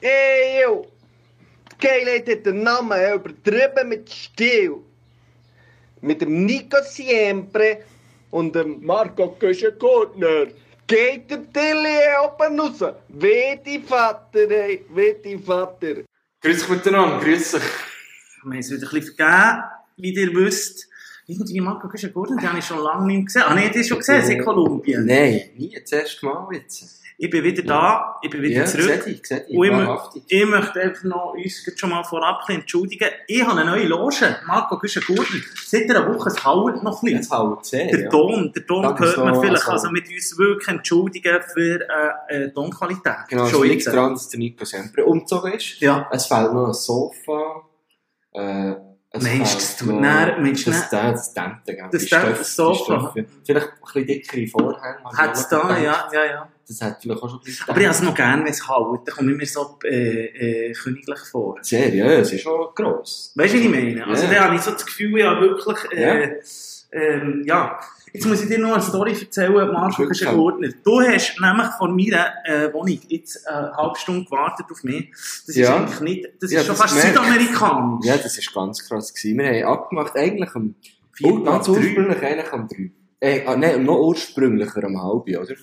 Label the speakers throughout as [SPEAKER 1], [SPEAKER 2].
[SPEAKER 1] Eeuw! Kayleigh hat den Namen übertrieben mit Stil. Mit dem Nico Siempre und dem Marco Köschen-Kortner. Geht der Tilly oben raus. Weh die Vater, ey. Weh die Vater.
[SPEAKER 2] Grüß dich miteinander, grüß dich.
[SPEAKER 3] Wir haben es wieder ein bisschen vergeben, wie ihr wisst. Irgendwie Marco Köschen-Kortner, den habe ich schon lange nicht mehr gesehen. Ah, nee, den hast du schon gesehen, seit Kolumbien.
[SPEAKER 2] Nein, nie, das erste Mal jetzt.
[SPEAKER 3] Ich bin wieder da, ich bin wieder
[SPEAKER 2] ja,
[SPEAKER 3] zurück.
[SPEAKER 2] sehe ich, sehe ich.
[SPEAKER 3] Und ich, mö-
[SPEAKER 2] wahrhaftig.
[SPEAKER 3] ich möchte einfach noch uns gleich schon mal vorab ein bisschen entschuldigen. Ich habe eine neue Loge. Marco Güschen-Gurten. Seit einer Woche es haut noch ein
[SPEAKER 2] Jetzt
[SPEAKER 3] bisschen.
[SPEAKER 2] halt sehr,
[SPEAKER 3] Der
[SPEAKER 2] ja.
[SPEAKER 3] Ton, der Ton
[SPEAKER 2] Danke,
[SPEAKER 3] hört man
[SPEAKER 2] so,
[SPEAKER 3] vielleicht.
[SPEAKER 2] also-
[SPEAKER 3] Also mit uns wirklich entschuldigen für äh, äh, Tonqualität.
[SPEAKER 2] Genau, es
[SPEAKER 3] Schon
[SPEAKER 2] liegt
[SPEAKER 3] jetzt.
[SPEAKER 2] daran, dass der Nico Sempre umgezogen ist.
[SPEAKER 3] Ja.
[SPEAKER 2] Es fehlt noch ein Sofa. Äh, es
[SPEAKER 3] Mensch,
[SPEAKER 2] fehlt
[SPEAKER 3] das tut
[SPEAKER 2] noch-
[SPEAKER 3] näher- Mensch,
[SPEAKER 2] das, das, das Dente, gell.
[SPEAKER 3] Das
[SPEAKER 2] Die
[SPEAKER 3] Dente,
[SPEAKER 2] Stoffe,
[SPEAKER 3] das
[SPEAKER 2] die
[SPEAKER 3] Sofa.
[SPEAKER 2] Stoffe. Vielleicht ein bisschen dickere Vorhänge. hab ich
[SPEAKER 3] Hat es
[SPEAKER 2] auch
[SPEAKER 3] da,
[SPEAKER 2] gedacht.
[SPEAKER 3] ja, ja, ja.
[SPEAKER 2] Das hat vielleicht auch schon ein bisschen
[SPEAKER 3] Aber ich
[SPEAKER 2] gedauert.
[SPEAKER 3] habe es noch gerne, wenn es haut. Da komme ich mir so äh, äh, königlich vor.
[SPEAKER 2] Sehr, ja, es ist schon gross.
[SPEAKER 3] Weißt du, wie ich meine? Also,
[SPEAKER 2] Ja.
[SPEAKER 3] da habe ich so das Gefühl, ja, wirklich, äh, ähm, ja. Jetzt muss ich dir noch eine Story erzählen, Marco, du bist ein
[SPEAKER 2] Wirklich?
[SPEAKER 3] Ordner. Du hast nämlich von meiner äh, Wohnung jetzt äh, eine halbe Stunde gewartet auf mich. Das ist
[SPEAKER 2] Ja.
[SPEAKER 3] eigentlich nicht, das
[SPEAKER 2] Ja,
[SPEAKER 3] ist schon
[SPEAKER 2] das
[SPEAKER 3] fast
[SPEAKER 2] merkt.
[SPEAKER 3] südamerikanisch.
[SPEAKER 2] Ja, das war ganz krass. Gewesen. Wir haben abgemacht, eigentlich am,
[SPEAKER 3] Vier
[SPEAKER 2] oh, ganz
[SPEAKER 3] nach drei.
[SPEAKER 2] ursprünglich eigentlich am 3. Äh, ah, nein, noch ursprünglicher am halben, oder?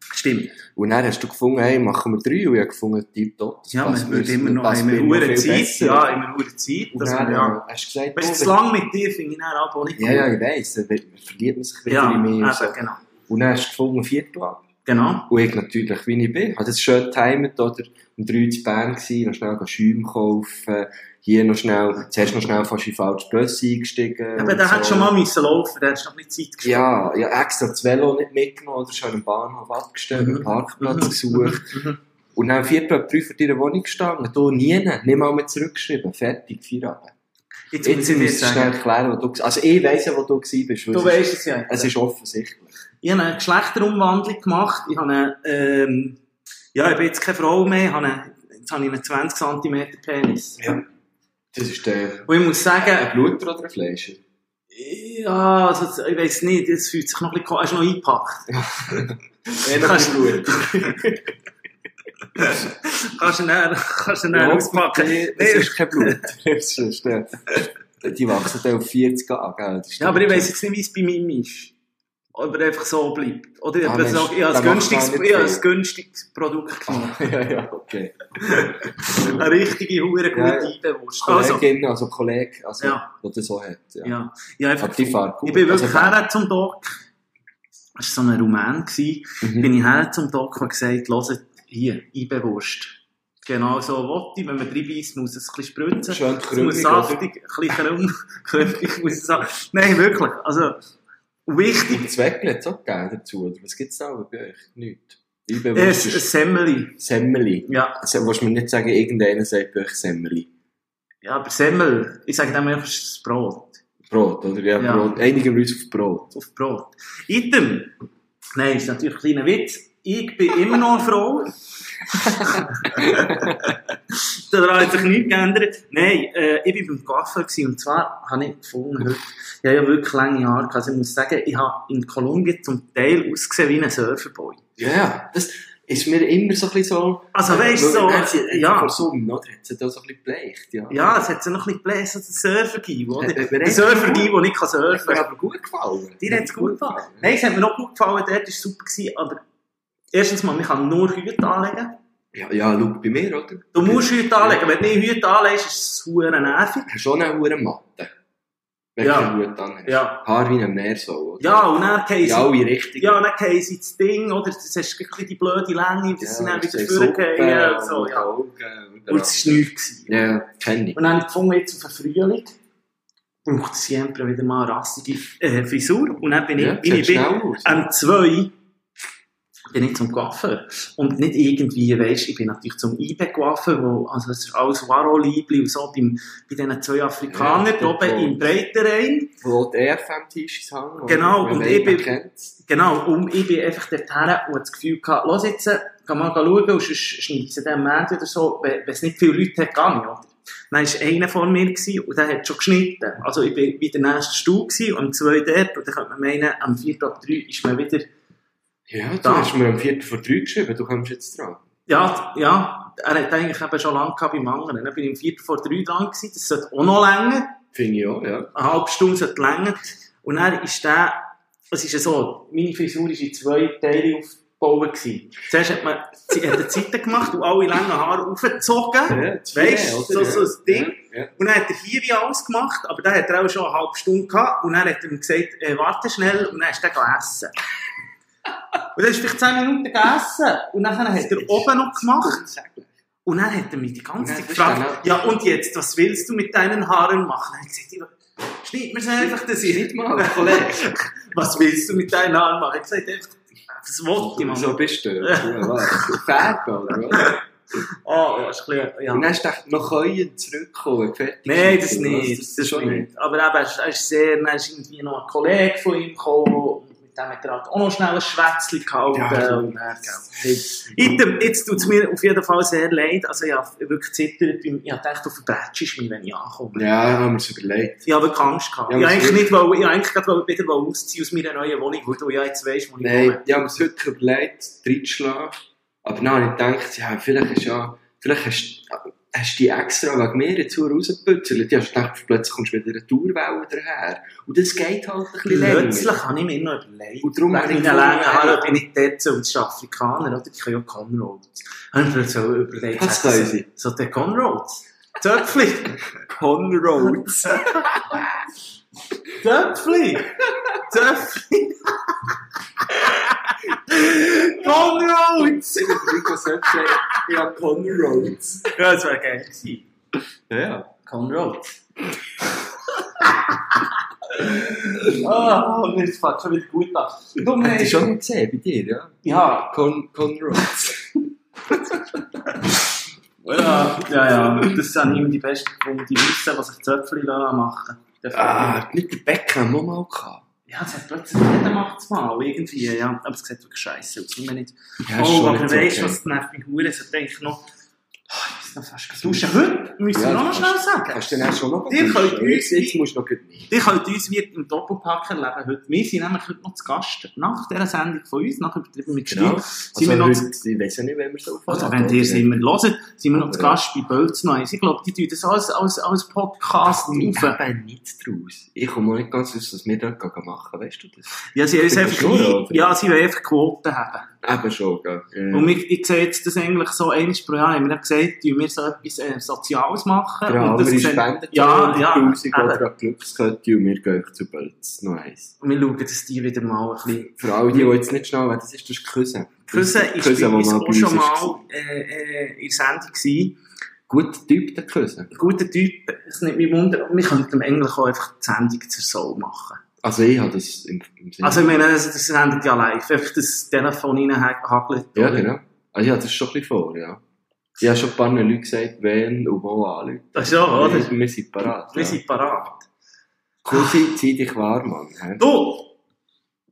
[SPEAKER 3] Stimmt.
[SPEAKER 2] Und dann hast du gefunden, hey, machen wir drei. Und ich habe gefunden, tipptopp. das
[SPEAKER 3] Ja,
[SPEAKER 2] passt
[SPEAKER 3] man wird
[SPEAKER 2] mir-
[SPEAKER 3] immer noch,
[SPEAKER 2] passt
[SPEAKER 3] haben wir
[SPEAKER 2] mir noch
[SPEAKER 3] eine
[SPEAKER 2] viel
[SPEAKER 3] Zeit.
[SPEAKER 2] besser.
[SPEAKER 3] Ja, immer eine Zeit.
[SPEAKER 2] Und
[SPEAKER 3] Dass
[SPEAKER 2] dann
[SPEAKER 3] man, ja.
[SPEAKER 2] äh, hast du gesagt,
[SPEAKER 3] Weißt du, zu
[SPEAKER 2] oh,
[SPEAKER 3] lang mit dir finde ich dann auch gar nicht
[SPEAKER 2] wenn- Ja, ja, ich weiss, dann wird- verliert man sich wieder
[SPEAKER 3] Ja, ah,
[SPEAKER 2] in mir.
[SPEAKER 3] eben,
[SPEAKER 2] Und, so.
[SPEAKER 3] genau.
[SPEAKER 2] und dann hast du gefunden, Viertel ab.
[SPEAKER 3] Genau.
[SPEAKER 2] Und ich natürlich, wie ich bin, habe das schön getimt, oder? Um drei zu Bern gewesen, noch schnell Schäume kaufen, nou hier noch schnell, zuerst noch schnell fast in falsche Böse eingestiegen.
[SPEAKER 3] Aber
[SPEAKER 2] und
[SPEAKER 3] der hat
[SPEAKER 2] so.
[SPEAKER 3] schon mal müssen laufen, der hat noch nicht Zeit gehabt.
[SPEAKER 2] Ja, ja, extra das Velo nicht mitgenommen, oder? Schon am Bahnhof abgestellt,
[SPEAKER 3] Mhm.
[SPEAKER 2] einen Parkplatz
[SPEAKER 3] Mhm.
[SPEAKER 2] gesucht. Und dann Viertel ab drei vor deiner Wohnung gestanden, hier nie, nicht mal mehr zurückgeschrieben, fertig, Feierabend.
[SPEAKER 3] Jetzt,
[SPEAKER 2] Jetzt
[SPEAKER 3] muss ich dir
[SPEAKER 2] müssen wir
[SPEAKER 3] sagen.
[SPEAKER 2] schnell klären, wo du warst. Also ich weiss ja, wo du warst. weil
[SPEAKER 3] Du
[SPEAKER 2] es ist-
[SPEAKER 3] weißt es ja.
[SPEAKER 2] Es ist offensichtlich.
[SPEAKER 3] Ich habe eine Geschlechterumwandlung gemacht. Ich habe eine, ähm, ja, ich bin jetzt keine Frau mehr. Ich habe eine, jetzt habe ich einen 20 cm Penis.
[SPEAKER 2] Ja. Das ist der,
[SPEAKER 3] Und ich muss
[SPEAKER 2] ein
[SPEAKER 3] sagen,
[SPEAKER 2] Bluter oder ein Fleischer?
[SPEAKER 3] ja, also, ich weiß nicht, es fühlt sich noch ein bisschen, ko- es ist noch eingepackt.
[SPEAKER 2] Kannst du
[SPEAKER 3] Kannst du ihn dann, kannst du ihn dann auspacken?
[SPEAKER 2] Es ist kein Blut. Es ist, äh, die wachsen dann auf 40 an, gell? Das ist
[SPEAKER 3] Ja, aber ich
[SPEAKER 2] doch-
[SPEAKER 3] weiß jetzt nicht, wie es bei mir ist. Ob er einfach so bleibt. Oder ich
[SPEAKER 2] Ah,
[SPEAKER 3] habe
[SPEAKER 2] Mensch,
[SPEAKER 3] gesagt, ich habe ein
[SPEAKER 2] der macht
[SPEAKER 3] günstiges,
[SPEAKER 2] gar nicht
[SPEAKER 3] ich habe ein
[SPEAKER 2] viel. Ah.
[SPEAKER 3] günstiges Produkt genommen.
[SPEAKER 2] ja, ja, okay.
[SPEAKER 3] Eine richtige, hure
[SPEAKER 2] Ja,
[SPEAKER 3] gute Einbewusst. Also,
[SPEAKER 2] Kollegin, also Kollege, also,
[SPEAKER 3] Ja.
[SPEAKER 2] der das so hat. Ja.
[SPEAKER 3] ja. Ich habe einfach
[SPEAKER 2] Aber die fahren gut.
[SPEAKER 3] Ich bin wirklich
[SPEAKER 2] Also,
[SPEAKER 3] her zum Doc. Das war so ein Rumän. gsi.
[SPEAKER 2] Mhm.
[SPEAKER 3] Bin ich her zum Doc und gesagt, hört, hier, einbewusst. Genau so will ich. Wenn man drin ist, muss es ein bisschen spritzen.
[SPEAKER 2] Schön
[SPEAKER 3] Es muss
[SPEAKER 2] krümmig, oder?
[SPEAKER 3] saftig, ein bisschen krumm, krümmig muss es sein. Nein, wirklich. Also,
[SPEAKER 2] Und
[SPEAKER 3] wichtig.
[SPEAKER 2] Zweckli hat es auch gegeben dazu, oder? Was gibt's da aber bei euch? Nichts. Ich bin
[SPEAKER 3] Es ist ein Semmeli.
[SPEAKER 2] Semmeli.
[SPEAKER 3] Ja.
[SPEAKER 2] Also, willst du mir nicht sagen, irgendeiner sagt bei euch Semmeli?
[SPEAKER 3] ja, aber Semmel, ich sage dem einfach, es ist das Brot.
[SPEAKER 2] Brot, oder? Ja,
[SPEAKER 3] Ja.
[SPEAKER 2] Brot. Einigen wir uns auf Brot.
[SPEAKER 3] Auf Brot. Item. Nein, ist natürlich ein kleiner Witz. Ich bin immer noch eine Frau. Daran hat sich nichts geändert. Nein, äh, ich war beim Kaffee gewesen, und zwar habe ich gefunden heute, ich habe ja wirklich lange Haare gehabt. Also ich muss sagen, ich habe in Kolumbien zum Teil ausgesehen wie ein Surferboy.
[SPEAKER 2] Ja, ja, das ist mir immer so ein bisschen so.
[SPEAKER 3] Also weißt du, so,
[SPEAKER 2] Weil, jetzt- jetzt
[SPEAKER 3] ja.
[SPEAKER 2] Vor Sonne, oder? Jetzt hat er so ein bisschen bleicht, ja.
[SPEAKER 3] Ja, es hat so noch ein bisschen gebläst, dass es einen Surfer gibt, oder?
[SPEAKER 2] Hat- hat mir
[SPEAKER 3] Ein
[SPEAKER 2] echt
[SPEAKER 3] Surfer
[SPEAKER 2] gut-
[SPEAKER 3] gibt, der nicht surfen
[SPEAKER 2] Hat mir
[SPEAKER 3] kann.
[SPEAKER 2] aber gut gefallen.
[SPEAKER 3] Dir hat es gut gefallen. Nein, es hat mir noch gut gefallen, dort war es super, gewesen, aber erstens mal, man kann nur Hüte anlegen.
[SPEAKER 2] Ja, ja, schau bei mir, oder?
[SPEAKER 3] Du musst Hüte anlegen. Wenn du nicht Hüte anlegst, ist es hure nervig.
[SPEAKER 2] Hast schon eine hohe Matte. Wenn
[SPEAKER 3] Ja.
[SPEAKER 2] du einen Hut an hast.
[SPEAKER 3] Ja.
[SPEAKER 2] Haar wie ein Meer so, oder?
[SPEAKER 3] Ja, und dann fallen
[SPEAKER 2] Ja,
[SPEAKER 3] sie,
[SPEAKER 2] alle richtig.
[SPEAKER 3] ja, und dann fallen sie das Ding, oder? Das hast du gleich die blöde Länge, das sind dann wieder vorgehen und so, eh,
[SPEAKER 2] eh,
[SPEAKER 3] ja. Und es war nichts. gewesen.
[SPEAKER 2] Ja, kenne ich.
[SPEAKER 3] Genau. Und dann habe ich gefunden, jetzt auf den Frühling braucht es Siempre wieder mal eine rassige äh, Frisur. Und dann bin ich,
[SPEAKER 2] Ja,
[SPEAKER 3] bin ich,
[SPEAKER 2] sieht
[SPEAKER 3] bin,
[SPEAKER 2] schnell aus.
[SPEAKER 3] am 2 bin ich zum Coiffeur. Und nicht irgendwie, weisst, ich bin natürlich zum Ibe Coiffeur, wo, also es ist alles Waro-Liebli und so, beim, bei diesen zwei Afrikanern,
[SPEAKER 2] Ja,
[SPEAKER 3] ja, oben
[SPEAKER 2] dort, wo-
[SPEAKER 3] im Breiterein.
[SPEAKER 2] Wo die EFM-T-Shirts haben.
[SPEAKER 3] Genau, und ich bin-
[SPEAKER 2] Kennt's.
[SPEAKER 3] Genau, und ich bin einfach dorthin und das Gefühl gehabt, los jetzt, äh, geh mal schauen, und sonst schneidest es dann am Montag oder so, wenn wenn es nicht viele Leute hat, gehe ich, oder? Dann war einer vor mir gewesen, und der hat schon geschnitten. Also ich war wie der nächste Stuhl gewesen, am zwei dort, und dann könnte man meinen, am 4. ab 3 ist man wieder,
[SPEAKER 2] Ja, du
[SPEAKER 3] Da.
[SPEAKER 2] hast mir am 4. vor 3 geschrieben, du kommst jetzt dran.
[SPEAKER 3] ja, ja, ja, er hat eigentlich eben schon lange gehabt beim anderen. Dann bin ich um Viertel vor drei dran gewesen. Das sollte auch noch länger.
[SPEAKER 2] Finde ich auch, ja.
[SPEAKER 3] Eine halbe Stunde sollte länger. Und dann ist der, es ist ja so, meine Frisur war in zwei Teile aufgebaut. gewesen. Zuerst hat man, sie hat eine Seite gemacht und alle langen Haare aufgezogen.
[SPEAKER 2] ja
[SPEAKER 3] Weißt du, so,
[SPEAKER 2] oder?
[SPEAKER 3] so ein Ding.
[SPEAKER 2] Ja, ja.
[SPEAKER 3] Und dann hat er hier wie alles gemacht, aber dann hat er auch schon eine halbe Stunde gehabt. Und dann hat er ihm gesagt, äh, warte schnell, und dann ist er gegangen essen. Und dann ist vielleicht 10 Minuten gegessen. Und dann hat er oben noch gemacht. Und dann hat er mich die ganze
[SPEAKER 2] Ja,
[SPEAKER 3] Zeit
[SPEAKER 2] das ist
[SPEAKER 3] gefragt,
[SPEAKER 2] ja
[SPEAKER 3] ja und jetzt, was willst du mit deinen Haaren machen? Dann hat er gesagt, "Ich- schneid mir sie einfach das
[SPEAKER 2] Nicht mal, Kollege.
[SPEAKER 3] Was willst du mit deinen Haaren machen? Ich gesagt, einfach, das wollte ich machen.
[SPEAKER 2] so bist du. Ja, was? Fährt, oder? was? ah,
[SPEAKER 3] Oh, ja, ist ein bisschen, ja.
[SPEAKER 2] Und dann hast du gedacht, wir können zurückkommen. Fertig.
[SPEAKER 3] Nein, das
[SPEAKER 2] Was?
[SPEAKER 3] nicht.
[SPEAKER 2] Das
[SPEAKER 3] Das,
[SPEAKER 2] ist schon nicht.
[SPEAKER 3] nicht. Aber eben, er ist- er ist sehr, dann ist irgendwie noch ein Kollege von ihm gekommen, mit dem hat er halt auch noch schnell ein Schwätzchen gehalten.
[SPEAKER 2] Ja,
[SPEAKER 3] und dann, gell. Item, jetzt tut es mir auf jeden Fall sehr leid. Also, ich habe wirklich zittert. beim- Ich habe gedacht, du verbrätschst mich, wenn ich ankomme.
[SPEAKER 2] Ja, wir haben uns überlegt.
[SPEAKER 3] Ich habe wirklich Angst gehabt.
[SPEAKER 2] Ja,
[SPEAKER 3] ich
[SPEAKER 2] aber
[SPEAKER 3] habe
[SPEAKER 2] es
[SPEAKER 3] eigentlich nicht wollen, ich habe eigentlich gerade wollen- wieder wollen ausziehen aus meiner neuen Wohnung, weil du ja jetzt weißt, wo ich
[SPEAKER 2] Nein,
[SPEAKER 3] wohne.
[SPEAKER 2] ich habe mir wirklich überlegt, reinzuschlagen. Aber dann habe ich gedacht, ja, vielleicht, ist ja, vielleicht hast, hast du die extra wegen mir jetzt so rausgeputzelt. Ich habe gedacht, plötzlich kommst du mit einer Tourwelle daher. Und das geht halt ein bisschen länger.
[SPEAKER 3] Plötzlich habe ich mir noch überlegt,
[SPEAKER 2] Und darum
[SPEAKER 3] nach
[SPEAKER 2] habe ich
[SPEAKER 3] meinen langen Haaren bin ich dort und die Afrikaner, oder? Die können ja Conroads. Habe ich mir so überlegt,
[SPEAKER 2] Was
[SPEAKER 3] sag ich
[SPEAKER 2] können
[SPEAKER 3] so-
[SPEAKER 2] sie?
[SPEAKER 3] So der Conroads. Töpfli. Conroads. Töpfli. Töpfli. Conroads.
[SPEAKER 2] Ich bin Rico Söpfle, ich habe Conroads.
[SPEAKER 3] Ja, das wäre geil gewesen.
[SPEAKER 2] Ja.
[SPEAKER 3] Conroads. Ah, mir fängt schon wieder gut an. Du,
[SPEAKER 2] Hast du
[SPEAKER 3] meinst,
[SPEAKER 2] schon gesehen bei dir, ja?
[SPEAKER 3] ja,
[SPEAKER 2] Con Conroads.
[SPEAKER 3] Ja, ja, ja. Das sind immer die besten gefunden. Die wissen, was ich Zöpfchen machen lasse.
[SPEAKER 2] Ah, nicht der Beckham, auch mal gehabt.
[SPEAKER 3] Ja, das hat plötzlich jeder macht es mal. Irgendwie, ja. Aber es sieht wirklich scheiße aus. Ich meine nicht.
[SPEAKER 2] Ja, ist
[SPEAKER 3] oh,
[SPEAKER 2] schon
[SPEAKER 3] aber
[SPEAKER 2] nicht
[SPEAKER 3] weißt
[SPEAKER 2] so
[SPEAKER 3] du,
[SPEAKER 2] okay.
[SPEAKER 3] was nervt mich Huren? Es hat eigentlich noch. Oh, ich muss noch fast gehen duschen. Heute müssen
[SPEAKER 2] Ja,
[SPEAKER 3] wir noch mal
[SPEAKER 2] das
[SPEAKER 3] schnell sagen.
[SPEAKER 2] Hast du denn auch schon noch
[SPEAKER 3] Ihr könnt uns-
[SPEAKER 2] Jetzt, jetzt musst du noch gut nicht.
[SPEAKER 3] Ihr könnt uns wie im Doppelpack erleben heute. Wir sind nämlich heute noch zu Gast nach dieser Sendung von uns, nach übertrieben mit Stil. Sind wir
[SPEAKER 2] Also,
[SPEAKER 3] noch
[SPEAKER 2] heute,
[SPEAKER 3] zu-
[SPEAKER 2] ich weiß ja nicht, wenn wir so
[SPEAKER 3] Oder Also, wenn ihr es immer hört, sind wir noch zu
[SPEAKER 2] Ja.
[SPEAKER 3] Gast bei Bölz noch. Ich glaube, die tun das als, als, als Podcast
[SPEAKER 2] Ich
[SPEAKER 3] rauf.
[SPEAKER 2] eben nicht draus. Ich komme auch nicht ganz aus, was wir dort gehen machen, weißt du das?
[SPEAKER 3] Ja, sie ist
[SPEAKER 2] Finde
[SPEAKER 3] einfach
[SPEAKER 2] ich schon,
[SPEAKER 3] ein,
[SPEAKER 2] oder?
[SPEAKER 3] ja, sie will einfach Quoten haben.
[SPEAKER 2] Eben schon, gell. Ja.
[SPEAKER 3] Und ich, ich sehe jetzt das eigentlich so, einmal pro Jahr haben wir gesagt, dass wir so etwas äh, Soziales machen.
[SPEAKER 2] ja,
[SPEAKER 3] und
[SPEAKER 2] aber
[SPEAKER 3] das
[SPEAKER 2] ich
[SPEAKER 3] sehen-
[SPEAKER 2] spende
[SPEAKER 3] Ja, ja,
[SPEAKER 2] 1000
[SPEAKER 3] eben.
[SPEAKER 2] oder an Glückskötti und wir gehen euch zu Bölz. Noch eins.
[SPEAKER 3] Und wir schauen, dass die wieder mal ein bisschen...
[SPEAKER 2] Für alle, die, die jetzt nicht schnell wissen, das ist das Küssen.
[SPEAKER 3] Küssen ist
[SPEAKER 2] Küssen,
[SPEAKER 3] bei
[SPEAKER 2] wo
[SPEAKER 3] uns
[SPEAKER 2] mal
[SPEAKER 3] auch
[SPEAKER 2] bei
[SPEAKER 3] schon
[SPEAKER 2] uns ist.
[SPEAKER 3] mal äh, äh, in der Sendung gewesen.
[SPEAKER 2] Guter Typ, der Küssen.
[SPEAKER 3] Ein guter Typ, es nimmt mich wunder, wir könnten ihm eigentlich auch einfach die Sendung zur Soul machen.
[SPEAKER 2] Also ich habe das im, im Sinn.
[SPEAKER 3] Also ich meine, das das sendet ja live, einfach das Telefon reinhagelt.
[SPEAKER 2] ja,
[SPEAKER 3] oder?
[SPEAKER 2] genau. Also ich habe das schon ein bisschen vor, ja. Ich habe schon ein paar Leute gesagt, wen und wo anrufen.
[SPEAKER 3] Das ist ja, oder?
[SPEAKER 2] Wir, wir sind parat.
[SPEAKER 3] Wir
[SPEAKER 2] ja.
[SPEAKER 3] sind parat.
[SPEAKER 2] Kusi, zieh dich warm, Mann. hä?
[SPEAKER 3] Du!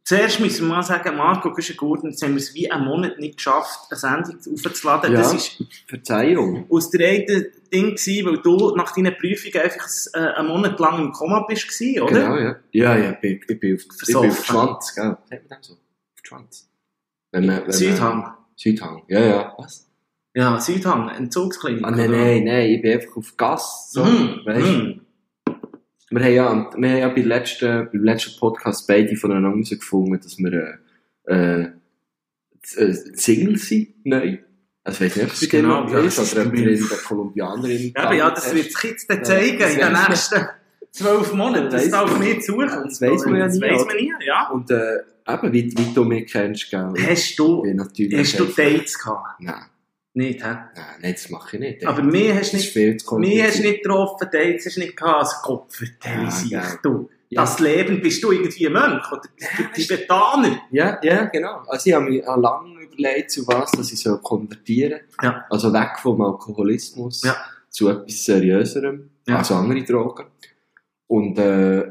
[SPEAKER 3] Zuerst müssen wir mal sagen, Marco, du gut, jetzt haben wir es wie einen Monat nicht geschafft, eine Sendung aufzuladen.
[SPEAKER 2] Ja.
[SPEAKER 3] Das war
[SPEAKER 2] Verzeihung.
[SPEAKER 3] aus der einen Ding, gewesen, weil du nach deinen Prüfungen einfach äh, einen Monat lang im Koma bist, gewesen, oder?
[SPEAKER 2] Genau, ja. Ja, ja, ich bin, ich bin auf, ich bin auf den
[SPEAKER 3] Versoffen.
[SPEAKER 2] Schwanz, gell. Sagt man dem so? Auf den Schwanz. Wenn man, wenn man-
[SPEAKER 3] Südhang.
[SPEAKER 2] Südhang, ja, ja. Was?
[SPEAKER 3] Ja, Südhang, Entzugsklinik.
[SPEAKER 2] Ah, nein,
[SPEAKER 3] oder?
[SPEAKER 2] nein, nein, ich bin einfach auf Gas. So,
[SPEAKER 3] Mhm.
[SPEAKER 2] weißt du?
[SPEAKER 3] Mhm.
[SPEAKER 2] Wir haben ja, am- wir haben ja beim, letzten, beim letzten Podcast beide voneinander herausgefunden, dass wir äh, äh, s- äh, Single sind, neu. Also, ich weiß nicht, ob es bei dir
[SPEAKER 3] Genau,
[SPEAKER 2] noch
[SPEAKER 3] ja,
[SPEAKER 2] ist,
[SPEAKER 3] das
[SPEAKER 2] oder ob
[SPEAKER 3] stimmt.
[SPEAKER 2] du irgendeine Kolumbianerin
[SPEAKER 3] Ja, aber ja, das wird sich jetzt dann zeigen
[SPEAKER 2] das
[SPEAKER 3] in
[SPEAKER 2] weiss
[SPEAKER 3] den
[SPEAKER 2] man.
[SPEAKER 3] nächsten zwölf Monaten. Das
[SPEAKER 2] Das weiss
[SPEAKER 3] darf
[SPEAKER 2] man.
[SPEAKER 3] nicht suchen.
[SPEAKER 2] Das weiss man ja
[SPEAKER 3] Das
[SPEAKER 2] nie,
[SPEAKER 3] weiss
[SPEAKER 2] oder?
[SPEAKER 3] man nie, ja.
[SPEAKER 2] Und äh, eben, wie, wie du mich kennst, gell?
[SPEAKER 3] Hast
[SPEAKER 2] Ich
[SPEAKER 3] du,
[SPEAKER 2] bin natürlich.
[SPEAKER 3] hast du
[SPEAKER 2] einfach-
[SPEAKER 3] Dates gehabt?
[SPEAKER 2] Nein,
[SPEAKER 3] Nicht, hä?
[SPEAKER 2] nein, nein, das mache ich nicht.
[SPEAKER 3] Aber mir hast
[SPEAKER 2] das
[SPEAKER 3] du
[SPEAKER 2] ist
[SPEAKER 3] nicht
[SPEAKER 2] viel zu
[SPEAKER 3] Mir
[SPEAKER 2] kompliziert.
[SPEAKER 3] hast du nicht getroffen, Dates hast du nicht gehabt, also Gott verteile
[SPEAKER 2] Ja,
[SPEAKER 3] sich,
[SPEAKER 2] gell.
[SPEAKER 3] du.
[SPEAKER 2] Ja.
[SPEAKER 3] Das Leben, bist du irgendwie ein Mönch oder bist du
[SPEAKER 2] Ja,
[SPEAKER 3] Tibetaner?
[SPEAKER 2] Ja, ja, genau. Also ich habe mir auch lange überlegt, zu was dass ich so konvertieren soll.
[SPEAKER 3] Ja.
[SPEAKER 2] Also weg vom Alkoholismus
[SPEAKER 3] Ja.
[SPEAKER 2] zu etwas Seriöserem,
[SPEAKER 3] Ja.
[SPEAKER 2] also andere Drogen. Und äh,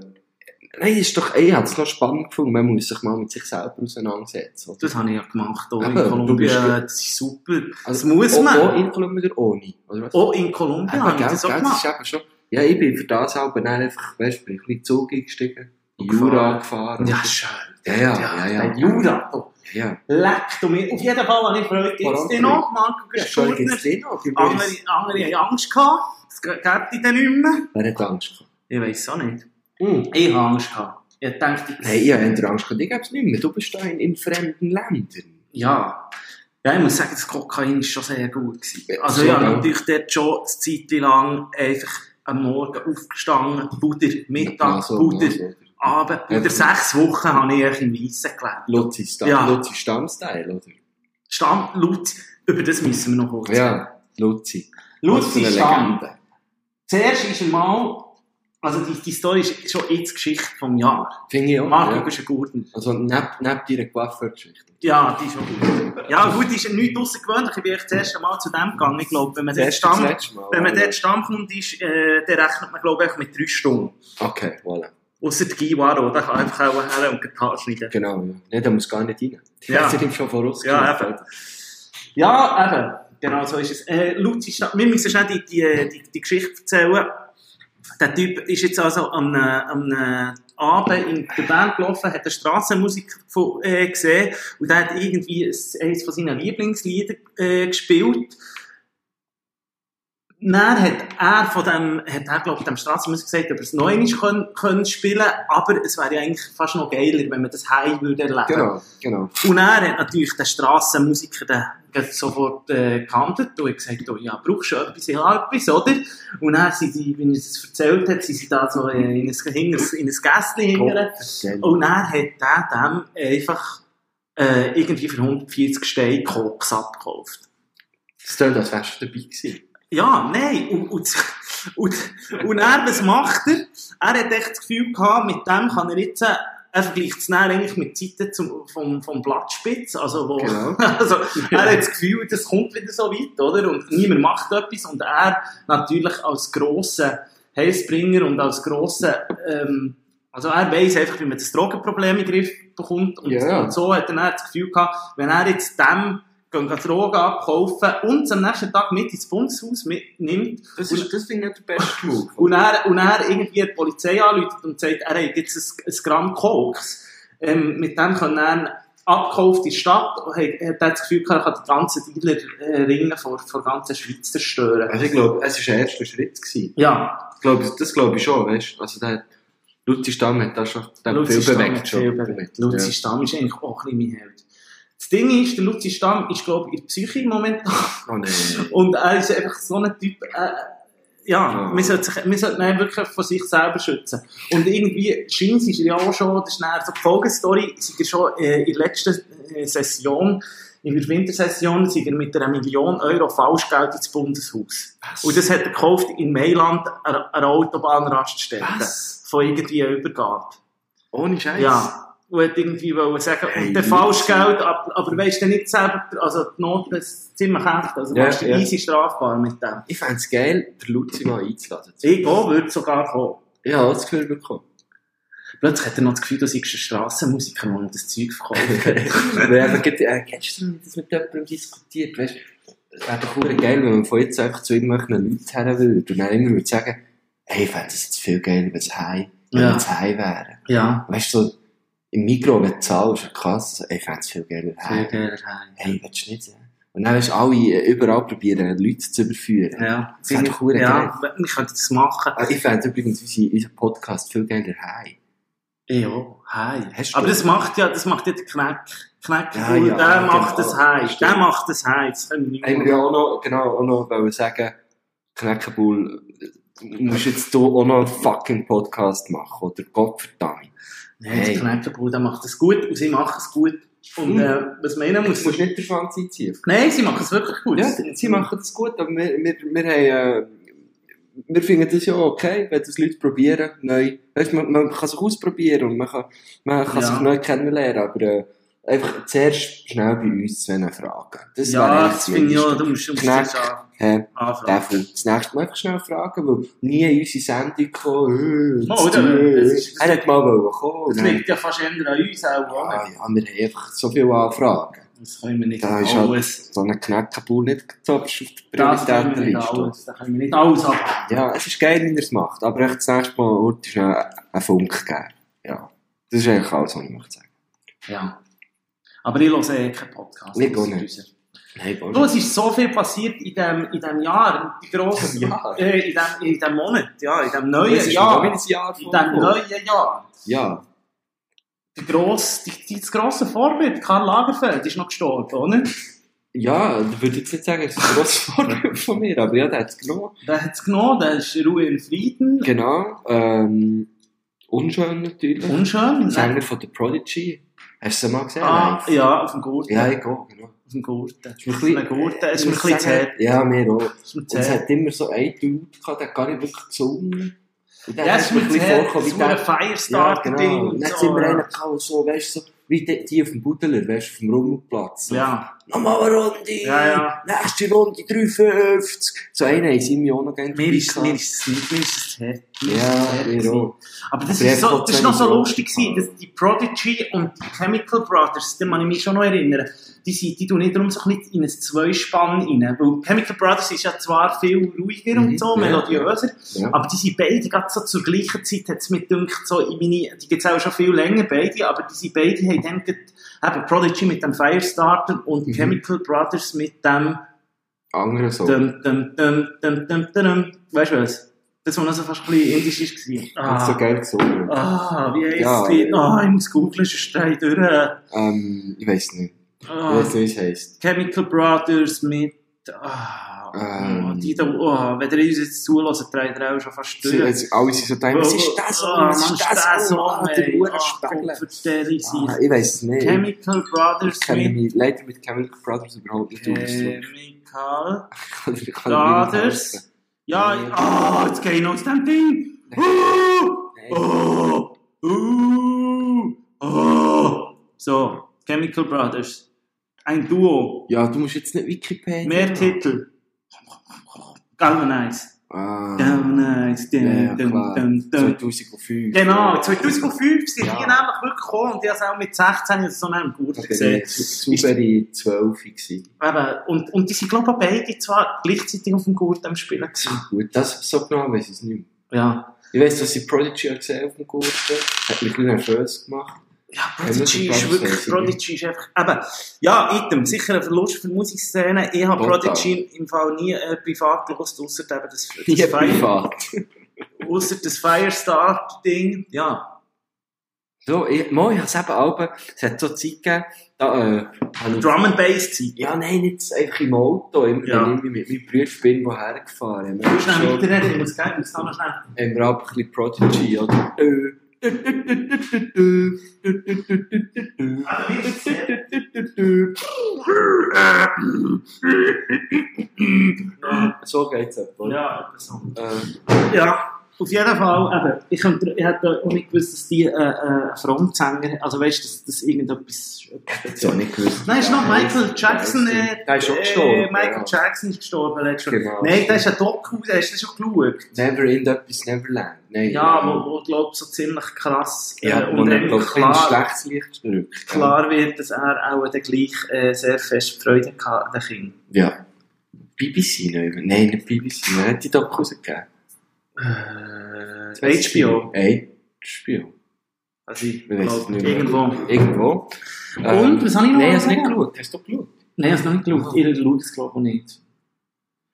[SPEAKER 2] nein, ist doch, ich habe es noch spannend gefunden, man muss sich mal mit sich selber auseinandersetzen. oder?
[SPEAKER 3] Das habe ich ja gemacht, auch in
[SPEAKER 2] Eben, du bist
[SPEAKER 3] Kolumbien,
[SPEAKER 2] ge-
[SPEAKER 3] das ist super.
[SPEAKER 2] Also,
[SPEAKER 3] das muss
[SPEAKER 2] auch,
[SPEAKER 3] man.
[SPEAKER 2] Auch inklusive ohne, oder was?
[SPEAKER 3] Auch in Kolumbien habe ich
[SPEAKER 2] gell,
[SPEAKER 3] das auch
[SPEAKER 2] gell, das
[SPEAKER 3] gemacht.
[SPEAKER 2] ist eben schon... Ja, ich bin für das aber dann einfach, weißt du, bin ich ein bisschen Zug eingestiegen, in
[SPEAKER 3] Und
[SPEAKER 2] Jura gefahren.
[SPEAKER 3] Ja, schön.
[SPEAKER 2] ja, ja, ja. ja,
[SPEAKER 3] Der Jura, du.
[SPEAKER 2] Ja.
[SPEAKER 3] Leck du mir. Auf jeden Fall habe ich Freude. Gibt's
[SPEAKER 2] Voran
[SPEAKER 3] den noch, Marco
[SPEAKER 2] Ja, schon gibt es
[SPEAKER 3] Gesturner?
[SPEAKER 2] den noch. Die
[SPEAKER 3] Andere,
[SPEAKER 2] Boys.
[SPEAKER 3] andere haben Angst gehabt. Es gab die dann nicht mehr.
[SPEAKER 2] Wer hat Angst gehabt?
[SPEAKER 3] Ich weiß auch nicht.
[SPEAKER 2] Hm.
[SPEAKER 3] Ich habe Angst gehabt. Ich dachte, ich-
[SPEAKER 2] Nein, ich habe eher Angst gehabt, ich gebe es nicht mehr. Du bist da in, in fremden Ländern.
[SPEAKER 3] Ja. Ja, ich muss sagen, das Kokain war schon sehr gut. Gewesen.
[SPEAKER 2] Ja,
[SPEAKER 3] Also,
[SPEAKER 2] so,
[SPEAKER 3] ich habe
[SPEAKER 2] ja.
[SPEAKER 3] natürlich dort schon eine Zeit lang einfach am Morgen aufgestanden, Butter, Mittag, Butter, Abend, Butter.
[SPEAKER 2] Ja.
[SPEAKER 3] Sechs Wochen habe ich eigentlich in Weissen gelebt.
[SPEAKER 2] Lutzi Stamm,
[SPEAKER 3] Ja.
[SPEAKER 2] Lutzi Stammsteil, oder?
[SPEAKER 3] Stamm, Lutz, über das müssen wir noch kurz reden.
[SPEAKER 2] Ja, Lutzi. Was für
[SPEAKER 3] Lutz
[SPEAKER 2] eine
[SPEAKER 3] Stamm.
[SPEAKER 2] Legende.
[SPEAKER 3] Zuerst ist einmal, also die, die Story ist schon jetzt Geschichte vom Jahr.
[SPEAKER 2] Finde ich auch.
[SPEAKER 3] Marco
[SPEAKER 2] Ja.
[SPEAKER 3] ist ein guter.
[SPEAKER 2] Also, neben, neben deiner Coiffeur-Geschichte.
[SPEAKER 3] Ja, die ist schon gut. Ja, gut, die ist ja nichts außergewöhnlich. Ich bin echt das erste Mal zu dem gegangen. Ich glaube, wenn man dort
[SPEAKER 2] erste, das
[SPEAKER 3] Stamm,
[SPEAKER 2] letzte Mal.
[SPEAKER 3] wenn man
[SPEAKER 2] ja.
[SPEAKER 3] dort Stamm kommt, ist, äh, dann rechnet man, glaube ich, mit drei Stunden.
[SPEAKER 2] Okay, voilà.
[SPEAKER 3] Außer die Giwaro, der kann einfach auch her und Gitarre schneiden.
[SPEAKER 2] Genau, ja. Nein, da muss gar nicht rein. Die
[SPEAKER 3] Ja.
[SPEAKER 2] ja. sind ihm schon voraus.
[SPEAKER 3] Ja, eben. Ja, eben. Genau so ist es. Äh, Luzi Stamm, wir müssen schnell die, äh, die, die, die Geschichte erzählen. Der Typ ist jetzt also am, äh, am äh, Abend in der Band gelaufen, hat eine Strassenmusik von, äh, gesehen und der hat irgendwie ein- eines von seinen Lieblingslieder äh, gespielt. Dann hat er von dem, hat er, glaub ich, dem Strassenmusik gesagt, ob er es neu nicht können, können spielen aber es wäre ja eigentlich fast noch geiler, wenn man das heim würde erleben.
[SPEAKER 2] Genau, genau.
[SPEAKER 3] Und er hat natürlich den Strassenmusiker den, gleich sofort äh, gehandelt und hat gesagt, oh, ja, brauchst du etwas, ich habe etwas, oder? Und dann sind die, wie er es erzählt hat, sind sie da so äh, in ein, hinter- in ein Gästchen hingere.
[SPEAKER 2] Gott,
[SPEAKER 3] Und dann hat er dem einfach äh, irgendwie für 140 Steine Koks abgekauft.
[SPEAKER 2] Das klingt, als wärst du dabei gewesen.
[SPEAKER 3] Ja, nein. Und, und, und, und er, was macht er? Er hat echt das Gefühl gehabt, mit dem kann er jetzt, äh, er vergleicht es dann eigentlich mit Zeiten zum, vom, vom Blattspitz, also wo,
[SPEAKER 2] Genau.
[SPEAKER 3] also, er hat das Gefühl, das kommt wieder so weit, oder? Und niemand macht etwas und er natürlich als grosser Heilsbringer und als grosser, ähm, also er weiß einfach, wie man das Drogenproblem in den Griff bekommt und,
[SPEAKER 2] Ja.
[SPEAKER 3] und so hat er dann das Gefühl gehabt, wenn er jetzt dem gehen gehen Drogen abkaufen und es am nächsten Tag mit ins Bundeshaus mitnimmt
[SPEAKER 2] Das,
[SPEAKER 3] ist-
[SPEAKER 2] das finde ich der beste Move.
[SPEAKER 3] und er, und er irgendwie die Polizei anläutet und sagt, er hat jetzt ein, ein Gramm Koks. Ähm, mit dem kann er abgekauft in die Stadt und hat, hat das Gefühl gehabt, er kann die ganzen Dealer-Ringe vor, vor der ganzen Schweiz zerstören.
[SPEAKER 2] Also ich glaube, es war ein erster Schritt. Gewesen.
[SPEAKER 3] Ja,
[SPEAKER 2] Ich glaube, das glaube ich schon, weißt du. Also der Luzi Stamm hat da schon der hat viel
[SPEAKER 3] Stamm
[SPEAKER 2] bewegt.
[SPEAKER 3] hat viel
[SPEAKER 2] Schon.
[SPEAKER 3] bewegt. Luzi Stamm ist eigentlich auch ein bisschen mein Held. Das Ding ist, der Luzi Stamm ist, glaube ich, in der Psyche momentan.
[SPEAKER 2] Oh nein.
[SPEAKER 3] Und er ist einfach so ein Typ, äh, ja,
[SPEAKER 2] Ja.
[SPEAKER 3] man sollte, sich, man sollte ihn wirklich von sich selber schützen. Und irgendwie, scheint ist er ja auch schon, das ist dann so die Folgestory, sind er schon äh, in der letzten äh, Session, in der Wintersession, sind er mit einer Million Euro Falschgeld ins Bundeshaus. Und das hat er gekauft in Mailand, an einer Autobahnraststätte.
[SPEAKER 2] Was?
[SPEAKER 3] Von irgendwie Übergabe.
[SPEAKER 2] Ohne Scheiß.
[SPEAKER 3] Ja. Und hat irgendwie wollen sagen,
[SPEAKER 2] Hey,
[SPEAKER 3] und der
[SPEAKER 2] Luzi.
[SPEAKER 3] Falschgeld, ab- aber weisst du nicht selber, also die Noten ist ziemlich echt, also du
[SPEAKER 2] Ja,
[SPEAKER 3] machst
[SPEAKER 2] ja.
[SPEAKER 3] easy strafbar mit dem.
[SPEAKER 2] Ich fände es geil, den Luzi mal einzuladen.
[SPEAKER 3] Ich auch würde sogar kommen.
[SPEAKER 2] Ich habe auch das Gefühl bekommen.
[SPEAKER 3] Plötzlich hat er noch das Gefühl, du seist ein Strassenmusiker, der ihm das Zeug verkauft.
[SPEAKER 2] Weil einfach, gerade, äh, kennst du noch, wie das mit jemandem diskutiert, weißt du? Es wäre doch verdammt geil, wenn man von jetzt einfach zu irgendwelchen Leuten her würde und dann immer würde sagen, hey, ich fände es jetzt viel geiler, wenn es heim, wenn
[SPEAKER 3] Ja.
[SPEAKER 2] wir jetzt heim wären.
[SPEAKER 3] ja.
[SPEAKER 2] Weißt du, so, im Mikro, wenn du zahlst, eine Kasse, ich fände es viel geiler heim. Hey, willst du nicht sein? Und dann weißt du, alle äh, überall probieren, Leute zu überführen.
[SPEAKER 3] Ja.
[SPEAKER 2] Das wäre doch verdammt geil.
[SPEAKER 3] Ja, wir könnten das machen.
[SPEAKER 2] Ah, Ich fände übrigens unsere- unseren Podcast viel geiler heim.
[SPEAKER 3] Ja, hi.
[SPEAKER 2] Hast du-
[SPEAKER 3] Aber das macht ja, das macht ja der Knack. Knack,
[SPEAKER 2] Ja,
[SPEAKER 3] der
[SPEAKER 2] ja,
[SPEAKER 3] macht
[SPEAKER 2] genau.
[SPEAKER 3] das heim. Der
[SPEAKER 2] Stimmt.
[SPEAKER 3] macht das heim. Das können wir
[SPEAKER 2] Haben
[SPEAKER 3] nicht
[SPEAKER 2] wir
[SPEAKER 3] machen.
[SPEAKER 2] auch noch, genau, auch noch wollen sagen, Knäckebull, du musst jetzt hier auch noch einen fucking Podcast machen, oder? Gottverdammt.
[SPEAKER 3] Nein,
[SPEAKER 2] Hey.
[SPEAKER 3] der Knäckebull, der macht es gut und sie machen es gut. Und
[SPEAKER 2] Mhm.
[SPEAKER 3] äh, was meinen muss,
[SPEAKER 2] nicht den Schwanz einziehen.
[SPEAKER 3] Nein, sie machen es wirklich gut.
[SPEAKER 2] Ja, sie machen das gut, aber wir, wir, wir haben, äh, wir finden das ja okay, wenn das Leute probieren, neu. Weißt, man, man kann sich ausprobieren und man kann, man kann
[SPEAKER 3] Ja.
[SPEAKER 2] sich neu kennenlernen, aber äh, einfach zuerst schnell bei uns zu einer Frage. Das wäre
[SPEAKER 3] ja,
[SPEAKER 2] eigentlich
[SPEAKER 3] das finde ich ja,
[SPEAKER 2] Mindeste.
[SPEAKER 3] du musst musst
[SPEAKER 2] Knack.
[SPEAKER 3] es an-
[SPEAKER 2] Hä?
[SPEAKER 3] anfangen.
[SPEAKER 2] Darf ich das nächste Mal einfach schnell fragen, weil nie in unsere Sendung kam.
[SPEAKER 3] Oh, oder? Das ist-
[SPEAKER 2] er hat mal wollen kommen.
[SPEAKER 3] Das
[SPEAKER 2] und dann-
[SPEAKER 3] liegt ja fast eher an uns auch.
[SPEAKER 2] Ah,
[SPEAKER 3] oder?
[SPEAKER 2] ja, wir haben einfach so viele Anfragen.
[SPEAKER 3] Das können wir nicht
[SPEAKER 2] Da ist halt
[SPEAKER 3] alles.
[SPEAKER 2] so ein Knäckebull nicht so auf die
[SPEAKER 3] Das können wir nicht
[SPEAKER 2] Prioritätenliste.
[SPEAKER 3] alles. Da können wir nicht alles haben.
[SPEAKER 2] Ja, es ist geil, wenn er es macht, aber echt das nächste Mal wird es einen Funk geben. Ja, das ist eigentlich alles, was ich möchte sagen.
[SPEAKER 3] Ja. Aber ich höre eh keinen Podcast.
[SPEAKER 2] Ich auch
[SPEAKER 3] nicht.
[SPEAKER 2] nicht. Nein, gar
[SPEAKER 3] Du,
[SPEAKER 2] nicht.
[SPEAKER 3] es ist so viel passiert in diesem in dem Jahr, die grossen,
[SPEAKER 2] Diesem Jahr?
[SPEAKER 3] Äh, in diesem in dem Monat, ja, in diesem
[SPEAKER 2] Es
[SPEAKER 3] neuen
[SPEAKER 2] ist
[SPEAKER 3] Jahr.
[SPEAKER 2] noch ein Jahr
[SPEAKER 3] In diesem
[SPEAKER 2] voll.
[SPEAKER 3] neuen Jahr.
[SPEAKER 2] Ja,
[SPEAKER 3] Die gross, die, die, das grosse Vorbild, Karl Lagerfeld, ist noch gestorben, oder?
[SPEAKER 2] ja, ich würde jetzt nicht sagen, es ist ein grosses Vorbild von mir, aber ja, der hat es genommen.
[SPEAKER 3] Der hat es genommen, der ist in Ruhe in Frieden.
[SPEAKER 2] Genau. Ähm, unschön natürlich.
[SPEAKER 3] Unschön.
[SPEAKER 2] Sänger von The Prodigy. Hast du sie mal gesehen?
[SPEAKER 3] Ah,
[SPEAKER 2] live?
[SPEAKER 3] ja, auf dem Gurten.
[SPEAKER 2] Ja, ich auch, genau.
[SPEAKER 3] Auf dem Gurten.
[SPEAKER 2] Ist mir
[SPEAKER 3] Auf dem Gurten. Es ist mir ein bisschen zu hart.
[SPEAKER 2] Ja, mir auch.
[SPEAKER 3] Es ist mir
[SPEAKER 2] Und
[SPEAKER 3] zu
[SPEAKER 2] es
[SPEAKER 3] hart.
[SPEAKER 2] hat immer so einen Dude gehabt, der hat gar nicht wirklich gesungen. Und dann
[SPEAKER 3] Ja,
[SPEAKER 2] hat
[SPEAKER 3] es ist mir zu hart. Es
[SPEAKER 2] wie
[SPEAKER 3] ist mir ein
[SPEAKER 2] der...
[SPEAKER 3] Firestarter-Ding.
[SPEAKER 2] genau. Und
[SPEAKER 3] und
[SPEAKER 2] dann hat
[SPEAKER 3] so,
[SPEAKER 2] immer
[SPEAKER 3] ja.
[SPEAKER 2] einer gehabt, so, weißt du, so, wie die, die auf dem Budeler, weißt du, auf dem Rummelplatz. So.
[SPEAKER 3] Ja,
[SPEAKER 2] Nochmal eine Runde!
[SPEAKER 3] Ja, ja.
[SPEAKER 2] Nächste Runde 3,50! So einer ist im Jahr noch gerne
[SPEAKER 3] mir ist, mir ist es nicht, mir ist es zu hart. Mir ist es zu
[SPEAKER 2] Ja,
[SPEAKER 3] hart
[SPEAKER 2] mir
[SPEAKER 3] gewesen.
[SPEAKER 2] auch.
[SPEAKER 3] Aber das
[SPEAKER 2] Aber
[SPEAKER 3] ist, so,
[SPEAKER 2] einfach
[SPEAKER 3] das ist noch so
[SPEAKER 2] zehn
[SPEAKER 3] lustig gewesen,
[SPEAKER 2] Minuten.
[SPEAKER 3] dass die Prodigy und die Chemical Brothers, da kann ich mich schon noch erinnern, die, sind, die tun nicht darum so ein bisschen in ein Zweispann rein, weil Chemical Brothers ist ja zwar viel ruhiger
[SPEAKER 2] Mhm,
[SPEAKER 3] und so,
[SPEAKER 2] ja.
[SPEAKER 3] melodiöser,
[SPEAKER 2] Ja.
[SPEAKER 3] aber die sind beide gerade so zur gleichen Zeit, hat es mir gedacht, so in meine, die gibt es auch schon viel länger, beide, aber die sind beide haben dann gerade, eben Prodigy mit dem Firestarter und
[SPEAKER 2] Mhm.
[SPEAKER 3] Chemical Brothers mit dem,
[SPEAKER 2] Andere so.
[SPEAKER 3] dum, dum, dum, dum, dum, dum, dum. weißt du was? Das war noch so fast ein bisschen indisch. war.
[SPEAKER 2] Hat so geil gesungen.
[SPEAKER 3] Ah, wie heisst
[SPEAKER 2] Ja.
[SPEAKER 3] das Lied? Ah, ich muss googeln, sonst drehe ich durch.
[SPEAKER 2] Ähm, ich weiß nicht. Ich
[SPEAKER 3] Ah,
[SPEAKER 2] weiß nicht, wie es heisst.
[SPEAKER 3] Chemical Brothers mit... Ah,
[SPEAKER 2] Ähm.
[SPEAKER 3] oh, die da... Oh, wenn ihr uns jetzt zulässt, dreht ihr auch schon fast
[SPEAKER 2] Sie,
[SPEAKER 3] durch.
[SPEAKER 2] jetzt, alle sind so denken, was ist das?
[SPEAKER 3] Ah,
[SPEAKER 2] was
[SPEAKER 3] Mann,
[SPEAKER 2] ist das? Oh,
[SPEAKER 3] ey.
[SPEAKER 2] der Uhr
[SPEAKER 3] Ah,
[SPEAKER 2] Speckle.
[SPEAKER 3] Gott, verstehe ich sie.
[SPEAKER 2] Ah, ich weiß es nicht.
[SPEAKER 3] Chemical Brothers
[SPEAKER 2] Ich kenne
[SPEAKER 3] mit...
[SPEAKER 2] mich leider mit Chemical Brothers überhaupt
[SPEAKER 3] Äh,
[SPEAKER 2] nicht aus.
[SPEAKER 3] Chemical
[SPEAKER 2] Ich kann nicht helfen.
[SPEAKER 3] Brothers... Ja, ich- ah, jetzt gehe ich noch aus dem Ding! Uh!
[SPEAKER 2] Nein.
[SPEAKER 3] Oh, uh, oh. So, Chemical Brothers. Ein Duo.
[SPEAKER 2] Ja, du musst jetzt nicht Wikipedia.
[SPEAKER 3] Mehr Titel. Galvanize.
[SPEAKER 2] Ah.
[SPEAKER 3] Galvanize.
[SPEAKER 2] Ja, ja,
[SPEAKER 3] Dum, dum,
[SPEAKER 2] klar.
[SPEAKER 3] dum, dum.
[SPEAKER 2] 2005.
[SPEAKER 3] äh, Genau, 2005 sind
[SPEAKER 2] Ja.
[SPEAKER 3] die nämlich wirklich gekommen und die haben es auch mit 16 jetzt so einen Gurten gesehen.
[SPEAKER 2] Super 12 gewesen.
[SPEAKER 3] Eben, und, und die sind, glaube ich, beide zwar gleichzeitig auf dem Gurten am Spielen. gewesen.
[SPEAKER 2] Gut, das so genau weiß ich es nicht mehr.
[SPEAKER 3] Ja.
[SPEAKER 2] Ich weiß, dass ich Prodigy auch gesehen habe auf dem Gurten. Hat mich ein bisschen nervös gemacht.
[SPEAKER 3] Ja,
[SPEAKER 2] Chemical
[SPEAKER 3] Prodigy ist
[SPEAKER 2] Brothers
[SPEAKER 3] wirklich,
[SPEAKER 2] heisst sie,
[SPEAKER 3] Prodigy ist einfach, eben, ja, Item, sicher ein Verlust für die Musikszene. Ich habe
[SPEAKER 2] Total.
[SPEAKER 3] Prodigy im Fall nie äh, privat gewusst, außer eben das, das,
[SPEAKER 2] Ich habe
[SPEAKER 3] Fire,
[SPEAKER 2] privat.
[SPEAKER 3] ausser das Firestar-Ding. Ja.
[SPEAKER 2] So, ich, moi, ich hab's eben auch, es hat so Zeit gegeben, da, äh, hab ich-
[SPEAKER 3] Drum and Bass Zeit.
[SPEAKER 2] ja, nein, jetzt einfach im Auto, immer,
[SPEAKER 3] Ja.
[SPEAKER 2] wenn ich mit meinem Bruder bin, woher gefahren,
[SPEAKER 3] Du musst
[SPEAKER 2] haben
[SPEAKER 3] schnell
[SPEAKER 2] wir schon-
[SPEAKER 3] weiterreden, ich muss gehen, ich muss da noch schnell.
[SPEAKER 2] haben wir auch ein bisschen Prodigy, oder? Äh,
[SPEAKER 3] Aber wie wird's denn?
[SPEAKER 2] so geht's etwa. oder?
[SPEAKER 3] Ja, etwas so.
[SPEAKER 2] Äh,
[SPEAKER 3] Ja. Auf jeden Fall, eben, ich, könnte, ich hätte auch nicht gewusst, dass die äh, äh, Frontsänger, also weißt du, dass das irgendetwas...
[SPEAKER 2] das hab ich nicht gewusst.
[SPEAKER 3] Nein, ist noch Michael Jackson.
[SPEAKER 2] Der
[SPEAKER 3] Äh,
[SPEAKER 2] ist schon gestorben.
[SPEAKER 3] Äh, Michael
[SPEAKER 2] ja.
[SPEAKER 3] Jackson ist gestorben letztes Jahr.
[SPEAKER 2] Genau.
[SPEAKER 3] Nein, der ist ein Doku, der hast du schon geschaut.
[SPEAKER 2] Never in etwas Neverland. Nein,
[SPEAKER 3] Ja,
[SPEAKER 2] ähm,
[SPEAKER 3] wo, wo glaub so ziemlich krass äh,
[SPEAKER 2] ja, eh, wo
[SPEAKER 3] und
[SPEAKER 2] er,
[SPEAKER 3] eben
[SPEAKER 2] glaub ich, ein
[SPEAKER 3] klar,
[SPEAKER 2] schlechtes Licht drückt.
[SPEAKER 3] klar wird, dass er auch dann gleich äh, sehr fest Freude hatte an den Kindern.
[SPEAKER 2] Ja. BBC neu. Nein, nicht BBC. Wer hat die Doku rausgegeben? Eh,
[SPEAKER 3] Äh, HBO.
[SPEAKER 2] HBO.
[SPEAKER 3] Also ich
[SPEAKER 2] Ich weiß es
[SPEAKER 3] glaub,
[SPEAKER 2] nicht mehr.
[SPEAKER 3] irgendwo.
[SPEAKER 2] Irgendwo. Ehm,
[SPEAKER 3] Und, was habe ich noch
[SPEAKER 2] Nein, hast du nicht
[SPEAKER 3] gesehen?
[SPEAKER 2] geschaut. Hast du geschaut?
[SPEAKER 3] Nein, ich habe nicht geschaut. Ich schaue es glaube ich nicht.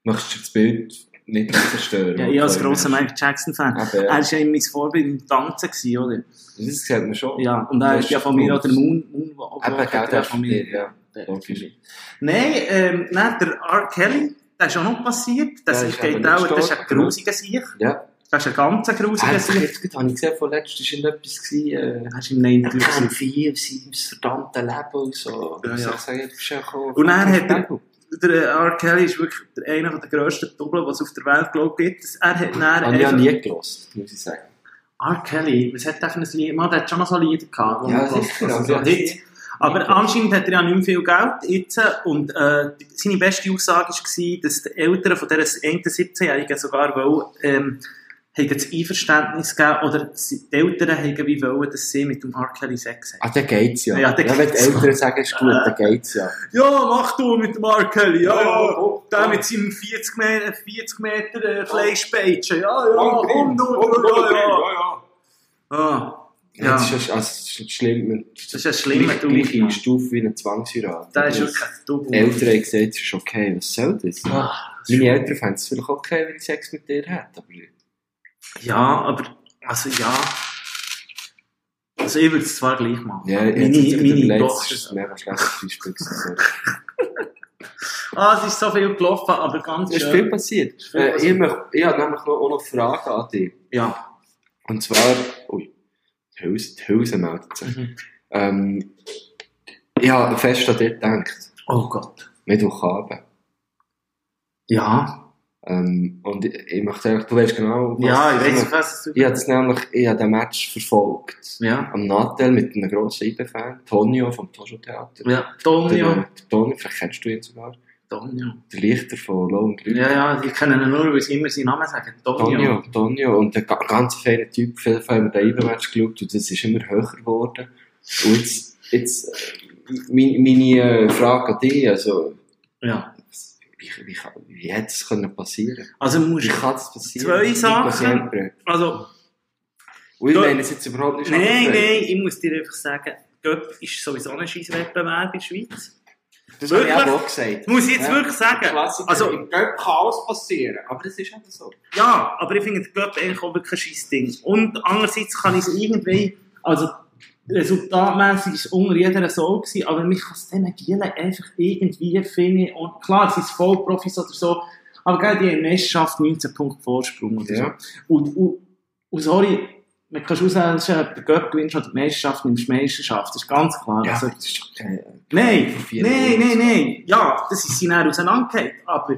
[SPEAKER 2] Machst du das Bild nicht zerstören?
[SPEAKER 3] Ja, ich als grosser Michael Jackson-Fan.
[SPEAKER 2] Aber
[SPEAKER 3] Er
[SPEAKER 2] ja,
[SPEAKER 3] war ja mein Vorbild im Tanzen, gewesen, oder?
[SPEAKER 2] das sieht man schon.
[SPEAKER 3] Ja, und er ist ja von mir auch der Moon, Moon
[SPEAKER 2] Eben,
[SPEAKER 3] Walker,
[SPEAKER 2] genau,
[SPEAKER 3] der
[SPEAKER 2] der
[SPEAKER 3] von
[SPEAKER 2] von
[SPEAKER 3] mir.
[SPEAKER 2] dir, ja.
[SPEAKER 3] Der-
[SPEAKER 2] Logisch.
[SPEAKER 3] Nein, ähm, nein, der R. Kelly, der ist auch noch passiert. Das
[SPEAKER 2] Der
[SPEAKER 3] ist
[SPEAKER 2] ist
[SPEAKER 3] geht
[SPEAKER 2] eben nicht
[SPEAKER 3] auch, das ist ein
[SPEAKER 2] gestorben.
[SPEAKER 3] grusiger Sieg.
[SPEAKER 2] Ja. Ah.
[SPEAKER 3] Das ist ein ganz grusiger
[SPEAKER 2] Also,
[SPEAKER 3] Sieg.
[SPEAKER 2] jetzt gerade habe ich gesehen, vorletzt war irgendetwas, gewesen, äh,
[SPEAKER 3] Das ist im Nein
[SPEAKER 2] er kam viel aus seinem verdammten Leben und so.
[SPEAKER 3] Ja, ja.
[SPEAKER 2] Ich sage, du bist ja gekommen.
[SPEAKER 3] Und dann hat er- Der äh, R. Kelly ist wirklich der- einer der grössten Double, was es auf der Welt glaub, ich, gibt. Dus Er hat dann
[SPEAKER 2] Habe ich ja
[SPEAKER 3] einfach-
[SPEAKER 2] nie gelassen, muss ich sagen.
[SPEAKER 3] R. Kelly, was hat der für ein Lied? Man, der hat schon noch so Lieder gehabt. die
[SPEAKER 2] Ja,
[SPEAKER 3] man gehört
[SPEAKER 2] sicher,
[SPEAKER 3] hat.
[SPEAKER 2] aber
[SPEAKER 3] Also so
[SPEAKER 2] ja,
[SPEAKER 3] Hits. Aber anscheinend hat er ja nicht mehr viel Geld jetzt. Und äh, seine beste Aussage war, dass die Eltern von dieser 17-Jährigen sogar wollen, ähm, haben das Einverständnis gegeben oder sie- die Eltern haben wie wollen, dass sie mit dem R. Kelly Sex haben.
[SPEAKER 2] Ah, dann geht's ja.
[SPEAKER 3] Ja,
[SPEAKER 2] ja,
[SPEAKER 3] dann
[SPEAKER 2] wenn die
[SPEAKER 3] geht's.
[SPEAKER 2] Eltern sagen, ist gut, dann geht's ja.
[SPEAKER 3] Ja, mach du mit dem R. Kelly, ja, ja.
[SPEAKER 2] oh,
[SPEAKER 3] Der mit seinem 40 Meter, 40 Meter äh, Fleischpeitschen, ja, ja,
[SPEAKER 2] Oh,
[SPEAKER 3] komm, du, du, ja, ja.
[SPEAKER 2] ja.
[SPEAKER 3] Ah.
[SPEAKER 2] Ja.
[SPEAKER 3] Ja.
[SPEAKER 2] Das ist ja also, das ist schlimm.
[SPEAKER 3] Das ist ein schlimmer
[SPEAKER 2] Gleich- gleiche
[SPEAKER 3] Tausch.
[SPEAKER 2] Stufe wie eine Zwangsheirat.
[SPEAKER 3] Das ist wirklich ein Double.
[SPEAKER 2] Eltern haben gesagt, es ist okay. Was soll das?
[SPEAKER 3] Ah, das ist-
[SPEAKER 2] Meine Eltern fänden es vielleicht okay, wenn ich Sex mit dir hätte. Aber
[SPEAKER 3] Ja, aber, also ja. Also ich würde es zwar gleich machen.
[SPEAKER 2] ja, jetzt
[SPEAKER 3] meine,
[SPEAKER 2] hat's wieder
[SPEAKER 3] meine
[SPEAKER 2] überlegt,
[SPEAKER 3] Tochter.
[SPEAKER 2] das ist ein mega schlechtes Beispiel. gewesen.
[SPEAKER 3] Ah, es ist so viel gelaufen, aber ganz
[SPEAKER 2] Es ist
[SPEAKER 3] schön.
[SPEAKER 2] viel passiert.
[SPEAKER 3] Ist viel
[SPEAKER 2] Äh, ich,
[SPEAKER 3] passiert.
[SPEAKER 2] möchte, ich habe nämlich noch, auch noch Fragen an dich.
[SPEAKER 3] Ja.
[SPEAKER 2] Und zwar, ui, die Hülse, die Hülse meldet sich.
[SPEAKER 3] Mhm.
[SPEAKER 2] Ähm, ich habe fest an dich gedacht,
[SPEAKER 3] Oh Gott.
[SPEAKER 2] Mittwochabend.
[SPEAKER 3] Ja.
[SPEAKER 2] Ähm, und ich, ich möchte eigentlich, du weißt genau,
[SPEAKER 3] Ja, ich weiß, was du...
[SPEAKER 2] Ich habe es nämlich, ich habe den Match verfolgt.
[SPEAKER 3] Ja.
[SPEAKER 2] Am Nattel mit einem grossen Eibenfan, Tonio vom Tojo Theater.
[SPEAKER 3] Ja.
[SPEAKER 2] Der,
[SPEAKER 3] Tonio.
[SPEAKER 2] äh, der Tonio, vielleicht kennst du ihn sogar.
[SPEAKER 3] Tonio.
[SPEAKER 2] Der Lichter von Low und Glück.
[SPEAKER 3] Ja, ja, die können ihn nur, weil sie immer seinen Namen sagen. Tonio.
[SPEAKER 2] Tonio, Tonio, und ein ga- ganz feiner Typ, viel haben wir den Eibenmatch geschaut und das ist immer höher geworden. Und jetzt, jetzt äh, mein, meine äh, Frage an dich, also,
[SPEAKER 3] Ja.
[SPEAKER 2] wie, wie, kann- wie hätte es können passieren
[SPEAKER 3] Also musst
[SPEAKER 2] Wie
[SPEAKER 3] du...
[SPEAKER 2] kann es passieren?
[SPEAKER 3] Zwei
[SPEAKER 2] Nico
[SPEAKER 3] Sachen.
[SPEAKER 2] Siempre.
[SPEAKER 3] Also,
[SPEAKER 2] Und ich
[SPEAKER 3] Da-
[SPEAKER 2] meine es jetzt überhaupt nicht
[SPEAKER 3] nein,
[SPEAKER 2] abgefeiert.
[SPEAKER 3] nein, ich muss dir einfach sagen, Göpp ist sowieso ein scheiß Wettbewerb in der Schweiz.
[SPEAKER 2] Das habe ich
[SPEAKER 3] Wirklich?
[SPEAKER 2] aber auch gesagt.
[SPEAKER 3] Muss ich jetzt
[SPEAKER 2] Ja.
[SPEAKER 3] wirklich sagen.
[SPEAKER 2] Klassiker.
[SPEAKER 3] Also-
[SPEAKER 2] im Göpp kann alles passieren, aber das ist eben so.
[SPEAKER 3] Ja, aber ich finde den Göpp eigentlich auch wirklich ein scheiß Ding. Und andererseits kann ich es irgendwie... Also, resultatmässig ist es unter jeder so gewesen, aber mich kann es diesen Gielen einfach irgendwie finden. Und klar, sie sind Vollprofis oder so, aber gell, die haben Meisterschaft 19 Punkte Vorsprung oder
[SPEAKER 2] Ja.
[SPEAKER 3] so. Und, und, und sorry, man kann auswählen, ob der Göpp gewinnt oder die Meisterschaft nimmst du die Meisterschaft, das ist ganz klar.
[SPEAKER 2] Ja,
[SPEAKER 3] Also,
[SPEAKER 2] das ist doch kein...
[SPEAKER 3] Nein,
[SPEAKER 2] Vier
[SPEAKER 3] nein,
[SPEAKER 2] Minuten.
[SPEAKER 3] nein, nein. Ja, das ist sie dann auseinandergefallen. Aber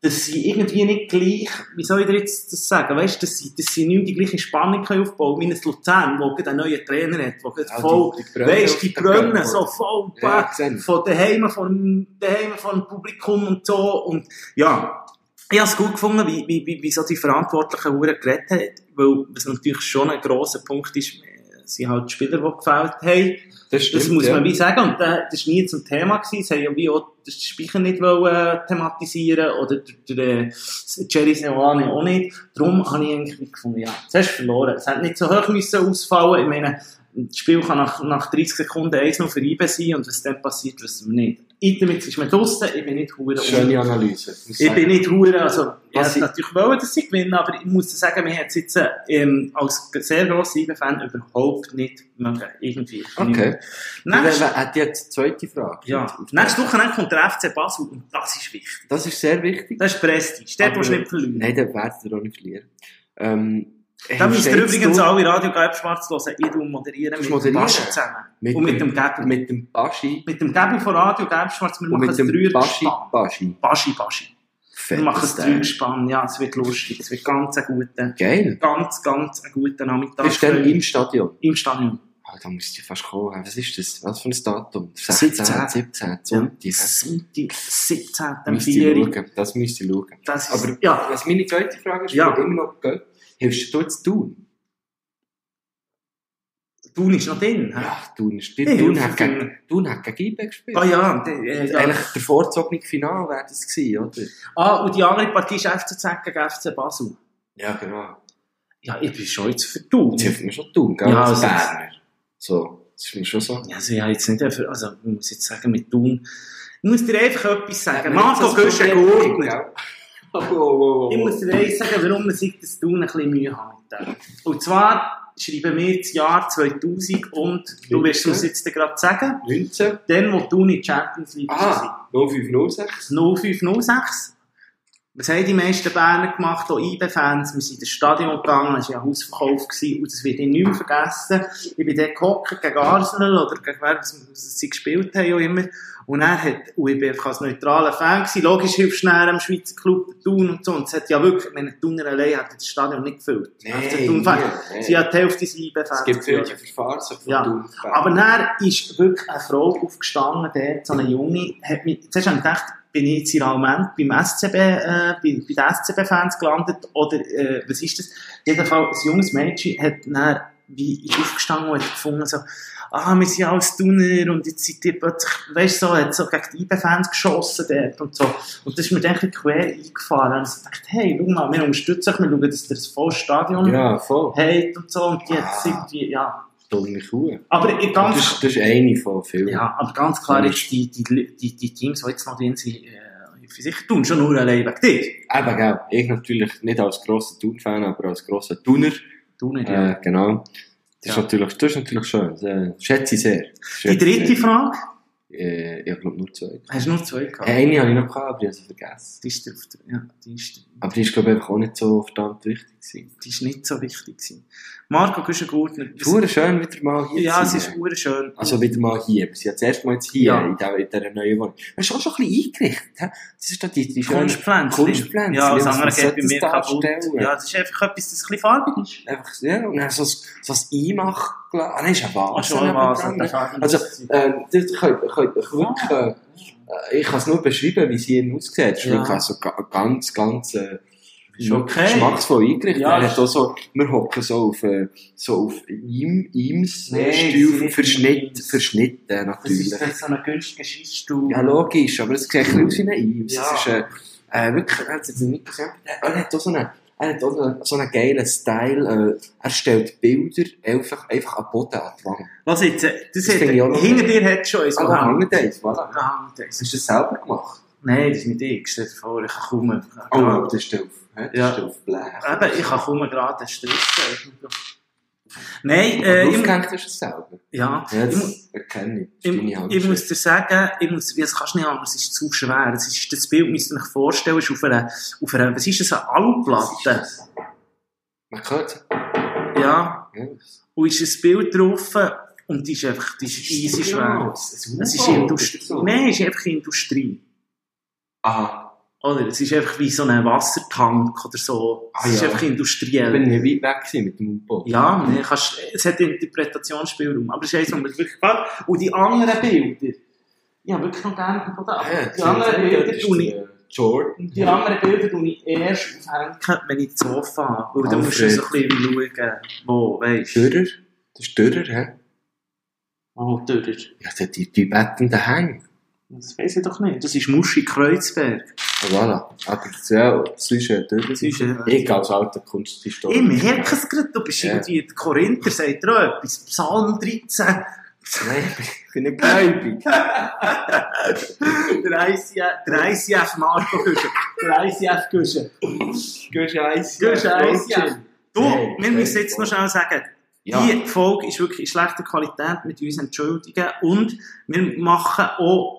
[SPEAKER 3] dass sie irgendwie nicht gleich, wie soll ich dir jetzt das sagen, weißt du, dass sie, dass sie nicht mehr die gleiche Spannung können aufbauen können, wie ein Luzern, wo gerade einen neuen Trainer hat, wo gerade
[SPEAKER 2] Ja, die-
[SPEAKER 3] voll,
[SPEAKER 2] Also, die Brille
[SPEAKER 3] weißt du,
[SPEAKER 2] auf
[SPEAKER 3] die
[SPEAKER 2] den
[SPEAKER 3] Brunnen
[SPEAKER 2] Körper.
[SPEAKER 3] so voll
[SPEAKER 2] Ja,
[SPEAKER 3] back
[SPEAKER 2] gesehen.
[SPEAKER 3] von daheim, vom, daheim, vom Publikum und so. Und ja, ich habe es gut gefunden, wie, wie, wie, wie so die Verantwortlichen Uhren geredet haben, weil es natürlich schon ein grosser Punkt ist, sie haben halt die Spieler, die gefällt haben.
[SPEAKER 2] Das, stimmt,
[SPEAKER 3] Das muss
[SPEAKER 2] ja.
[SPEAKER 3] man wie sagen. Und äh, das war nie zum Thema. Gewesen. Sie haben ja wie auch den Speicher nicht wollen, äh, thematisieren oder der, der, äh, Jerry Seoane auch nicht. Darum habe ich eigentlich wie gefunden, ja, jetzt hast du verloren. Es hat nicht so hoch müssen ausfallen. Ich meine, das Spiel kann nach, nach 30 Sekunden 1 noch für IBE sein und was dann passiert, wissen wir nicht. Ich damit ist man draussen, ich bin nicht hure
[SPEAKER 2] Schöne Analyse. muss
[SPEAKER 3] ich bin
[SPEAKER 2] sagen.
[SPEAKER 3] nicht hure, also ich
[SPEAKER 2] Was
[SPEAKER 3] hätte
[SPEAKER 2] ich-
[SPEAKER 3] natürlich wollen, dass sie gewinnen, aber ich muss sagen, mir hat es jetzt äh, ähm, als sehr grosser IBE-Fan überhaupt nicht mögen, irgendwie.
[SPEAKER 2] Okay.
[SPEAKER 3] Nächste,
[SPEAKER 2] Wer hat jetzt die zweite Frage?
[SPEAKER 3] ja.
[SPEAKER 2] Auf- auf-
[SPEAKER 3] Nächste Woche kommt der FC Basel und das ist wichtig.
[SPEAKER 2] Das ist sehr wichtig.
[SPEAKER 3] Das ist Prestige. Dort
[SPEAKER 2] Aber-
[SPEAKER 3] musst du nicht verlieren.
[SPEAKER 2] Nein, dann werdet ihr auch nicht verlieren. Ähm, hey,
[SPEAKER 3] Da müsst ihr
[SPEAKER 2] stehst
[SPEAKER 3] übrigens
[SPEAKER 2] du
[SPEAKER 3] alle Radio Gelb Schwarz hören. Ich tu moderieren mit
[SPEAKER 2] musst moderieren.
[SPEAKER 3] dem Baschi zusammen.
[SPEAKER 2] Mit
[SPEAKER 3] und mit
[SPEAKER 2] dem-
[SPEAKER 3] dem Gebi. Mit,
[SPEAKER 2] Mit dem Baschi
[SPEAKER 3] dem Gebi von Radio Gelb Schwarz. Wir
[SPEAKER 2] und
[SPEAKER 3] machen
[SPEAKER 2] mit
[SPEAKER 3] ein
[SPEAKER 2] dem Baschi.
[SPEAKER 3] Dreiergespann.
[SPEAKER 2] Baschi.
[SPEAKER 3] Baschi, Baschi. Wir
[SPEAKER 2] Fett
[SPEAKER 3] machen
[SPEAKER 2] ist
[SPEAKER 3] ein
[SPEAKER 2] der.
[SPEAKER 3] Dreiergespann. Ja, es wird lustig. Es wird ganz ein guter,
[SPEAKER 2] Geil.
[SPEAKER 3] ganz, ganz ein guter Nachmittag.
[SPEAKER 2] Ist der im Stadion?
[SPEAKER 3] Im Stadion.
[SPEAKER 2] Ah, da müsst ihr fast kommen. Was ist das? Was für ein Datum?
[SPEAKER 3] 17.
[SPEAKER 2] 17.
[SPEAKER 3] Ja.
[SPEAKER 2] Sonntag.
[SPEAKER 3] Sonntag, 17.
[SPEAKER 2] Müsst ihr
[SPEAKER 3] 4.
[SPEAKER 2] schauen. Das müsst ihr schauen.
[SPEAKER 3] Das ist,
[SPEAKER 2] Aber-
[SPEAKER 3] ja.
[SPEAKER 2] Was meine zweite Frage ist,
[SPEAKER 3] Ja.
[SPEAKER 2] wo immer noch geht, hilfst du jetzt Thun?
[SPEAKER 3] Thun ist noch drin. hä?
[SPEAKER 2] Ja, Thun ist...
[SPEAKER 3] Ich
[SPEAKER 2] Thun
[SPEAKER 3] helfe
[SPEAKER 2] hat gegen
[SPEAKER 3] Thun.
[SPEAKER 2] Thun hat gegen IB gespielt.
[SPEAKER 3] Ah ja, und, äh, ja.
[SPEAKER 2] Eigentlich der vorzogene Final wäre das gewesen, oder?
[SPEAKER 3] Ah, und die andere Partie ist FCZ gegen FC Basel.
[SPEAKER 2] Ja, genau.
[SPEAKER 3] Ja, ich bin schon jetzt für du.
[SPEAKER 2] Das hilft mir schon Thun, gell?
[SPEAKER 3] Ja,
[SPEAKER 2] als
[SPEAKER 3] also-
[SPEAKER 2] Berner. So, das ist mir schon so.
[SPEAKER 3] Also, ja, jetzt nicht dafür, also, ich muss jetzt sagen, mit Thun. Ich muss dir einfach etwas sagen. Marco
[SPEAKER 2] Gösche
[SPEAKER 3] Göschen-Gurtner.
[SPEAKER 2] Oh, oh, oh, oh.
[SPEAKER 3] Ich muss dir eins sagen, warum man sich das Thun ein bisschen Mühe hat mit dem. Und zwar schreiben wir das Jahr 2000 und du wirst es uns jetzt gerade sagen,
[SPEAKER 2] 19.
[SPEAKER 3] dann, wo Thun in der Champions League
[SPEAKER 2] Ah,
[SPEAKER 3] war.
[SPEAKER 2] 0506.
[SPEAKER 3] 0506. Was haben die meisten Berner gemacht, auch IB-Fans? Wir sind ins Stadion gegangen, es war ja ein Hausverkauf gewesen, und das wird ich nicht mehr vergessen. Ich bin dort gehockt gegen Arsenal oder gegen wer was- was sie gespielt haben, auch immer. Und er hat, und ich bin einfach als neutraler Fan gewesen. Logisch hilfst du näher am Schweizer Club Thun und so. Und es hat ja wirklich, meine Thuner allein hat das Stadion nicht gefüllt. FC Thun Fan.
[SPEAKER 2] nee.
[SPEAKER 3] Sie hat die Hälfte seiner
[SPEAKER 2] Es
[SPEAKER 3] IB-Fans
[SPEAKER 2] gibt viele
[SPEAKER 3] gefüllt.
[SPEAKER 2] Verfahren von
[SPEAKER 3] Ja. Ah,
[SPEAKER 2] Thun.
[SPEAKER 3] Aber dann ist wirklich eine Frau aufgestanden, dort, so eine Junge, hat mich, zuerst habe ich gedacht, bin ich jetzt in einem Moment beim SCB, äh, bei, bei den SCB-Fans gelandet, oder, äh, was ist das? Jedenfalls, ein junges Mädchen hat dann, wie ich aufgestanden und hat gefunden, so, ah, wir sind alles Tuner, und jetzt seid ihr plötzlich, weißt du, so, hat so gegen die IB-Fans geschossen dort, und so. Und das ist mir dann ein bisschen quer eingefahren, und ich dachte, hey, schau mal, wir unterstützen euch, wir schauen, dass ihr das volles Stadion
[SPEAKER 2] Ja, voll.
[SPEAKER 3] hat und so, und die hat
[SPEAKER 2] Ah.
[SPEAKER 3] irgendwie, ja.
[SPEAKER 2] dumme Kuh.
[SPEAKER 3] Aber
[SPEAKER 2] Das,
[SPEAKER 3] ich ganz,
[SPEAKER 2] ist- das ist eine von vielen.
[SPEAKER 3] ja, aber ganz klar, jetzt die, die, die, die Teams, die jetzt noch drin sind, äh, für sich tun, schon nur allein wegen dir.
[SPEAKER 2] Eben, gell. Ich natürlich nicht als grosser Thun-Fan, aber als grosser Thuner.
[SPEAKER 3] Du nicht, ja.
[SPEAKER 2] Äh, genau. Das, ist
[SPEAKER 3] Ja.
[SPEAKER 2] natürlich, das ist natürlich schön. Das schätze ich sehr.
[SPEAKER 3] Die
[SPEAKER 2] Schätze ich
[SPEAKER 3] dritte
[SPEAKER 2] sehr.
[SPEAKER 3] Frage,
[SPEAKER 2] Äh, ich glaube nur zwei.
[SPEAKER 3] hast du nur zwei gehabt?
[SPEAKER 2] Eine habe ich noch gehabt, aber die habe ich vergessen.
[SPEAKER 3] Die ist, der- ja, die ist,
[SPEAKER 2] Aber die ist, glaube ich, einfach auch nicht so verdammt wichtig gewesen.
[SPEAKER 3] die ist nicht so wichtig gewesen. Marco Güschen-Gurtner.
[SPEAKER 2] Es ist verdammt schön, wieder mal hier
[SPEAKER 3] Ja,
[SPEAKER 2] zu
[SPEAKER 3] es
[SPEAKER 2] sein.
[SPEAKER 3] ist hure schön.
[SPEAKER 2] Also wieder mal hier. Sie hat zuerst mal jetzt hier,
[SPEAKER 3] Ja.
[SPEAKER 2] in, der, in dieser neuen Wohnung. Das ist auch schon ein bisschen eingerichtet. hä? Das ist doch die, die schöne...
[SPEAKER 3] Kunstpflänzchen.
[SPEAKER 2] Kunstpflänzchen,
[SPEAKER 3] Ja, das
[SPEAKER 2] was-
[SPEAKER 3] andere
[SPEAKER 2] was
[SPEAKER 3] geht
[SPEAKER 2] sollte
[SPEAKER 3] bei
[SPEAKER 2] das
[SPEAKER 3] mir kaputt.
[SPEAKER 2] darstellen?
[SPEAKER 3] Ja, das ist einfach etwas, das ein bisschen farbig ist.
[SPEAKER 2] Einfach, ja, und dann so, ein- so ein Einmach... Ah, nein, ist eine Vase.
[SPEAKER 3] Ach, schon
[SPEAKER 2] neben
[SPEAKER 3] was.
[SPEAKER 2] dran,
[SPEAKER 3] das
[SPEAKER 2] ne?
[SPEAKER 3] kann-
[SPEAKER 2] Also, ähm, das könnt, könnt ihr wirklich... Äh, ich kann es nur beschreiben, wie es hier aussieht. Es ist
[SPEAKER 3] Ah. Ja.
[SPEAKER 2] wirklich also ga- ganz, ganz... Äh,
[SPEAKER 3] Ist okay.
[SPEAKER 2] Geschmacksvoll eingerichtet.
[SPEAKER 3] Ja,
[SPEAKER 2] er
[SPEAKER 3] ist-
[SPEAKER 2] hat auch so, wir hocken so auf, äh, so auf äh, Im, Ims,
[SPEAKER 3] Nee,
[SPEAKER 2] nee,
[SPEAKER 3] es
[SPEAKER 2] Stil,
[SPEAKER 3] ist
[SPEAKER 2] verschnitten,
[SPEAKER 3] Ims.
[SPEAKER 2] verschnitten
[SPEAKER 3] das
[SPEAKER 2] natürlich.
[SPEAKER 3] ist jetzt so ein günstiger Schissstuhl.
[SPEAKER 2] Ja, logisch, aber es sieht ein bisschen aus wie ein Eames.
[SPEAKER 3] Ja.
[SPEAKER 2] Es ist, äh, äh, wirklich, er hat jetzt nicht gesagt, er hat auch so einen, er hat auch so einen, so einen geilen Style, äh, er stellt Bilder einfach, einfach am Boden an die Wand.
[SPEAKER 3] Was jetzt? äh, Das
[SPEAKER 2] Das
[SPEAKER 3] hat,
[SPEAKER 2] finde ich auch noch
[SPEAKER 3] hinter
[SPEAKER 2] gut.
[SPEAKER 3] dir hat schon eins
[SPEAKER 2] Aber
[SPEAKER 3] gehangen.
[SPEAKER 2] hängt eins, voilà.
[SPEAKER 3] Ja, hängt eins.
[SPEAKER 2] Hast du das selber gemacht?
[SPEAKER 3] Nein, das ist nicht ich. Stell dir vor, ich kann kaum...
[SPEAKER 2] Oh, ja. das ist auf, hä? das
[SPEAKER 3] Ja.
[SPEAKER 2] ist auf Blech.
[SPEAKER 3] Eben, ich kann kaum gerade einen Strich Nein,
[SPEAKER 2] Äh,
[SPEAKER 3] äh, ich, mu-
[SPEAKER 2] Aufgehängt hast du es selber.
[SPEAKER 3] ja,
[SPEAKER 2] Ja,
[SPEAKER 3] ich, mu-
[SPEAKER 2] das erkenne ich. Das ist deine
[SPEAKER 3] Ich, ich
[SPEAKER 2] Handschrift.
[SPEAKER 3] muss dir sagen, ich muss, wie, das kannst du nicht anders, es ist zu schwer. Es ist, das Bild müsst ihr euch vorstellen, ist auf einer, auf einer, was ist das, eine Aluplatte?
[SPEAKER 2] Man hört
[SPEAKER 3] Ja.
[SPEAKER 2] es.
[SPEAKER 3] Und ist ein Bild drauf und die ist einfach, die ist easy schwer. Es ist Industrie. Nein, es ist einfach Industrie.
[SPEAKER 2] Aha.
[SPEAKER 3] Oder? Es ist einfach wie so ein Wassertank oder so. Es
[SPEAKER 2] Ah,
[SPEAKER 3] ist
[SPEAKER 2] ja.
[SPEAKER 3] einfach
[SPEAKER 2] Ich
[SPEAKER 3] industriell.
[SPEAKER 2] bin nicht weit weg gewesen mit dem U-Boot.
[SPEAKER 3] Ja, man kannst, es hat Interpretationsspielraum. Aber es ist eins, was mir wirklich gefällt. Und die anderen Bilder. Ja, wirklich noch gerne von da.
[SPEAKER 2] Ja,
[SPEAKER 3] die anderen Bilder tue ich.
[SPEAKER 2] Jordan.
[SPEAKER 3] Die anderen Bilder tue ich erst aufhängen, wenn ich das Sofa habe. Weil dann musst du
[SPEAKER 2] Alfred.
[SPEAKER 3] so ein bisschen schauen, wo, weißt du.
[SPEAKER 2] Dürrer. Das ist Dürrer, hä?
[SPEAKER 3] Wo Dürrer.
[SPEAKER 2] Ja, der die, die bettenden Hänge.
[SPEAKER 3] Das weiss ich doch nicht. Das ist Muschi Kreuzberg.
[SPEAKER 2] Oh, voilà. Aber das, ja, das ist ein Dürrer.
[SPEAKER 3] Das ist, äh,
[SPEAKER 2] Ich als alter
[SPEAKER 3] ich
[SPEAKER 2] Kunsthistoriker.
[SPEAKER 3] merke es gerade, du bist
[SPEAKER 2] Ja.
[SPEAKER 3] irgendwie, die Korinther sagt dir auch etwas. Psalm 13.
[SPEAKER 2] Nein, ich bin nicht gläubig.
[SPEAKER 3] Der ICF, der ICF Marco Güschen. Der ICF Güschen.
[SPEAKER 2] Gehst du eins?
[SPEAKER 3] Gehst du eins, ja. Du,
[SPEAKER 2] Nein,
[SPEAKER 3] wir müssen
[SPEAKER 2] nein,
[SPEAKER 3] jetzt noch schnell sagen,
[SPEAKER 2] Ja.
[SPEAKER 3] die Folge ist wirklich in schlechter Qualität mit uns entschuldigen und wir machen auch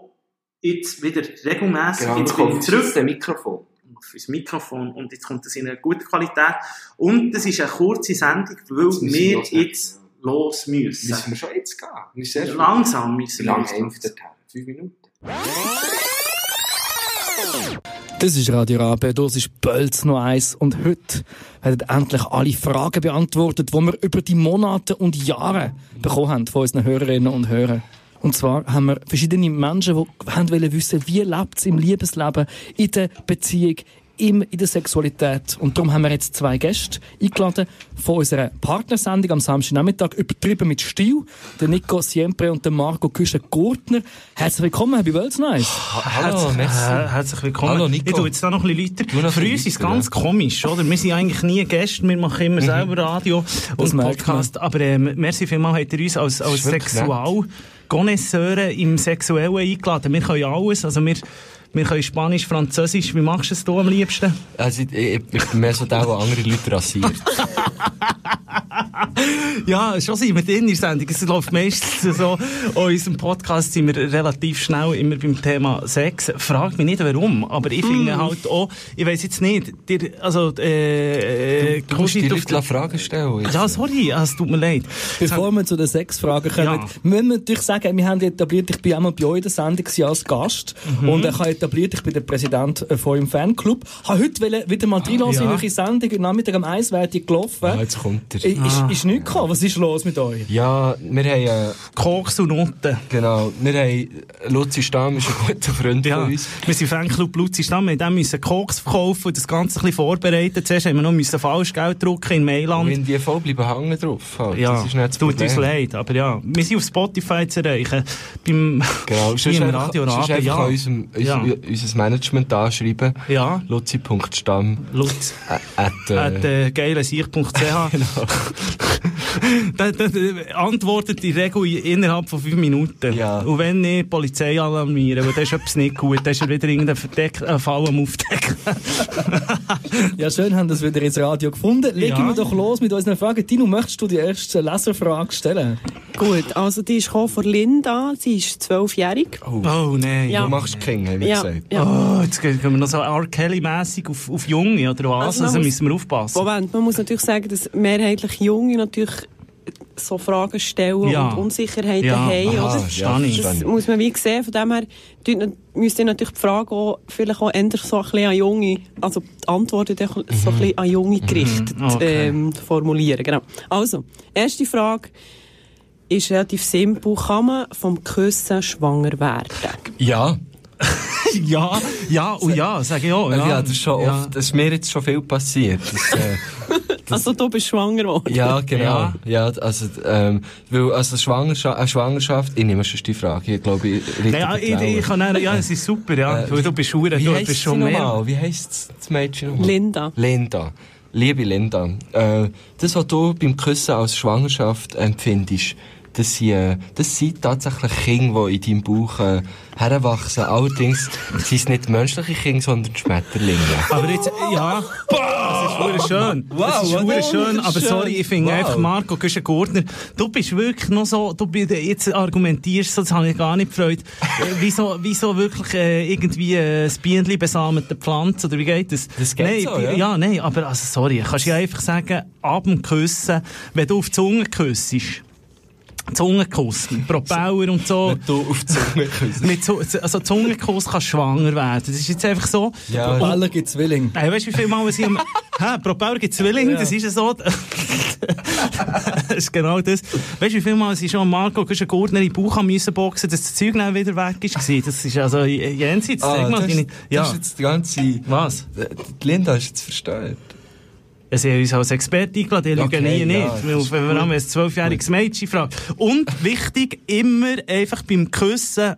[SPEAKER 3] jetzt wieder regelmäßig,
[SPEAKER 2] Genau,
[SPEAKER 3] jetzt
[SPEAKER 2] jetzt
[SPEAKER 3] bin ich
[SPEAKER 2] kommt
[SPEAKER 3] zurück
[SPEAKER 2] zurück das Mikrofon.
[SPEAKER 3] auf das Mikrofon und jetzt kommt das in einer guten Qualität und das ist eine kurze Sendung, weil
[SPEAKER 2] Jetzt müssen wir
[SPEAKER 3] wir
[SPEAKER 2] los, ja.
[SPEAKER 3] jetzt los müssen.
[SPEAKER 2] Müssen wir schon jetzt gehen? Wir sind sehr
[SPEAKER 3] Langsam müssen
[SPEAKER 2] Wie
[SPEAKER 3] wir
[SPEAKER 2] lange
[SPEAKER 3] los.
[SPEAKER 2] haben wir dort? Fünf Minuten?
[SPEAKER 4] Das ist Radio Rabe, das ist Bölz noch eins und heute werden endlich alle Fragen beantwortet, die wir über die Monate und Jahre bekommen haben von unseren Hörerinnen und Hörern. Und zwar haben wir verschiedene Menschen, die haben wollen wissen, wie lebt es im Liebesleben, in der Beziehung, im, in der Sexualität. Und darum haben wir jetzt zwei Gäste eingeladen von unserer Partnersendung am Samstagnachmittag übertrieben mit Stil, den Nico Siempre und den Marco Küschen-Gurtner. Herzlich willkommen bei Bölz noch eins.
[SPEAKER 5] Hallo,
[SPEAKER 3] Herzlich,
[SPEAKER 5] merci.
[SPEAKER 3] äh, herzlich willkommen.
[SPEAKER 5] Hallo, Nico.
[SPEAKER 3] Ich tu jetzt da noch ein bisschen
[SPEAKER 5] noch
[SPEAKER 3] Leute.
[SPEAKER 5] ein
[SPEAKER 3] Für
[SPEAKER 5] bisschen
[SPEAKER 3] uns ist es
[SPEAKER 5] Leute,
[SPEAKER 3] ganz
[SPEAKER 5] ja. Mhm.
[SPEAKER 3] komisch, oder? Wir sind eigentlich nie Gäste, wir machen immer selber Radio und
[SPEAKER 4] merkt
[SPEAKER 5] Podcast, aber ähm, merci vielmals habt ihr uns als, als
[SPEAKER 2] ist wirklich
[SPEAKER 5] sexual Connoisseure im Sexuellen eingeladen. Wir können alles, also wir, wir können Spanisch, Französisch. Wie machst du es du am liebsten?
[SPEAKER 2] Also, ich, ich, ich bin mehr so der, der andere Leute rasiert.
[SPEAKER 5] Ja, schon sind wir drin in der Sendung. Es läuft meistens so. An unserem Podcast sind wir relativ schnell immer beim Thema Sex. Frag mich nicht, warum, aber ich finde halt auch, ich weiß jetzt nicht, dir, also, äh,
[SPEAKER 6] Du musst die
[SPEAKER 5] Cousin-
[SPEAKER 6] Leute Fragen stellen.
[SPEAKER 5] Ja, sorry, Ah, es tut mir leid.
[SPEAKER 4] Bevor wir zu den Sexfragen kommen,
[SPEAKER 5] Ja.
[SPEAKER 4] müssen wir natürlich sagen, wir haben etabliert, ich bin einmal bei euch in der Sendung gewesen als Gast
[SPEAKER 6] Mhm.
[SPEAKER 4] und ich habe etabliert, ich bin der Präsident äh, von eurem Fanclub. Ich habe heute wollen wieder mal reinlassen in
[SPEAKER 5] ja.
[SPEAKER 4] eure Sendung, am Nachmittag am 1 werde ich gelaufen.
[SPEAKER 6] Ah, jetzt kommt er.
[SPEAKER 4] I- Ist, ist nichts gekommen? Was ist los mit euch?
[SPEAKER 6] Ja, wir haben, äh,
[SPEAKER 5] Koks und Noten.
[SPEAKER 6] genau, wir haben, Luzi Stamm ist ein guter Freund
[SPEAKER 5] Ja,
[SPEAKER 6] von
[SPEAKER 5] wir
[SPEAKER 6] uns.
[SPEAKER 5] sind Fanclub Luzi Stamm, wir haben müssen Koks verkaufen und das Ganze ein bisschen vorbereiten. Zuerst haben wir noch müssen Falschgeld drucken in
[SPEAKER 6] Und
[SPEAKER 5] Mailand.
[SPEAKER 6] wenn die voll bleiben hängen drauf, halt.
[SPEAKER 5] Ja,
[SPEAKER 6] das ist nicht das
[SPEAKER 5] tut
[SPEAKER 6] Problem.
[SPEAKER 5] uns leid, aber ja. Wir sind auf Spotify zu erreichen. Beim,
[SPEAKER 6] Genau,
[SPEAKER 5] hier im Radio
[SPEAKER 6] sonst
[SPEAKER 5] Rabe,
[SPEAKER 6] einfach
[SPEAKER 5] ja.
[SPEAKER 6] an unserem, unser,
[SPEAKER 5] Ja.
[SPEAKER 6] unser Management anschreiben.
[SPEAKER 5] Ja.
[SPEAKER 6] Luzi.stamm
[SPEAKER 5] Lutz.
[SPEAKER 6] at,
[SPEAKER 5] At
[SPEAKER 6] äh,
[SPEAKER 5] äh, geilensicht.ch. da, da, da, antwortet die Regel innerhalb von fünf Minuten.
[SPEAKER 6] Ja.
[SPEAKER 5] Und wenn nicht, die Polizei alarmieren, weil das ist etwas nicht gut, dann ist er wieder irgendein Verdeck, ein Fall am Aufdecken.
[SPEAKER 4] Ja, schön, haben das wieder ins Radio gefunden. Legen
[SPEAKER 5] Ja.
[SPEAKER 4] wir doch los mit unseren Fragen. Tino, möchtest du die erste Leserfrage stellen?
[SPEAKER 7] Gut, also die ist gekommen von Linda, sie ist zwölfjährig.
[SPEAKER 5] Oh nein.
[SPEAKER 7] Ja.
[SPEAKER 6] Du machst King, wie
[SPEAKER 7] ja,
[SPEAKER 6] gesagt.
[SPEAKER 7] ja.
[SPEAKER 5] Oh, jetzt gehen wir noch so R. Kelly-mässig auf, auf Junge oder was, also,
[SPEAKER 7] Also man muss-
[SPEAKER 5] müssen wir aufpassen.
[SPEAKER 7] Moment, man muss natürlich sagen, dass mehrheitlich Junge natürlich so Fragen stellen
[SPEAKER 5] Ja.
[SPEAKER 7] und Unsicherheiten
[SPEAKER 5] Ja.
[SPEAKER 7] haben.
[SPEAKER 6] Aha,
[SPEAKER 7] oder?
[SPEAKER 5] ja, verstehe ich.
[SPEAKER 7] Das muss man wie sehen. Von dem her tut na- müsst ihr natürlich die Frage auch, vielleicht auch eher so ein bisschen an Junge, also die Antworten dann so ein bisschen an Junge gerichtet
[SPEAKER 5] Mhm, okay.
[SPEAKER 7] ähm, formulieren. Genau. Also, erste Frage ist relativ simpel. Kann man vom Küssen schwanger werden?
[SPEAKER 6] Ja,
[SPEAKER 5] Ja, ja und ja, sage ich auch.
[SPEAKER 6] ja,
[SPEAKER 5] Ja,
[SPEAKER 6] das, ist schon
[SPEAKER 5] Ja.
[SPEAKER 6] oft, das ist mir jetzt schon viel passiert. Das, äh,
[SPEAKER 7] also du bist schwanger geworden.
[SPEAKER 6] ja, genau.
[SPEAKER 5] Ja.
[SPEAKER 6] Ja, also, ähm, weil, also Schwangerschaft, eine Schwangerschaft, ich nehme schon die Frage, ich glaube, ich richtig
[SPEAKER 5] Nein, ja, ich, ich kann dann, ja, es ist super, ja.
[SPEAKER 6] Äh,
[SPEAKER 5] weil du bist hure,
[SPEAKER 6] Wie
[SPEAKER 5] du
[SPEAKER 6] heisst
[SPEAKER 5] bist
[SPEAKER 6] sie
[SPEAKER 5] schon mehr.
[SPEAKER 6] nochmal? Wie heisst das Mädchen nochmal?
[SPEAKER 7] Linda.
[SPEAKER 6] Linda. Liebe Linda, äh, das, was du beim Küssen als Schwangerschaft empfindest, das sind, äh, das sind tatsächlich Kinder, die in deinem Bauch äh, heranwachsen. Allerdings sind es nicht menschliche Kinder, sondern Schmetterlinge.
[SPEAKER 5] Aber jetzt, ja, es ist hure schön.
[SPEAKER 6] Wow,
[SPEAKER 5] es ist
[SPEAKER 6] wow,
[SPEAKER 5] hure
[SPEAKER 6] wow,
[SPEAKER 5] schön,
[SPEAKER 6] das ist
[SPEAKER 5] aber
[SPEAKER 6] schön.
[SPEAKER 5] sorry, ich finde
[SPEAKER 6] Wow.
[SPEAKER 5] einfach, Marco Güschen Gurtner, du bist wirklich noch so, du bist, jetzt argumentierst so, das habe ich gar nicht gefreut. Äh, wieso, wieso wirklich äh, irgendwie äh, das Bienenli besamete Pflanze, oder wie geht das?
[SPEAKER 6] Das geht
[SPEAKER 5] nein,
[SPEAKER 6] so,
[SPEAKER 5] bi-
[SPEAKER 6] ja.
[SPEAKER 5] ja, nein, aber also, sorry, kannst du ja einfach sagen, ab dem Küssen, wenn du auf die Zunge küssest, Zungenkuss, Propeller und so.
[SPEAKER 6] Wenn du auf die Zunge küsst.
[SPEAKER 5] Mit so, also Zungenkuss kann schwanger werden. Das ist jetzt einfach so.
[SPEAKER 6] Ja.
[SPEAKER 5] Und,
[SPEAKER 4] Baller gibt Zwilling.
[SPEAKER 5] Hey, weißt du, wie viele Mal sie am. Hä, Propeller gibt Zwillinge, das ist ja so. das ist genau das. Weißt du, wie viele Mal sie schon Marco Güschen Gurtner in den Bauch haben müssen boxen, dass das Zeug dann wieder weg ist? gewesen? Das ist also j- jenseits.
[SPEAKER 6] Ah,
[SPEAKER 5] sag mal,
[SPEAKER 6] das,
[SPEAKER 5] deine-
[SPEAKER 6] ist-
[SPEAKER 5] ja.
[SPEAKER 6] das ist jetzt die ganze...
[SPEAKER 5] Was?
[SPEAKER 6] Die Linda ist jetzt verstört.
[SPEAKER 5] Ja, Sie haben uns als Experten eingeladen, die lügen
[SPEAKER 6] Okay,
[SPEAKER 5] nie nicht.
[SPEAKER 6] ja, das
[SPEAKER 5] weil,
[SPEAKER 6] ist
[SPEAKER 5] wenn wir haben ein zwölfjähriges Mädchen fragt. Und wichtig, immer einfach beim Küssen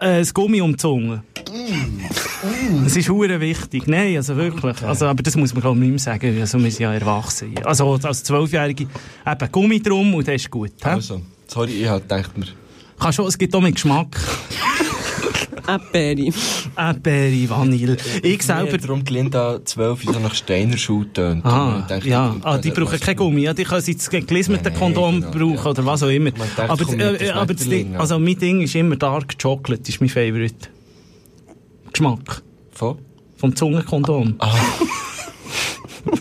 [SPEAKER 5] äh, das Gummi um die Zunge.
[SPEAKER 6] Mm.
[SPEAKER 5] Das ist hure wichtig. Nein, also wirklich. Also, aber das muss man glaube ich nicht mehr sagen. Also, wir sind ja erwachsen. Also als Zwölfjährige eben Gummi drum und das ist gut. hä?
[SPEAKER 6] Also, sorry, ich hab gedacht mir...
[SPEAKER 5] Kannst du, es gibt auch mit Geschmack.
[SPEAKER 7] Äppeli.
[SPEAKER 5] Erdbeere, Vanille. Ich
[SPEAKER 6] Selber.
[SPEAKER 5] selber...
[SPEAKER 6] Darum die Linda 12 in so nach Steinerschule tönt. Und
[SPEAKER 5] Ah,
[SPEAKER 6] ich dachte,
[SPEAKER 5] ja.
[SPEAKER 6] ich-
[SPEAKER 5] Ah, die brauchen kein Gummi. Ja, die können jetzt ein gelismeten
[SPEAKER 6] Nein,
[SPEAKER 5] Kondom
[SPEAKER 6] genau,
[SPEAKER 5] brauchen
[SPEAKER 6] ja.
[SPEAKER 5] oder was auch immer.
[SPEAKER 6] Man denkt,
[SPEAKER 5] Aber,
[SPEAKER 6] komm,
[SPEAKER 5] äh,
[SPEAKER 6] das
[SPEAKER 5] äh, aber das Ding,
[SPEAKER 6] Schmetterling, ja.
[SPEAKER 5] also mein Ding ist immer Dark Chocolate, ist mein Favorite. Geschmack.
[SPEAKER 6] Von?
[SPEAKER 5] Vom Zungenkondom.
[SPEAKER 6] Ah.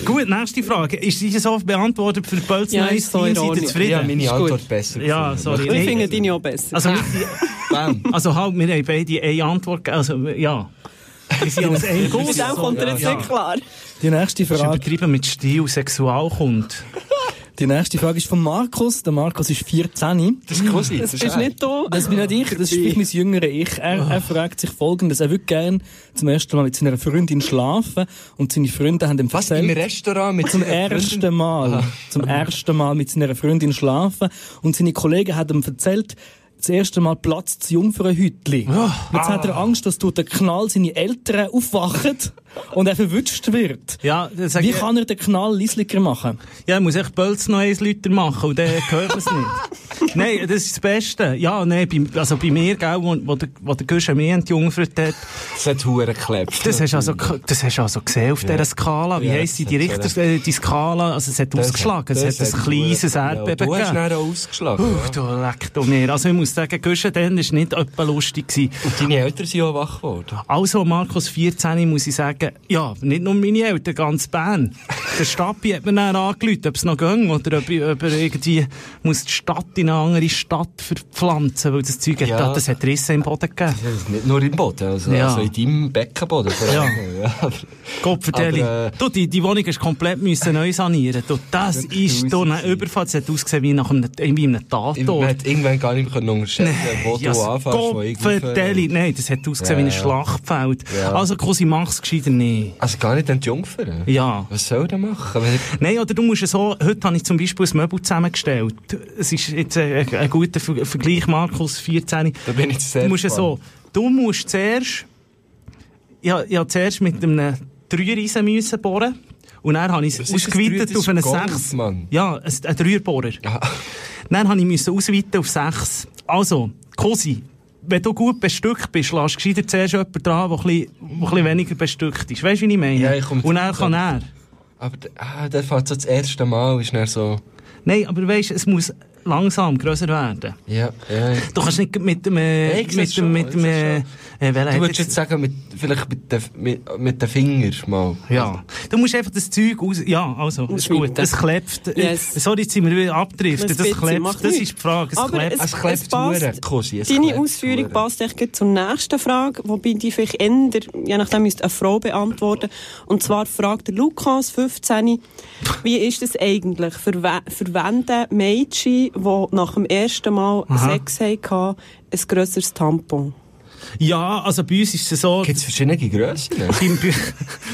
[SPEAKER 5] Gut, nächste Frage. Ist diese so beantwortet für Pölz
[SPEAKER 7] Ja,
[SPEAKER 5] Neues
[SPEAKER 7] ist so
[SPEAKER 5] Team? Seid ihr
[SPEAKER 6] Ich
[SPEAKER 7] ironisch.
[SPEAKER 6] habe
[SPEAKER 5] zufrieden?
[SPEAKER 6] meine
[SPEAKER 7] Ist gut.
[SPEAKER 6] Antwort besser
[SPEAKER 5] Ja,
[SPEAKER 6] gefunden.
[SPEAKER 5] sorry.
[SPEAKER 7] Ich
[SPEAKER 5] Nee.
[SPEAKER 7] finde deine auch besser.
[SPEAKER 5] Also, wir- also halt, wir haben beide eine Antwort gegeben. Also, ja. Wir sind als ein
[SPEAKER 7] mit
[SPEAKER 5] Guss.
[SPEAKER 7] dem kommt er jetzt
[SPEAKER 5] Ja.
[SPEAKER 7] nicht klar.
[SPEAKER 4] Die nächste
[SPEAKER 5] Das ist
[SPEAKER 4] Frage.
[SPEAKER 5] übertrieben mit Stil, Sexualkund.
[SPEAKER 4] Die nächste Frage ist von Markus. Der Markus ist 14.
[SPEAKER 6] Das ist Cousin. Das
[SPEAKER 7] Bist nicht da?
[SPEAKER 4] Das bin nicht ich, das ist vielleicht mein jüngerer Ich. Er, er fragt sich folgendes. Er würde gern zum ersten Mal mit seiner Freundin schlafen und seine Freunde haben ihm
[SPEAKER 6] Was? Im
[SPEAKER 4] erzählt,
[SPEAKER 6] Restaurant mit
[SPEAKER 4] zum
[SPEAKER 6] seiner Freundin?
[SPEAKER 4] ersten Mal, zum ersten Mal mit seiner Freundin schlafen und seine Kollegen haben ihm erzählt, das erste Mal platzt das Jungfernhäutli. Jetzt hat er Angst, dass durch den Knall seine Eltern aufwachen und er verwünscht wird.
[SPEAKER 5] Ja, das sag
[SPEAKER 4] Wie
[SPEAKER 5] ich-
[SPEAKER 4] kann er den Knall leislicher machen?
[SPEAKER 5] Ja, ich muss echt Bölz noch eins Leute machen und dann gehört man es nicht. nein, das ist das Beste. Ja, nein, bei, also bei mir, gell, wo, wo der, wo der Guschen mich entjungfert hat,
[SPEAKER 6] Das hat Huren geklebt.
[SPEAKER 5] das hast du also, ge- das hast du also gesehen auf dieser Skala. Wie
[SPEAKER 6] Ja,
[SPEAKER 5] heisst sie,
[SPEAKER 6] das
[SPEAKER 5] die
[SPEAKER 6] hat's
[SPEAKER 5] Richter, äh, die Skala, also es hat
[SPEAKER 6] Das-
[SPEAKER 5] ausgeschlagen, es hat, ein
[SPEAKER 6] Huren
[SPEAKER 5] kleines
[SPEAKER 6] geklebt.
[SPEAKER 5] Erdbeben
[SPEAKER 6] Du hast
[SPEAKER 5] gegeben.
[SPEAKER 6] dann auch ausgeschlagen.
[SPEAKER 5] Uff, du leck du mir. Also ich muss sagen, Guschen dann war nicht etwa lustig. Gewesen.
[SPEAKER 6] Und deine Eltern sind auch wach geworden.
[SPEAKER 5] Also, Markus 14, muss ich sagen, ja, nicht nur meine Eltern, ganz Bern. Der Stappi hat mir dann angerufen, ob es noch ging oder ob, ich- ob er irgendwie muss die Stadt in eine andere Stadt verpflanzen, weil das Zeug
[SPEAKER 6] Ja.
[SPEAKER 5] hat, das hat Risse im Boden gegeben.
[SPEAKER 6] Das ist Nicht nur im Boden, also,
[SPEAKER 5] Ja.
[SPEAKER 6] also in deinem Beckenboden. vor
[SPEAKER 5] Ja.
[SPEAKER 6] allem, ja. aber-
[SPEAKER 5] Gott,
[SPEAKER 6] Aber,
[SPEAKER 5] vertelle
[SPEAKER 6] äh,
[SPEAKER 5] ich. Du, die, die Wohnung ist komplett müssen neu sanieren. Du, das ist du, ein Überfall. Es hat ausgesehen wie nach einem, irgendwie einem
[SPEAKER 6] Ich- Man
[SPEAKER 5] Tatort.
[SPEAKER 6] hat irgendwann gar nicht mehr können unterscheiden wo du anfängst. wo ich
[SPEAKER 5] Gottverdeli. Nein, das hat ausgesehen wie ein
[SPEAKER 6] Ja, ja.
[SPEAKER 5] Schlachtfeld.
[SPEAKER 6] Ja.
[SPEAKER 5] Also, Cousin, mach's gescheiter nicht.
[SPEAKER 6] Also gar nicht entjungfern?
[SPEAKER 5] Ja.
[SPEAKER 6] Ah. Was soll der machen? Wenn-
[SPEAKER 5] Nein, oder du musst so, heute habe ich zum Beispiel ein Möbel zusammengestellt. Es ist jetzt ein, ein guter Ver Vergleich, Markus, 14.
[SPEAKER 6] Da bin ich sehr
[SPEAKER 5] Du musst ja so,
[SPEAKER 6] gespannt.
[SPEAKER 5] du musst zuerst, ja, ja zuerst mit einem Dreieisen müssen bohren. Und dann habe ich
[SPEAKER 6] Was
[SPEAKER 5] es
[SPEAKER 6] ist das?
[SPEAKER 5] ausgeweitet
[SPEAKER 6] Das
[SPEAKER 5] auf eine
[SPEAKER 6] ist Gold,
[SPEAKER 5] 6.
[SPEAKER 6] Mann.
[SPEAKER 5] Ja, ein, ein Dreierbohrer. Dann habe ich müssen ausweiten auf 6. Also, Kosi, wenn du gut bestückt bist, lass gescheiter zuerst jemanden dran, der ein bisschen, der ein bisschen weniger bestückt ist. Weißt du, wie ich meine?
[SPEAKER 6] Ja, ich komme
[SPEAKER 5] Und dann
[SPEAKER 6] zu-
[SPEAKER 5] kann er.
[SPEAKER 6] Aber der- ah, der fährt so das erste Mal, ist er so.
[SPEAKER 5] Nein, aber weißt du, es muss langsam grösser werden.
[SPEAKER 6] Ja, ja. ja.
[SPEAKER 5] Du kannst nicht mit dem, äh,
[SPEAKER 6] ich sehe
[SPEAKER 5] mit
[SPEAKER 6] es
[SPEAKER 5] dem,
[SPEAKER 6] schon,
[SPEAKER 5] mit
[SPEAKER 6] ich
[SPEAKER 5] dem, äh,
[SPEAKER 6] sehe
[SPEAKER 5] äh,
[SPEAKER 6] es
[SPEAKER 5] welcher
[SPEAKER 6] Du
[SPEAKER 5] hat
[SPEAKER 6] würdest
[SPEAKER 5] jetzt-
[SPEAKER 6] jetzt sagen, mit, vielleicht mit den mit, mit den Fingern mal.
[SPEAKER 5] Ja. Du musst einfach das Zeug aus... Ja, also, ist gut. Es klebt.
[SPEAKER 7] Yes.
[SPEAKER 5] Sorry, jetzt sind wir wieder abdriftet.
[SPEAKER 7] Ein
[SPEAKER 5] Das
[SPEAKER 7] bisschen,
[SPEAKER 5] klebt.
[SPEAKER 7] macht
[SPEAKER 5] Das
[SPEAKER 7] nichts.
[SPEAKER 5] ist die Frage. Es
[SPEAKER 7] Aber
[SPEAKER 5] klebt.
[SPEAKER 7] es-
[SPEAKER 6] Es klebt
[SPEAKER 7] es passt.
[SPEAKER 6] Huren, Kosi, es
[SPEAKER 7] Deine
[SPEAKER 6] klebt
[SPEAKER 7] Ausführung
[SPEAKER 6] Huren.
[SPEAKER 7] passt echt gleich zur nächsten Frage, wobei die vielleicht eher, je nachdem müsste eine Frau beantworten. Und zwar fragt der Lukas, 15, wie ist es eigentlich? Für, we für wen der Mädchen, die nach dem ersten Mal
[SPEAKER 5] Aha.
[SPEAKER 7] Sex hatten, ein grösseres Tampon?
[SPEAKER 5] Ja, also bei uns ist es so...
[SPEAKER 6] Gibt es verschiedene Grössen?
[SPEAKER 5] Beim Bü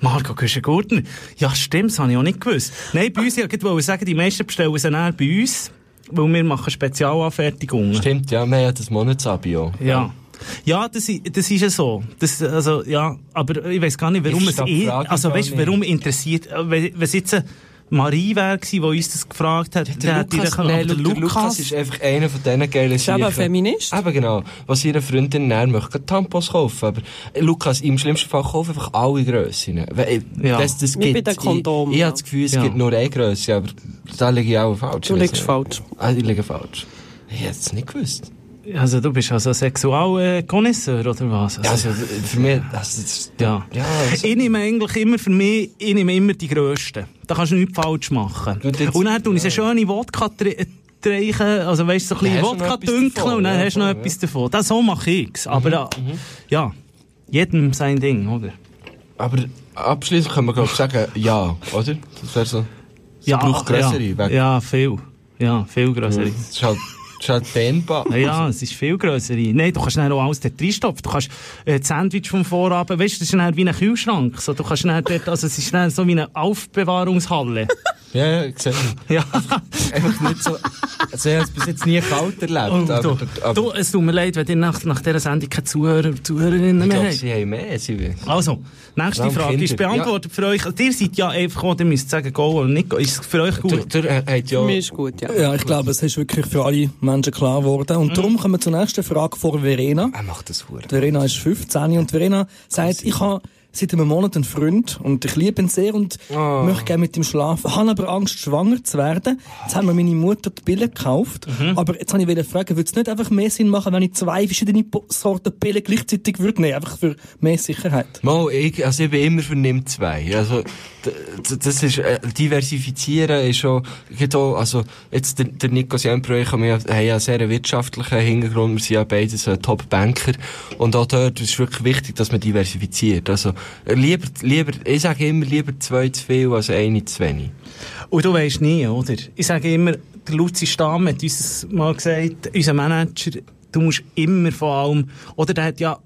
[SPEAKER 5] Marco Küschengurtner. Ja, stimmt, das habe ich auch nicht gewusst. Nein, bei uns, ich wollte sagen, die meisten bestellen sie dann bei uns, weil wir machen Spezialanfertigungen.
[SPEAKER 6] Stimmt, ja, wir haben ja das Monatsabo. auch.
[SPEAKER 5] Ja. Ja, das, i- das ist ja so. Das, also, ja, aber ich weiß gar nicht, warum
[SPEAKER 6] Ich
[SPEAKER 5] es
[SPEAKER 6] verstehe die
[SPEAKER 5] eh,
[SPEAKER 6] Frage
[SPEAKER 5] also
[SPEAKER 6] gar
[SPEAKER 5] weißt,
[SPEAKER 6] nicht.
[SPEAKER 5] warum interessiert, äh, wenn wenn es jetzt äh, Marie wäre gewesen, die uns das gefragt hat,
[SPEAKER 6] Der,
[SPEAKER 5] hätte ich
[SPEAKER 6] Lukas,
[SPEAKER 5] dann-
[SPEAKER 6] nein,
[SPEAKER 5] aber
[SPEAKER 6] der Lukas, ist einfach einer von diesen geilen
[SPEAKER 7] Ist eben ein
[SPEAKER 6] Siechen.
[SPEAKER 7] Feminist.
[SPEAKER 6] Eben Ah, genau. Was ihre Freundin näher möchte, Tampons kaufen. Aber äh, Lukas, im schlimmsten Fall kauf einfach alle Grössen. Weil, äh,
[SPEAKER 5] Ja.
[SPEAKER 6] das, das
[SPEAKER 7] Wie bei
[SPEAKER 6] gibt,
[SPEAKER 7] den Kondomen,
[SPEAKER 6] Ich, ich
[SPEAKER 7] ja.
[SPEAKER 6] habe das Gefühl, es
[SPEAKER 5] Ja.
[SPEAKER 6] gibt nur eine Grösse, aber da liege ich auch falsch.
[SPEAKER 7] Du
[SPEAKER 6] Ich weiss
[SPEAKER 7] liegst
[SPEAKER 6] nicht.
[SPEAKER 7] falsch.
[SPEAKER 6] Ah, ich liege falsch. Ich hätte es nicht gewusst.
[SPEAKER 5] Also du bist also Sexualkonisseur, oder was?
[SPEAKER 6] Ja,
[SPEAKER 5] Also,
[SPEAKER 6] Also, für mich, das ist,
[SPEAKER 5] ja.
[SPEAKER 6] ja, also,
[SPEAKER 5] Ich nehme eigentlich immer für mich, ich nehme immer die Grössten. Da kannst du nichts falsch machen.
[SPEAKER 6] Du, das-
[SPEAKER 5] und dann tue ich so schöne Wodka tre- treichen, also weißt du, so ein bisschen
[SPEAKER 6] Dann hast du noch
[SPEAKER 5] Wodka
[SPEAKER 6] etwas
[SPEAKER 5] dünkeln
[SPEAKER 6] davon,
[SPEAKER 5] und dann
[SPEAKER 6] ja, Mhm,
[SPEAKER 5] hast du noch
[SPEAKER 6] voll,
[SPEAKER 5] etwas davon. Das, so mache ich's. Aber äh, ja, jedem sein Ding, oder?
[SPEAKER 6] aber abschließend können wir, glaube ich, sagen, ja, oder? Das wäre so, es braucht grössere.
[SPEAKER 5] ja,
[SPEAKER 6] wegen-
[SPEAKER 5] ja, viel. Ja, viel grössere.
[SPEAKER 6] Es ist halt, es ist halt dehnbar.
[SPEAKER 5] Ja, Ja, es ist viel grössere. Nein, du kannst dann auch alles dort reinstopfen. Du kannst äh, das Sandwich vom Vorabend, weißt du, das ist dann wie ein Kühlschrank. So, du kannst dann dort, also es ist dann so wie eine Aufbewahrungshalle.
[SPEAKER 6] Ja, ja, ich sehe.
[SPEAKER 5] ja.
[SPEAKER 6] Einfach nicht so. Also, ich habe es bis jetzt nie kalt erlebt.
[SPEAKER 5] Oh,
[SPEAKER 6] aber,
[SPEAKER 5] du,
[SPEAKER 6] aber,
[SPEAKER 5] du, es tut mir leid, wenn ihr nach, nach dieser Sendung keine Zuhörer und Zuhörerinnen mehr
[SPEAKER 6] ich glaube,
[SPEAKER 5] habt.
[SPEAKER 6] sie haben mehr. Sie will.
[SPEAKER 5] Also, nächste
[SPEAKER 6] Warum
[SPEAKER 5] Frage ist
[SPEAKER 6] Kinder?
[SPEAKER 5] beantwortet für euch. Also, Ihr seid ja einfach, oh, ihr müsst sagen, go oder nicht go. Ist es für euch
[SPEAKER 6] Du,
[SPEAKER 5] gut?
[SPEAKER 6] du äh, hat ja.
[SPEAKER 7] Mir ist gut, ja.
[SPEAKER 4] Ja, ich glaube, es ist wirklich für alle Menschen klar geworden. Und darum kommen wir zur nächsten Frage von Verena.
[SPEAKER 6] Er macht das Huren.
[SPEAKER 4] Die Verena ist 15 und Verena sagt, ich habe seit einem Monat einen Freund und ich liebe ihn sehr und
[SPEAKER 5] Ah.
[SPEAKER 4] möchte gerne mit ihm schlafen. Habe aber Angst, schwanger zu werden. Jetzt haben mir meine Mutter die Pillen gekauft.
[SPEAKER 5] Mhm.
[SPEAKER 4] Aber jetzt habe ich wollte fragen, würde es nicht einfach mehr Sinn machen, wenn ich zwei verschiedene Po- Sorten Pillen gleichzeitig würde nehmen? Einfach für mehr Sicherheit.
[SPEAKER 6] Mal, ich, also ich bin immer für nimm zwei. Also, d- d- das ist, äh, diversifizieren ist schon, gibt auch, also, jetzt der, der Nico Siempro, ich habe ja, haben ja einen sehr wirtschaftlichen Hintergrund, wir sind ja beides äh, Top-Banker. Und auch dort ist wirklich wichtig, dass man diversifiziert. Also, äh, lieber, lieber, ich sage immer, lieber zwei zu viel als eine zu wenig.
[SPEAKER 5] Und du weisst nie, oder? Ich sage immer, der Luzi Stamm hat uns mal gesagt, unser Manager, du musst immer vor allem, oder der hat ja,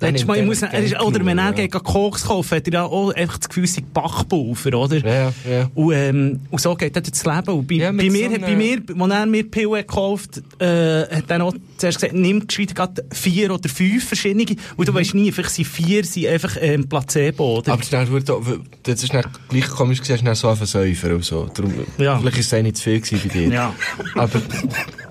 [SPEAKER 6] Der
[SPEAKER 5] letztes
[SPEAKER 6] nimmt
[SPEAKER 5] Mal, ich
[SPEAKER 6] einfach
[SPEAKER 5] muss, er ist,
[SPEAKER 6] Geld
[SPEAKER 5] oder wenn er
[SPEAKER 6] genug, ja.
[SPEAKER 5] geht Koks kaufen, hat er ja auch einfach das Gefühl, sie Backpulver, oder?
[SPEAKER 6] Ja, ja.
[SPEAKER 5] Und, ähm, und so geht er durch das Leben. Und bei,
[SPEAKER 6] Ja, mit
[SPEAKER 5] bei, mir,
[SPEAKER 6] so
[SPEAKER 5] hat- bei
[SPEAKER 6] einer-
[SPEAKER 5] mir, als er mir die Pille gekauft hat, äh, hat er auch zuerst gesagt, nimm gescheit gerade vier oder fünf verschiedene. Und du weisst nie, vielleicht sind vier sind einfach ähm, Placebo, oder?
[SPEAKER 6] Mhm. Aber dann wird auch, das ist dann gleich komisch gesehen, dann so ein Versäufer und so. Darum,
[SPEAKER 5] Ja.
[SPEAKER 6] Vielleicht ist es eh nicht zu viel gewesen bei dir.
[SPEAKER 5] ja,
[SPEAKER 6] Aber,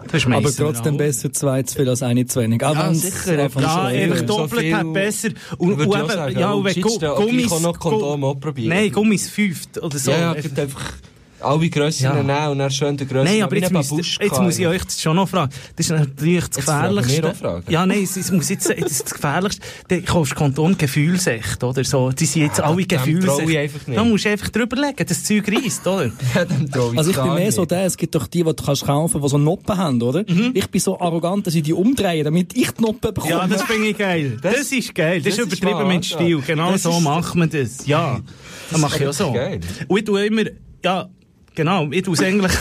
[SPEAKER 5] das ist
[SPEAKER 4] Aber
[SPEAKER 5] meistens
[SPEAKER 4] trotzdem
[SPEAKER 5] auch.
[SPEAKER 4] besser zwei zu viel als eine zu wenig. Auch
[SPEAKER 6] Ja,
[SPEAKER 4] wenn's
[SPEAKER 6] sicher,
[SPEAKER 4] anfangs
[SPEAKER 5] Ja,
[SPEAKER 4] schwer
[SPEAKER 5] einfach
[SPEAKER 4] ist.
[SPEAKER 6] so
[SPEAKER 5] doppelt
[SPEAKER 6] viel-
[SPEAKER 5] hat besser. Und,
[SPEAKER 6] Würde ich auch
[SPEAKER 5] eben-
[SPEAKER 6] sagen,
[SPEAKER 5] ja,
[SPEAKER 6] und
[SPEAKER 5] und wenn
[SPEAKER 6] Schiedsrichter-
[SPEAKER 5] Gu-
[SPEAKER 6] aber ich
[SPEAKER 5] Gummis...
[SPEAKER 6] kann noch Kondom
[SPEAKER 5] Gu-
[SPEAKER 6] auch probieren.
[SPEAKER 5] Nein, Gummis fünft oder so.
[SPEAKER 6] ja, ja,
[SPEAKER 5] Einfach-
[SPEAKER 6] gibt einfach alle Grössen
[SPEAKER 5] Ja.
[SPEAKER 6] nehmen und dann schön die Grössen.
[SPEAKER 5] Nein, aber
[SPEAKER 6] wie
[SPEAKER 5] jetzt,
[SPEAKER 6] ein
[SPEAKER 5] müsst,
[SPEAKER 6] Babuschka
[SPEAKER 5] jetzt muss ich
[SPEAKER 6] einfach.
[SPEAKER 5] euch das schon noch fragen. Das ist natürlich das
[SPEAKER 6] Jetzt fragen wir
[SPEAKER 5] Gefährlichste.
[SPEAKER 6] auch Fragen.
[SPEAKER 5] Ja, nein, es, es muss jetzt, jetzt ist das Gefährlichste. Du kaufst Kondom Gefühlsecht, oder so. Die sind jetzt alle
[SPEAKER 6] dem traue ich
[SPEAKER 5] Gefühlsecht.
[SPEAKER 6] einfach nicht.
[SPEAKER 5] Da musst du einfach drüber legen, das Zeug reisst, oder?
[SPEAKER 6] Ja, dann trau
[SPEAKER 4] Also ich
[SPEAKER 6] gar
[SPEAKER 4] bin mehr
[SPEAKER 6] nicht.
[SPEAKER 4] so der, es gibt doch die, die du kannst kaufen, die so Noppen haben, oder? Ich bin so arrogant, dass ich die umdrehe, damit ich die Noppen bekomme.
[SPEAKER 5] Mhm. Ja, das finde ich geil. Das, ist geil. Das,
[SPEAKER 6] das
[SPEAKER 5] ist
[SPEAKER 6] ist
[SPEAKER 5] übertrieben
[SPEAKER 6] mal
[SPEAKER 5] mit Stil.
[SPEAKER 6] angegangen.
[SPEAKER 5] Genau
[SPEAKER 6] Das
[SPEAKER 5] so
[SPEAKER 6] ist-
[SPEAKER 5] macht man das. Ja. Das mache ich auch so.
[SPEAKER 6] geil.
[SPEAKER 5] Und ich tue immer, ja, genau, ich tue es eigentlich,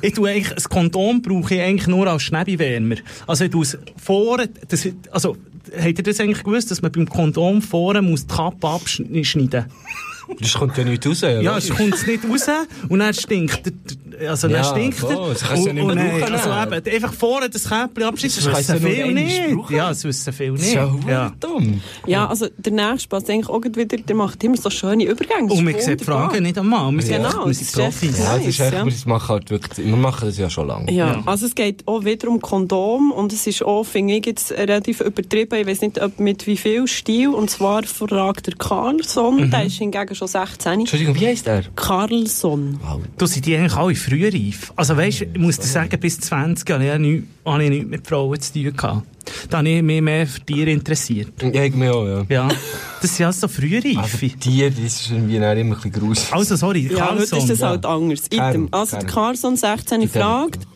[SPEAKER 5] ich tue eigentlich, ein Kondom brauche ich eigentlich nur als Schneebewärmer. Also ich tue es vorne, das, also, habt ihr das eigentlich gewusst, dass man beim Kondom vorne muss die Kappe abschneiden muss?
[SPEAKER 6] Das kommt ja nicht raus.
[SPEAKER 5] Ja, es kommt nicht raus und dann stinkt der, der, also dann
[SPEAKER 6] Ja,
[SPEAKER 5] stinkt er.
[SPEAKER 6] voll, das kannst du ja nicht mehr
[SPEAKER 5] Und- und dann-
[SPEAKER 6] brauchen,
[SPEAKER 5] Also
[SPEAKER 6] ne?
[SPEAKER 5] eben, einfach vorne das Käppchen abschneiden, das
[SPEAKER 6] Das kannst
[SPEAKER 5] wissen
[SPEAKER 6] du ja nur
[SPEAKER 5] viele
[SPEAKER 6] einmal
[SPEAKER 5] nicht.
[SPEAKER 6] brauchen.
[SPEAKER 5] Ja, das wissen viele
[SPEAKER 6] Das ist
[SPEAKER 5] nicht.
[SPEAKER 6] ja verdammt
[SPEAKER 5] Ja.
[SPEAKER 6] dumm.
[SPEAKER 7] Ja, also der nächste passt eigentlich auch gerade wieder, der macht immer so schöne Übergänge. Das
[SPEAKER 5] Und wir
[SPEAKER 7] ist
[SPEAKER 5] Um sehen die
[SPEAKER 7] wunderbar.
[SPEAKER 5] Fragen nicht einmal. Wir sind,
[SPEAKER 7] Genau,
[SPEAKER 5] wir
[SPEAKER 7] das
[SPEAKER 5] sind
[SPEAKER 7] ist echt
[SPEAKER 5] Profis.
[SPEAKER 6] Ja, das ist echt,
[SPEAKER 7] Nice, ja.
[SPEAKER 6] wir machen halt wirklich, wir machen das ja schon lange.
[SPEAKER 7] Ja. also es geht auch wieder um Kondom und es ist auch, finde ich, jetzt relativ übertrieben. Ich weiß nicht, ob mit wie viel Stil. Und zwar fragt der
[SPEAKER 6] Mhm.
[SPEAKER 7] Carlson, der ist hingegen schon 16.
[SPEAKER 6] Entschuldigung, wie heisst er?
[SPEAKER 7] Carlson.
[SPEAKER 5] Du sind die eigentlich alle frühreif. Also weißt, ich muss dir sagen, bis 20 hatte ich ja nü- hatte ich nichts mit Frauen zu tun. gehabt. Da habe ich mich mehr für Tiere interessiert.
[SPEAKER 6] Ja, ich mich auch, ja.
[SPEAKER 5] Ja, das sind also so
[SPEAKER 6] Also,
[SPEAKER 5] frühreife.
[SPEAKER 6] die, das ist irgendwie dann immer ein bisschen gruselig.
[SPEAKER 5] Also sorry,
[SPEAKER 7] Ja, heute ist
[SPEAKER 5] Carlson.
[SPEAKER 7] das halt anders. Item. Also der
[SPEAKER 6] Kern.
[SPEAKER 7] Carlson 16 fragt,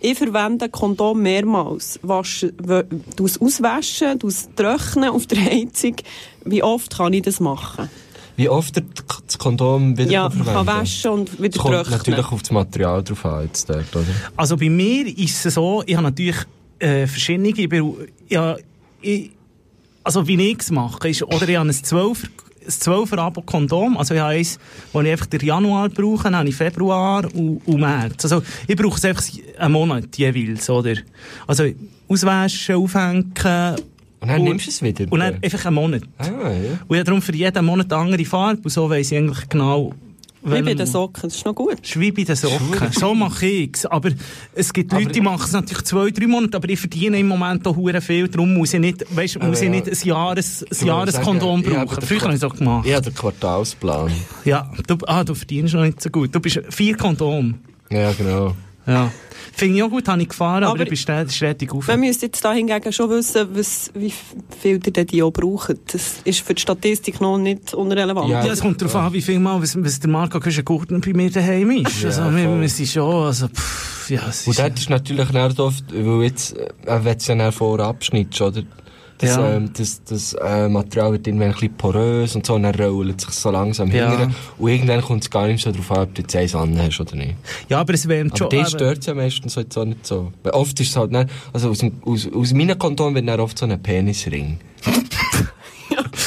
[SPEAKER 7] ich verwende Kondom mehrmals. Wasche, w- du es auswaschen, du es trocknen auf der Heizung. Wie oft kann ich das machen?
[SPEAKER 6] Wie oft er das Kondom wieder
[SPEAKER 7] Ja, man
[SPEAKER 6] verwenden
[SPEAKER 7] kann waschen und wieder
[SPEAKER 6] Es kommt
[SPEAKER 7] trocknen.
[SPEAKER 6] natürlich auf das Material drauf an, jetzt dort, oder?
[SPEAKER 5] Also bei mir ist es so, ich habe natürlich äh, verschiedene, ich bin, ja, ich, also wie ich es mache, ist, oder ich habe ein 12 ein 12er Abo Kondom, also ich habe eins, das ich einfach den Januar brauche, dann habe ich Februar und, und März. Also ich brauche es einfach einen Monat jeweils, oder? Also auswaschen, aufhängen
[SPEAKER 6] Und dann nimmst du es wieder?
[SPEAKER 5] und dann einfach einen Monat.
[SPEAKER 6] Ah, ja.
[SPEAKER 5] Und ich habe darum für jeden Monat eine andere Farbe und so weiss ich eigentlich genau,
[SPEAKER 7] Ich bin
[SPEAKER 5] welchen-
[SPEAKER 7] der Socken, das ist noch gut.
[SPEAKER 5] ist wie bei den Socken. So mache ich's. Aber es gibt Leute, die machen es natürlich zwei, drei Monate, aber ich verdiene im Moment auch hure viel. Darum muss ich nicht, weißt, muss
[SPEAKER 6] ja.
[SPEAKER 5] ich nicht ein, Jahres, ein
[SPEAKER 6] Du
[SPEAKER 5] Jahreskondom
[SPEAKER 6] willst sagen, ja, aber
[SPEAKER 5] brauchen.
[SPEAKER 6] der
[SPEAKER 5] Früher habe ich es auch gemacht.
[SPEAKER 6] Ich habe den Quartalsplan.
[SPEAKER 5] Ja, du, ah, du verdienst noch nicht so gut. Du bist vier Kondom.
[SPEAKER 6] Ja, genau.
[SPEAKER 5] Ja. Finde ich auch gut, habe ich gefahren, aber,
[SPEAKER 7] Aber-
[SPEAKER 5] ich bin stetig, stetig auf.
[SPEAKER 7] Man müsste jetzt da hingegen schon wissen, was, wie viel ihr denn die auch braucht. Das ist für die Statistik noch nicht unrelevant.
[SPEAKER 6] Ja.
[SPEAKER 5] Ja, es kommt darauf an, wie viel Mal, was, was der Marco Küschen-Gurtner bei mir daheim ist. also, wir, wir sind schon, also, pff, ja, es
[SPEAKER 6] Und
[SPEAKER 5] ist,
[SPEAKER 6] dort ist natürlich dann oft, weil jetzt, äh, wenn du ja dann vorher abschnittst, oder? Das,
[SPEAKER 5] Ja.
[SPEAKER 6] ähm, das, das äh, Material wird irgendwann ein bisschen porös und so, und dann rollt es sich so langsam
[SPEAKER 5] Ja.
[SPEAKER 6] hinterher. Und irgendwann kommt es gar nicht so darauf an, ob du jetzt eins an hast oder nicht.
[SPEAKER 5] ja, aber es wärmt
[SPEAKER 6] Aber
[SPEAKER 5] schon.
[SPEAKER 6] die
[SPEAKER 5] eben-
[SPEAKER 6] stört es ja meistens jetzt auch nicht so. Weil oft ist es halt dann, also aus, dem- aus, aus meinem Kanton wird dann oft so ein Penisring.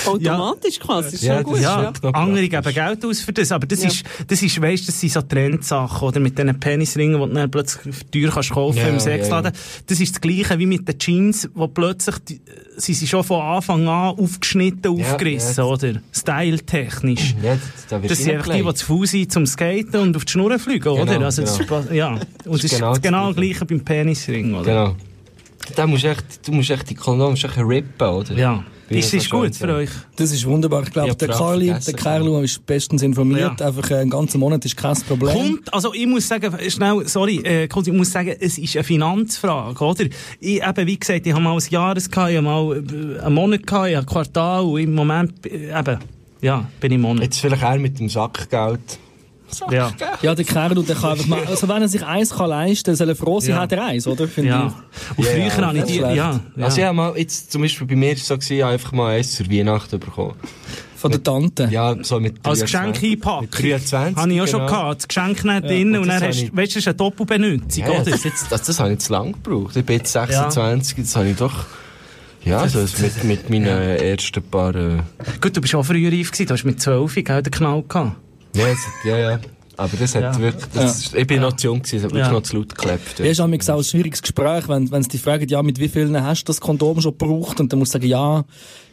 [SPEAKER 7] Automatisch quasi, ist
[SPEAKER 6] Ja,
[SPEAKER 7] schon
[SPEAKER 6] das
[SPEAKER 7] gut.
[SPEAKER 6] ist
[SPEAKER 5] Ja,
[SPEAKER 7] Ja.
[SPEAKER 6] schon- knapp
[SPEAKER 5] andere geben Geld aus für das, aber das ist, das ist, weißt, das sind so Trendsachen, oder? Mit diesen Penisringen, die du dann plötzlich für teuer kannst kaufen
[SPEAKER 6] Ja,
[SPEAKER 5] im Sexladen. Das ist das Gleiche wie mit den Jeans, wo plötzlich, die, sie sind schon von Anfang an aufgeschnitten,
[SPEAKER 6] Ja,
[SPEAKER 5] aufgerissen,
[SPEAKER 6] ja.
[SPEAKER 5] oder? Styletechnisch.
[SPEAKER 6] Ja, das, da wird
[SPEAKER 5] Das sind einfach die, die
[SPEAKER 6] reingelegt.
[SPEAKER 5] zu faul sind zum Skaten und auf die Schnur fliegen, oder? Also, das
[SPEAKER 6] genau.
[SPEAKER 5] ist, ja. Und das ist genau
[SPEAKER 6] genau
[SPEAKER 5] das
[SPEAKER 6] das
[SPEAKER 5] Gleiche beim Penisring, oder?
[SPEAKER 6] Genau. Da musst du echt, du musst echt die Kondome musst echt rippen, oder?
[SPEAKER 5] Ja.
[SPEAKER 6] Genau. Wie
[SPEAKER 5] Ist,
[SPEAKER 6] wir
[SPEAKER 5] ist
[SPEAKER 6] so
[SPEAKER 5] gut
[SPEAKER 6] schön
[SPEAKER 5] für
[SPEAKER 6] sagen.
[SPEAKER 5] euch.
[SPEAKER 4] Das ist wunderbar. Ich glaube,
[SPEAKER 6] Ich hab
[SPEAKER 4] der
[SPEAKER 6] gerade
[SPEAKER 4] Carly, der
[SPEAKER 6] vergessen.
[SPEAKER 4] Kerl ist bestens informiert.
[SPEAKER 5] Ja.
[SPEAKER 4] Einfach äh, einen ganzen Monat ist kein Problem.
[SPEAKER 5] Kommt, also ich muss sagen, schnell, sorry, äh, kurz, ich muss sagen, es ist eine Finanzfrage, oder? Ich, eben, wie gesagt, ich habe mal ein Jahres gehabt, ich habe mal äh, einen Monat gehabt, ich habe ein Quartal, und im Moment, äh, eben, ja, bin ich im Monat.
[SPEAKER 6] Jetzt vielleicht eher mit dem Sackgeld.
[SPEAKER 5] ja.
[SPEAKER 4] Ja, der Kerl, der kann einfach mal, also wenn er sich eins kann leisten, soll er froh sein,
[SPEAKER 5] Ja.
[SPEAKER 4] hat er eins, oder? Finde
[SPEAKER 5] ja. Und
[SPEAKER 6] Ja,
[SPEAKER 5] früher
[SPEAKER 6] ja,
[SPEAKER 5] habe ich die,
[SPEAKER 4] das
[SPEAKER 5] ja,
[SPEAKER 4] ist
[SPEAKER 5] ja.
[SPEAKER 4] schlecht.
[SPEAKER 6] Also ja, mal, jetzt zum Beispiel bei mir war es so, gewesen, ich habe einfach mal eins zur Weihnachten bekommen.
[SPEAKER 4] ich. Von der Tante.
[SPEAKER 6] Ja, so mit
[SPEAKER 5] als
[SPEAKER 6] 23.
[SPEAKER 5] Geschenk einpacken.
[SPEAKER 6] Mit 23,
[SPEAKER 5] Habe ich auch schon
[SPEAKER 6] genau.
[SPEAKER 5] gehabt. Das Geschenk nicht drin
[SPEAKER 6] Und
[SPEAKER 5] und
[SPEAKER 6] das
[SPEAKER 5] dann
[SPEAKER 6] habe
[SPEAKER 5] hast du, weißt
[SPEAKER 6] ich-
[SPEAKER 5] du, das ist eine Doppelbenützung,
[SPEAKER 6] Ja, ja,
[SPEAKER 5] oder?
[SPEAKER 6] das, jetzt, also das, das habe ich zu lange gebraucht. Ich bin jetzt 26, jetzt habe ich doch... Ja, also mit, mit meinen ersten paar... Äh,
[SPEAKER 5] Gut, du bist auch früher reif gewesen, du hast mit 12, gell, den Knall gehabt.
[SPEAKER 6] ja, es- ja, ja. Aber das hat
[SPEAKER 5] Ja.
[SPEAKER 6] wirklich... Das, Ich bin noch zu jung, gewesen, es hat wirklich
[SPEAKER 5] Ja.
[SPEAKER 6] noch zu laut geklebt.
[SPEAKER 4] Ja, ist manchmal auch ein schwieriges Gespräch, wenn, wenn sie dich fragen, ja, mit wie vielen hast du das Kondom schon gebraucht? Und dann musst du sagen, ja,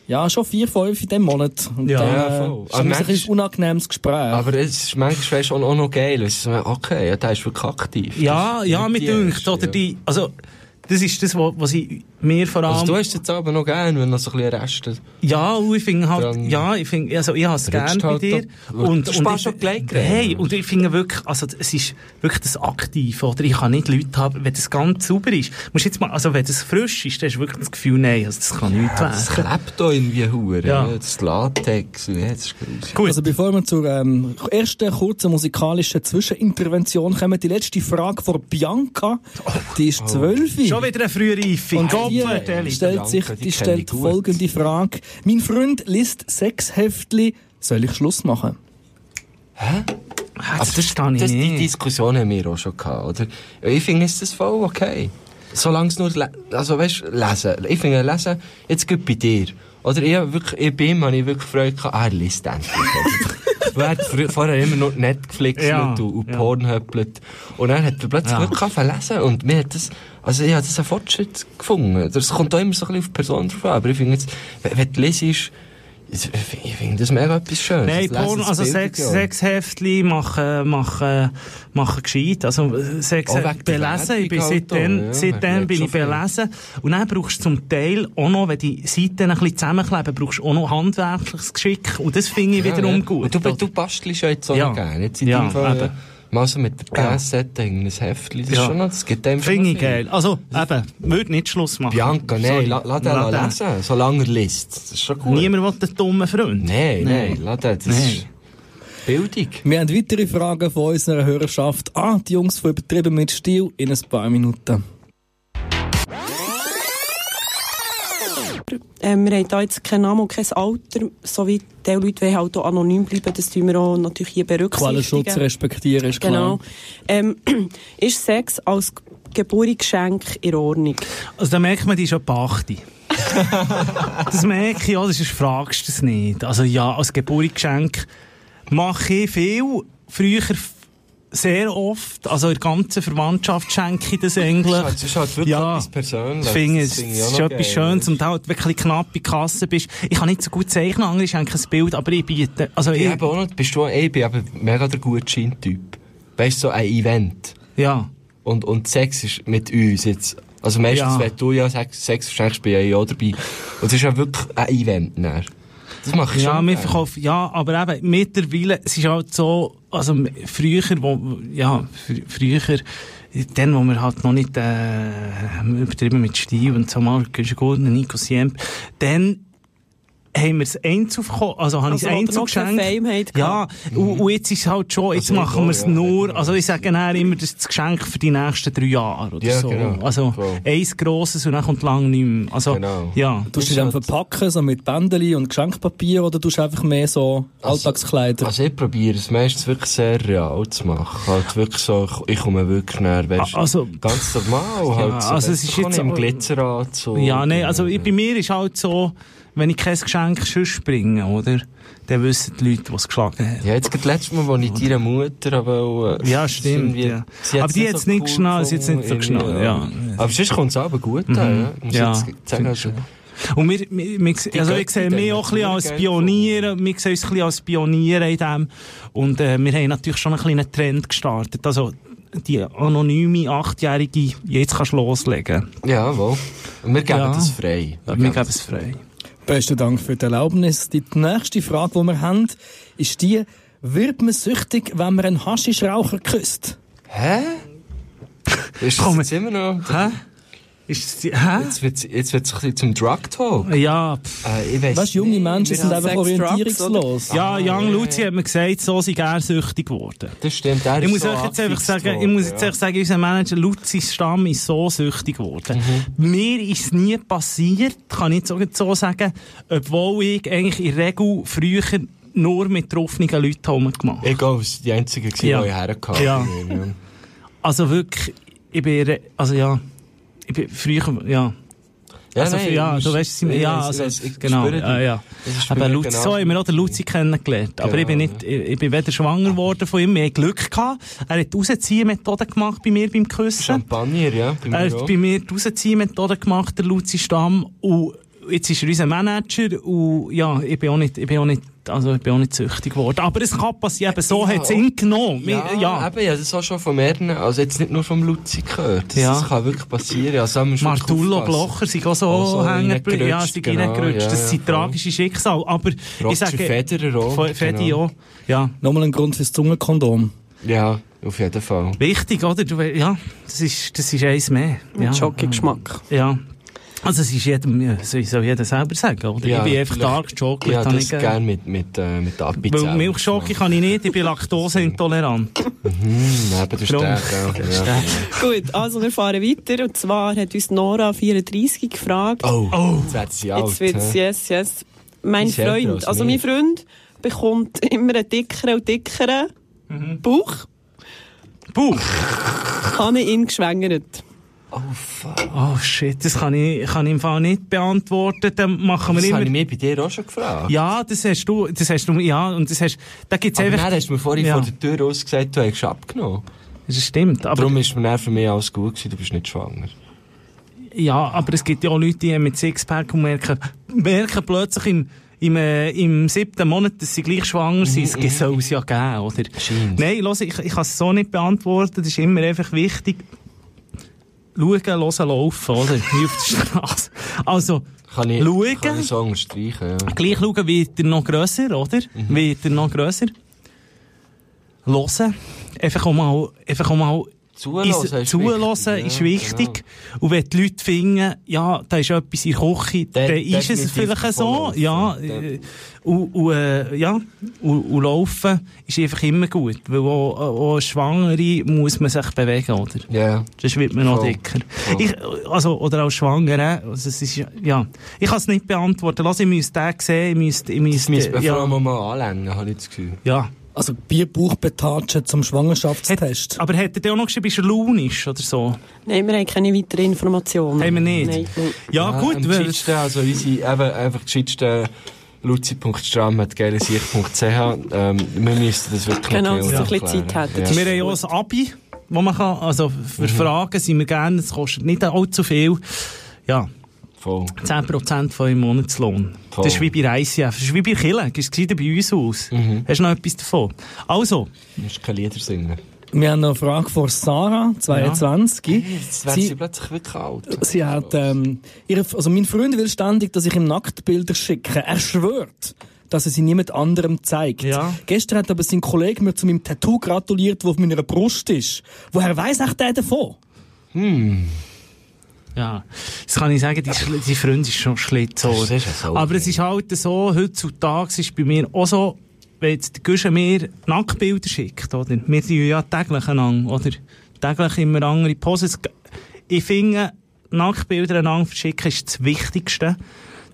[SPEAKER 4] ja, schon vier, fünf in dem Monat. Und
[SPEAKER 5] Ja,
[SPEAKER 4] dann,
[SPEAKER 6] ja,
[SPEAKER 4] äh, Ist
[SPEAKER 6] voll. Aber
[SPEAKER 4] manchmal ein
[SPEAKER 6] manchmal-
[SPEAKER 4] bisschen unangenehmes Gespräch.
[SPEAKER 6] Aber es ist manchmal weisst du, auch, auch noch geil. weil es ist so, Okay, ja, der ist wirklich aktiv.
[SPEAKER 5] Ja,
[SPEAKER 6] Das-
[SPEAKER 5] ja,
[SPEAKER 6] die
[SPEAKER 5] mit dünkt,
[SPEAKER 6] ist,
[SPEAKER 5] oder
[SPEAKER 6] ja.
[SPEAKER 5] die, also, das ist das, was was ich mir vor allem...
[SPEAKER 6] Also du hast jetzt aber noch gern, wenn noch so ein bisschen restet.
[SPEAKER 5] Ja, und ich finde halt,
[SPEAKER 6] Dann
[SPEAKER 5] ja, ich finde, also ich habe es gern
[SPEAKER 6] rutscht
[SPEAKER 5] bei
[SPEAKER 6] halt
[SPEAKER 5] dir.
[SPEAKER 6] ab. Du sparst
[SPEAKER 5] ich-
[SPEAKER 6] schon gleich Gräben.
[SPEAKER 5] Hey, und ich finde wirklich, also es ist wirklich das Aktiv, oder? Ich kann nicht Leute haben, wenn das ganz sauber ist. Musst jetzt mal, also wenn das frisch ist, dann hast du wirklich das Gefühl, nein, also das kann nicht
[SPEAKER 6] Es
[SPEAKER 5] werden.
[SPEAKER 6] klebt da irgendwie Hure.
[SPEAKER 5] Ja.
[SPEAKER 6] Ja. Das Latex, ja, das ist gruselig.
[SPEAKER 5] Gut,
[SPEAKER 4] Also bevor wir zur ähm, ersten kurzen musikalischen Zwischenintervention kommen, die letzte Frage von Bianca. Die
[SPEAKER 6] Oh.
[SPEAKER 4] ist zwölf.
[SPEAKER 5] schon wieder eine frühe Reife.
[SPEAKER 4] Und
[SPEAKER 5] Gott,
[SPEAKER 4] die
[SPEAKER 5] Vertelli.
[SPEAKER 4] stellt sich,
[SPEAKER 6] Bianca, die
[SPEAKER 4] die
[SPEAKER 6] kenn ich
[SPEAKER 4] stellt
[SPEAKER 6] gut.
[SPEAKER 4] folgende Frage. Mein Freund liest sechs Heftli. Soll ich Schluss machen?
[SPEAKER 5] Ah,
[SPEAKER 6] Aber
[SPEAKER 5] das verstehe ich
[SPEAKER 6] das, die
[SPEAKER 5] nicht.
[SPEAKER 6] Diskussion haben wir auch schon gehabt, oder? Ich finde, es ist voll okay. Solange es nur, le- also weißt, lesen. Ich finde, lesen, jetzt geht bei dir. Oder ich hab wirklich, ich bin, habe ich wirklich Freude gehabt, ah, er liest endlich. oder? Weil er hat frü- vorher immer nur Netflix
[SPEAKER 5] Ja,
[SPEAKER 6] und, und
[SPEAKER 5] ja.
[SPEAKER 6] Porn höppelt. Und dann hat er plötzlich
[SPEAKER 5] Ja.
[SPEAKER 6] wirklich angefangen zu lesen. Und mir hat das, also ich habe das einen Fortschritt gefunden. Das kommt auch immer so ein bisschen auf die Person drauf an. Aber ich finde jetzt, wenn, wenn du lesest, ich finde ich finde das mega etwas Schönes.
[SPEAKER 5] Nein,
[SPEAKER 6] Das Lesen,
[SPEAKER 5] Porn,
[SPEAKER 6] das
[SPEAKER 5] also
[SPEAKER 6] bildet
[SPEAKER 5] Sex,
[SPEAKER 6] ja.
[SPEAKER 5] Sexheftchen machen, machen, machen gescheit. Also äh, Sex,
[SPEAKER 6] Auch Oh, wegen der
[SPEAKER 5] belesen. Ich bin
[SPEAKER 6] Werbung halt
[SPEAKER 5] seitdem,
[SPEAKER 6] auch, ja.
[SPEAKER 5] seitdem
[SPEAKER 6] Man
[SPEAKER 5] bin
[SPEAKER 6] hat
[SPEAKER 5] ich
[SPEAKER 6] so viel.
[SPEAKER 5] belesen. Und dann brauchst du zum Teil auch noch, wenn die Seiten ein bisschen zusammenkleben, brauchst du auch noch handwerkliches Geschick. Und das finde ich wiederum
[SPEAKER 6] ja.
[SPEAKER 5] gut.
[SPEAKER 6] Und du, du bastelst ja jetzt auch
[SPEAKER 5] Ja.
[SPEAKER 6] noch gerne. Jetzt in
[SPEAKER 5] Ja,
[SPEAKER 6] deinem Fall,
[SPEAKER 5] eben.
[SPEAKER 6] äh, mal so mit der PS-Sette in ein Heftchen. Das ist
[SPEAKER 5] Ja.
[SPEAKER 6] schon noch, das gibt dem schon
[SPEAKER 5] Finde
[SPEAKER 6] noch
[SPEAKER 5] ich
[SPEAKER 6] viel.
[SPEAKER 5] geil. Also, eben, würde nicht Schluss machen.
[SPEAKER 6] Bianca,
[SPEAKER 5] Sorry.
[SPEAKER 6] nein, la- lass den
[SPEAKER 5] den.
[SPEAKER 6] lesen, solange er liest. Das ist schon gut.
[SPEAKER 5] Niemand will den dummen Freund.
[SPEAKER 6] Nein, nein, lass den, das ist Bildung.
[SPEAKER 4] Wir haben weitere Fragen von unserer Hörerschaft an die Jungs von Übertrieben mit Stil in ein paar Minuten.
[SPEAKER 7] Ähm, wir haben da jetzt keinen Namen und kein Alter, sowie die Leute wollen halt auch anonym bleiben, das tun wir auch natürlich hier berücksichtigen.
[SPEAKER 4] Quellenschutz respektieren ist klar.
[SPEAKER 7] Genau. Ähm, ist Sex als Geburtsgeschenk in Ordnung?
[SPEAKER 5] Also, da merkt man, die ist schon Pachti. das merke ich, also, sonst fragst du es nicht. Also, ja, als Geburtsgeschenk mache ich viel, früher f- sehr oft, also in der ganzen Verwandtschaft schenke ich das eigentlich.
[SPEAKER 6] Das ist halt wirklich
[SPEAKER 5] Ja.
[SPEAKER 6] etwas Persönliches.
[SPEAKER 5] Das finde ich,
[SPEAKER 6] Das
[SPEAKER 5] das
[SPEAKER 6] finde ich auch
[SPEAKER 5] ist
[SPEAKER 6] noch
[SPEAKER 5] etwas
[SPEAKER 6] geil.
[SPEAKER 5] Schönes und halt wirklich knapp in die Kasse bist. Ich kann nicht so gut zeichnen, andere schenken ein Bild, aber ich biete, also
[SPEAKER 6] Ich
[SPEAKER 5] ich,
[SPEAKER 6] eben auch noch, bist du, ich bin eben mega der Gutschein-Typ. Weißt du, so ein Event.
[SPEAKER 5] ja.
[SPEAKER 6] Und, und Sex ist mit uns jetzt. Also meistens,
[SPEAKER 5] Ja.
[SPEAKER 6] wenn du ja Sex, Sex verschenkst, bin ich ja auch dabei. Und es ist ja wirklich ein Event. Dann. Das mache ich
[SPEAKER 5] Ja,
[SPEAKER 6] schon.
[SPEAKER 5] wir
[SPEAKER 6] gerne.
[SPEAKER 5] verkaufen, ja, aber eben, mittlerweile, es ist halt so, also, m- früher, wo, ja, fr früher, dann, wo wir halt noch nicht, äh, übertrieben mit Stil und so, Marco Gordon, Nico Siemp, dann haben wir es einzeln verkauft, also, habe ich
[SPEAKER 7] Also,
[SPEAKER 5] es
[SPEAKER 7] aber
[SPEAKER 5] einzeln
[SPEAKER 7] noch keine
[SPEAKER 5] geschenkt.
[SPEAKER 7] Fame-Heit
[SPEAKER 5] Ja, und, und jetzt ist es halt schon, jetzt
[SPEAKER 6] Also,
[SPEAKER 5] machen wir es
[SPEAKER 6] ja,
[SPEAKER 5] nur,
[SPEAKER 6] ja.
[SPEAKER 5] also, ich sage dann immer, das ist das Geschenk für die nächsten drei Jahre, oder
[SPEAKER 6] Ja,
[SPEAKER 5] so.
[SPEAKER 6] genau.
[SPEAKER 5] Also,
[SPEAKER 6] Voll.
[SPEAKER 5] eins grosses und dann kommt lang nicht mehr. Also,
[SPEAKER 6] Genau.
[SPEAKER 5] ja.
[SPEAKER 4] Du tust du dann verpacken, so mit Bändeli und Geschenkpapier, oder tust du einfach mehr so Alltagskleider?
[SPEAKER 6] Also ich probiere es meistens wirklich sehr real zu machen. Halt wirklich so, ich- ich komme wirklich näher, weißt du,
[SPEAKER 5] A- also-
[SPEAKER 6] ganz normal. halt so,
[SPEAKER 5] also
[SPEAKER 6] weißt
[SPEAKER 5] es
[SPEAKER 6] du,
[SPEAKER 5] ist
[SPEAKER 6] ich kann
[SPEAKER 5] jetzt
[SPEAKER 6] im
[SPEAKER 5] auch-
[SPEAKER 6] Glitzeranzug.
[SPEAKER 5] Ja, nein, also
[SPEAKER 6] und-
[SPEAKER 5] ich, bei mir ist halt so, wenn ich kein Geschenk sonst bringe, oder? Dann wissen die Leute, was geschlagen hat.
[SPEAKER 6] Ja, jetzt gerade letztes Mal, als ich deiner Mutter aber äh,
[SPEAKER 5] Ja, stimmt,
[SPEAKER 6] irgendwie-
[SPEAKER 5] ja.
[SPEAKER 6] sie hat's
[SPEAKER 5] Aber die hat's nicht geschnallt, sie hat's nicht so
[SPEAKER 6] gefunden,
[SPEAKER 5] geschnallt, Mhm.
[SPEAKER 6] irgendwie, Aber sonst kommt es aber gut an, ja. Muss
[SPEAKER 5] Ja,
[SPEAKER 6] ich jetzt sagen,
[SPEAKER 5] finde
[SPEAKER 6] also,
[SPEAKER 5] Und wir, wir, wir se- also ich
[SPEAKER 6] Götter,
[SPEAKER 5] sehe mich
[SPEAKER 6] die
[SPEAKER 5] auch ein
[SPEAKER 6] haben
[SPEAKER 5] bisschen
[SPEAKER 6] wir
[SPEAKER 5] als
[SPEAKER 6] geil
[SPEAKER 5] Pioniere, wir sehen uns ein bisschen als Pioniere in dem. Und äh, wir haben natürlich schon ein bisschen einen Trend gestartet. Also die anonyme Achtjährige, jetzt kannst du loslegen.
[SPEAKER 6] ja, wohl. Und wir geben
[SPEAKER 5] Ja.
[SPEAKER 6] das frei.
[SPEAKER 5] Wir geben es frei.
[SPEAKER 4] Besten Dank für die Erlaubnis. Die nächste Frage, die wir haben, ist die, wird man süchtig, wenn man einen Haschischraucher küsst?
[SPEAKER 6] Hä? Ist das
[SPEAKER 5] Komm,
[SPEAKER 6] jetzt immer noch...
[SPEAKER 5] Hä? Ist das die, hä?
[SPEAKER 6] Jetzt wird es jetzt wird's ein bisschen zum Drug-Talk.
[SPEAKER 5] Ja, pff.
[SPEAKER 6] Äh, ich weiss
[SPEAKER 4] Weißt du, junge
[SPEAKER 6] nicht.
[SPEAKER 4] Menschen sind
[SPEAKER 7] Ja,
[SPEAKER 4] einfach
[SPEAKER 7] Sex,
[SPEAKER 4] orientierungslos.
[SPEAKER 5] ja, Young Luzi hat mir gesagt, so sei er süchtig geworden.
[SPEAKER 6] Das stimmt, er
[SPEAKER 5] Ich
[SPEAKER 6] ist
[SPEAKER 5] muss
[SPEAKER 6] so
[SPEAKER 5] euch jetzt einfach
[SPEAKER 6] angefixt
[SPEAKER 5] sagen, ich
[SPEAKER 6] worden,
[SPEAKER 5] muss jetzt
[SPEAKER 6] ja.
[SPEAKER 5] einfach sagen, unser Manager Luzis Stamm ist so süchtig geworden. Mir ist es nie passiert, kann ich jetzt auch so sagen, obwohl ich eigentlich in der Regel früher nur mit betroffenen Leuten herumgemacht habe.
[SPEAKER 6] Ich glaube, es waren die einzigen, gewesen,
[SPEAKER 5] Ja.
[SPEAKER 6] die ich hergehabt
[SPEAKER 5] Ja.
[SPEAKER 6] habe.
[SPEAKER 5] Also wirklich, ich bin, re- also ja, ich bin früher, ja. also, für- ja, du weißt, es
[SPEAKER 6] ich
[SPEAKER 5] immer- ja,
[SPEAKER 6] weiss,
[SPEAKER 5] also,
[SPEAKER 6] ich weiss, ich
[SPEAKER 5] genau,
[SPEAKER 6] spüre
[SPEAKER 5] ja,
[SPEAKER 6] dich.
[SPEAKER 5] ja.
[SPEAKER 6] Das ist
[SPEAKER 5] Aber
[SPEAKER 6] bei mir
[SPEAKER 5] Luzi,
[SPEAKER 6] genau
[SPEAKER 5] so haben wir
[SPEAKER 6] gleich.
[SPEAKER 5] auch den Luzi kennengelernt. Aber
[SPEAKER 6] Genau,
[SPEAKER 5] ich bin nicht, ich, ich bin weder schwanger geworden von ihm, wir haben Glück gehabt. Er hat Rausziehen-Methoden gemacht bei mir beim Küssen.
[SPEAKER 6] Champagner, ja, bei mir
[SPEAKER 5] Er hat
[SPEAKER 6] auch.
[SPEAKER 5] Äh, bei mir die Rausziehmethode gemacht, der Luzi Stamm. Und jetzt ist er unser Manager. Und ja, ich bin auch nicht, ich bin auch nicht, also ich bin auch nicht süchtig geworden. Aber es kann passieren. Eben so
[SPEAKER 6] Ja. oh.
[SPEAKER 5] hat es ihn genommen. Wir-
[SPEAKER 6] Ja,
[SPEAKER 5] ja.
[SPEAKER 6] eben, ja, das auch schon von mehreren, also jetzt nicht nur vom Luzi gehört. Das,
[SPEAKER 5] Ja.
[SPEAKER 6] das kann wirklich passieren. Also, da muss man wirklich
[SPEAKER 5] Martullo
[SPEAKER 6] aufpassen.
[SPEAKER 5] Blocher sind auch so,
[SPEAKER 6] Auch so
[SPEAKER 5] hängen geblieben.
[SPEAKER 6] reingerutscht,
[SPEAKER 5] Ja, sind
[SPEAKER 6] genau,
[SPEAKER 5] reingerutscht.
[SPEAKER 6] ja,
[SPEAKER 5] das
[SPEAKER 6] ja,
[SPEAKER 5] sind
[SPEAKER 6] voll.
[SPEAKER 5] tragische Schicksale. Aber
[SPEAKER 6] Roger
[SPEAKER 5] ich sage...
[SPEAKER 6] Federer auch,
[SPEAKER 5] Fe- Fedi
[SPEAKER 6] genau.
[SPEAKER 5] auch. Ja.
[SPEAKER 4] Nochmal ein Grund fürs Zungenkondom.
[SPEAKER 6] Ja, auf jeden Fall.
[SPEAKER 5] Wichtig, oder? Du, we- ja, das ist, das ist eins mehr. Ja. Mhm.
[SPEAKER 7] Mit Jockey-Geschmack.
[SPEAKER 5] Ja. Also es ist jedem, ja, soll soll jeder selber sagen, oder?
[SPEAKER 6] Ja,
[SPEAKER 5] ich bin einfach
[SPEAKER 6] vielleicht-
[SPEAKER 5] da gejockelt.
[SPEAKER 6] Ja,
[SPEAKER 5] habe
[SPEAKER 6] das
[SPEAKER 5] ich, äh,
[SPEAKER 6] gerne mit, mit, äh, mit Abizell.
[SPEAKER 5] Weil Milchschoki kann ich nicht, ich bin laktoseintolerant.
[SPEAKER 6] Eben, du stehst, ja. ja.
[SPEAKER 7] Gut, also wir fahren weiter. Und zwar hat uns Nora34 gefragt.
[SPEAKER 6] Oh, jetzt wird sie alt.
[SPEAKER 7] Jetzt wird's,
[SPEAKER 6] hä?
[SPEAKER 7] yes, yes. Mein
[SPEAKER 6] Ist älter
[SPEAKER 7] Freund,
[SPEAKER 6] als
[SPEAKER 7] also
[SPEAKER 6] mir.
[SPEAKER 7] mein Freund bekommt immer einen dickeren und dickeren Bauch.
[SPEAKER 5] Bauch.
[SPEAKER 7] Habe ich ihn geschwängert.
[SPEAKER 6] Oh fuck.
[SPEAKER 5] Oh shit, das kann ich, kann ich im Fall nicht beantworten. Dann machen wir
[SPEAKER 6] Das habe ich
[SPEAKER 5] immer...
[SPEAKER 6] mir bei dir auch schon gefragt.
[SPEAKER 5] Ja, das hast du, das hast du, ja, und das hast, da gibt's
[SPEAKER 6] Aber
[SPEAKER 5] einfach...
[SPEAKER 6] dann hast du mir vorhin
[SPEAKER 5] Ja. Ah,
[SPEAKER 6] vor der Tür aus gesagt, du hättest abgenommen.
[SPEAKER 5] Das stimmt, aber...
[SPEAKER 6] Darum ist mir dann für mich alles gut gewesen, du bist nicht schwanger.
[SPEAKER 5] Ja, aber es gibt ja auch Leute, die mit Sixpack und merken, merken plötzlich im, im, äh, im siebten Monat, dass sie gleich schwanger sind. Es soll es ja geben, oder?
[SPEAKER 6] Scheint.
[SPEAKER 5] Nein, los, ich, ich kann es so nicht beantworten. Das ist immer einfach wichtig. Schauen, hören, laufen, oder? Wie auf der Straße. Also,
[SPEAKER 6] Kann ich,
[SPEAKER 5] Schauen?
[SPEAKER 6] kann ich so unterstreichen, ja.
[SPEAKER 5] gleich schauen, wird er noch grösser, oder? Wird er noch grösser? Hören. Einfach auch mal, einfach auch mal
[SPEAKER 6] Zuhören
[SPEAKER 5] ist,
[SPEAKER 6] ist
[SPEAKER 5] zuhören
[SPEAKER 6] wichtig.
[SPEAKER 5] ist
[SPEAKER 6] Ja,
[SPEAKER 5] wichtig.
[SPEAKER 6] genau.
[SPEAKER 5] Und wenn die Leute finden, ja, da ist etwas in der Küche, dann,
[SPEAKER 6] Dann
[SPEAKER 5] ist es
[SPEAKER 6] definitiv
[SPEAKER 5] vielleicht so.
[SPEAKER 6] vorlaufen.
[SPEAKER 5] Ja,
[SPEAKER 6] Dann-
[SPEAKER 5] äh, und, und, äh, ja und, und laufen ist einfach immer gut. Weil auch, auch als Schwangere muss man sich bewegen, oder?
[SPEAKER 6] Ja.
[SPEAKER 5] Sonst wird man noch
[SPEAKER 6] Voll.
[SPEAKER 5] dicker.
[SPEAKER 6] Voll.
[SPEAKER 5] Ich, also, oder auch schwanger, äh. also, es ist, ja. Ich kann es nicht beantworten. Lass, ich müsste den sehen, ich müsste, ich
[SPEAKER 6] Das müssen
[SPEAKER 5] müsste,
[SPEAKER 6] wir
[SPEAKER 5] ja.
[SPEAKER 6] vor allem mal anlängen, habe ich das Gefühl.
[SPEAKER 5] ja.
[SPEAKER 4] Also Bierbauch betatschen zum
[SPEAKER 5] Hat,
[SPEAKER 4] Schwangerschaftstest.
[SPEAKER 5] aber hat er dir auch noch geschrieben, ist er launisch oder so?
[SPEAKER 7] Nein, wir haben keine weiteren Informationen.
[SPEAKER 5] Haben wir nicht.
[SPEAKER 7] Nein, nein.
[SPEAKER 5] Ja, Ah, gut,
[SPEAKER 6] am
[SPEAKER 5] weil,
[SPEAKER 6] geschicktesten, also unsere, eben, einfach geschicktesten luzi.stram.geilesicht.ch ähm, wir müssen das wirklich
[SPEAKER 7] Genau,
[SPEAKER 6] noch
[SPEAKER 7] dass ihr ein
[SPEAKER 6] genau
[SPEAKER 7] bisschen Zeit hättet.
[SPEAKER 5] Wir haben ja auch ein Abi, wo man kann, also für Fragen sind wir gerne, es kostet nicht allzu viel. Ja,
[SPEAKER 6] Voll.
[SPEAKER 5] 10% von dem Monatslohn.
[SPEAKER 6] Voll.
[SPEAKER 5] Das ist wie bei der ICF, das ist wie bei Killen, das war bei uns aus. Hast du noch etwas davon? Also,
[SPEAKER 6] Du musst keine Lieder singen.
[SPEAKER 4] Wir haben noch eine Frage von Sarah, 22.
[SPEAKER 6] Jetzt wird
[SPEAKER 4] Sie-
[SPEAKER 6] sie plötzlich wirklich alt.
[SPEAKER 4] Sie hat, ähm, ihre, also mein Freund will ständig, dass ich ihm Nacktbilder schicke. Er schwört, dass er sie niemand anderem zeigt.
[SPEAKER 5] Ja.
[SPEAKER 4] Gestern hat aber sein Kollege mir zu meinem Tattoo gratuliert, das auf meiner Brust ist. Woher weiss echt der davon?
[SPEAKER 5] ja, das kann ich sagen, die, Schl- die Freundin ist schon Schlitzohr.
[SPEAKER 6] Das ist ja so.
[SPEAKER 5] Aber es ist halt so, heutzutage ist bei mir auch so, wenn jetzt der Guschen mir Nacktbilder schickt, oder? Wir tun ja täglich einander, oder? Täglich immer andere Poses. Ich finde, Nacktbilder einander verschicken ist das Wichtigste.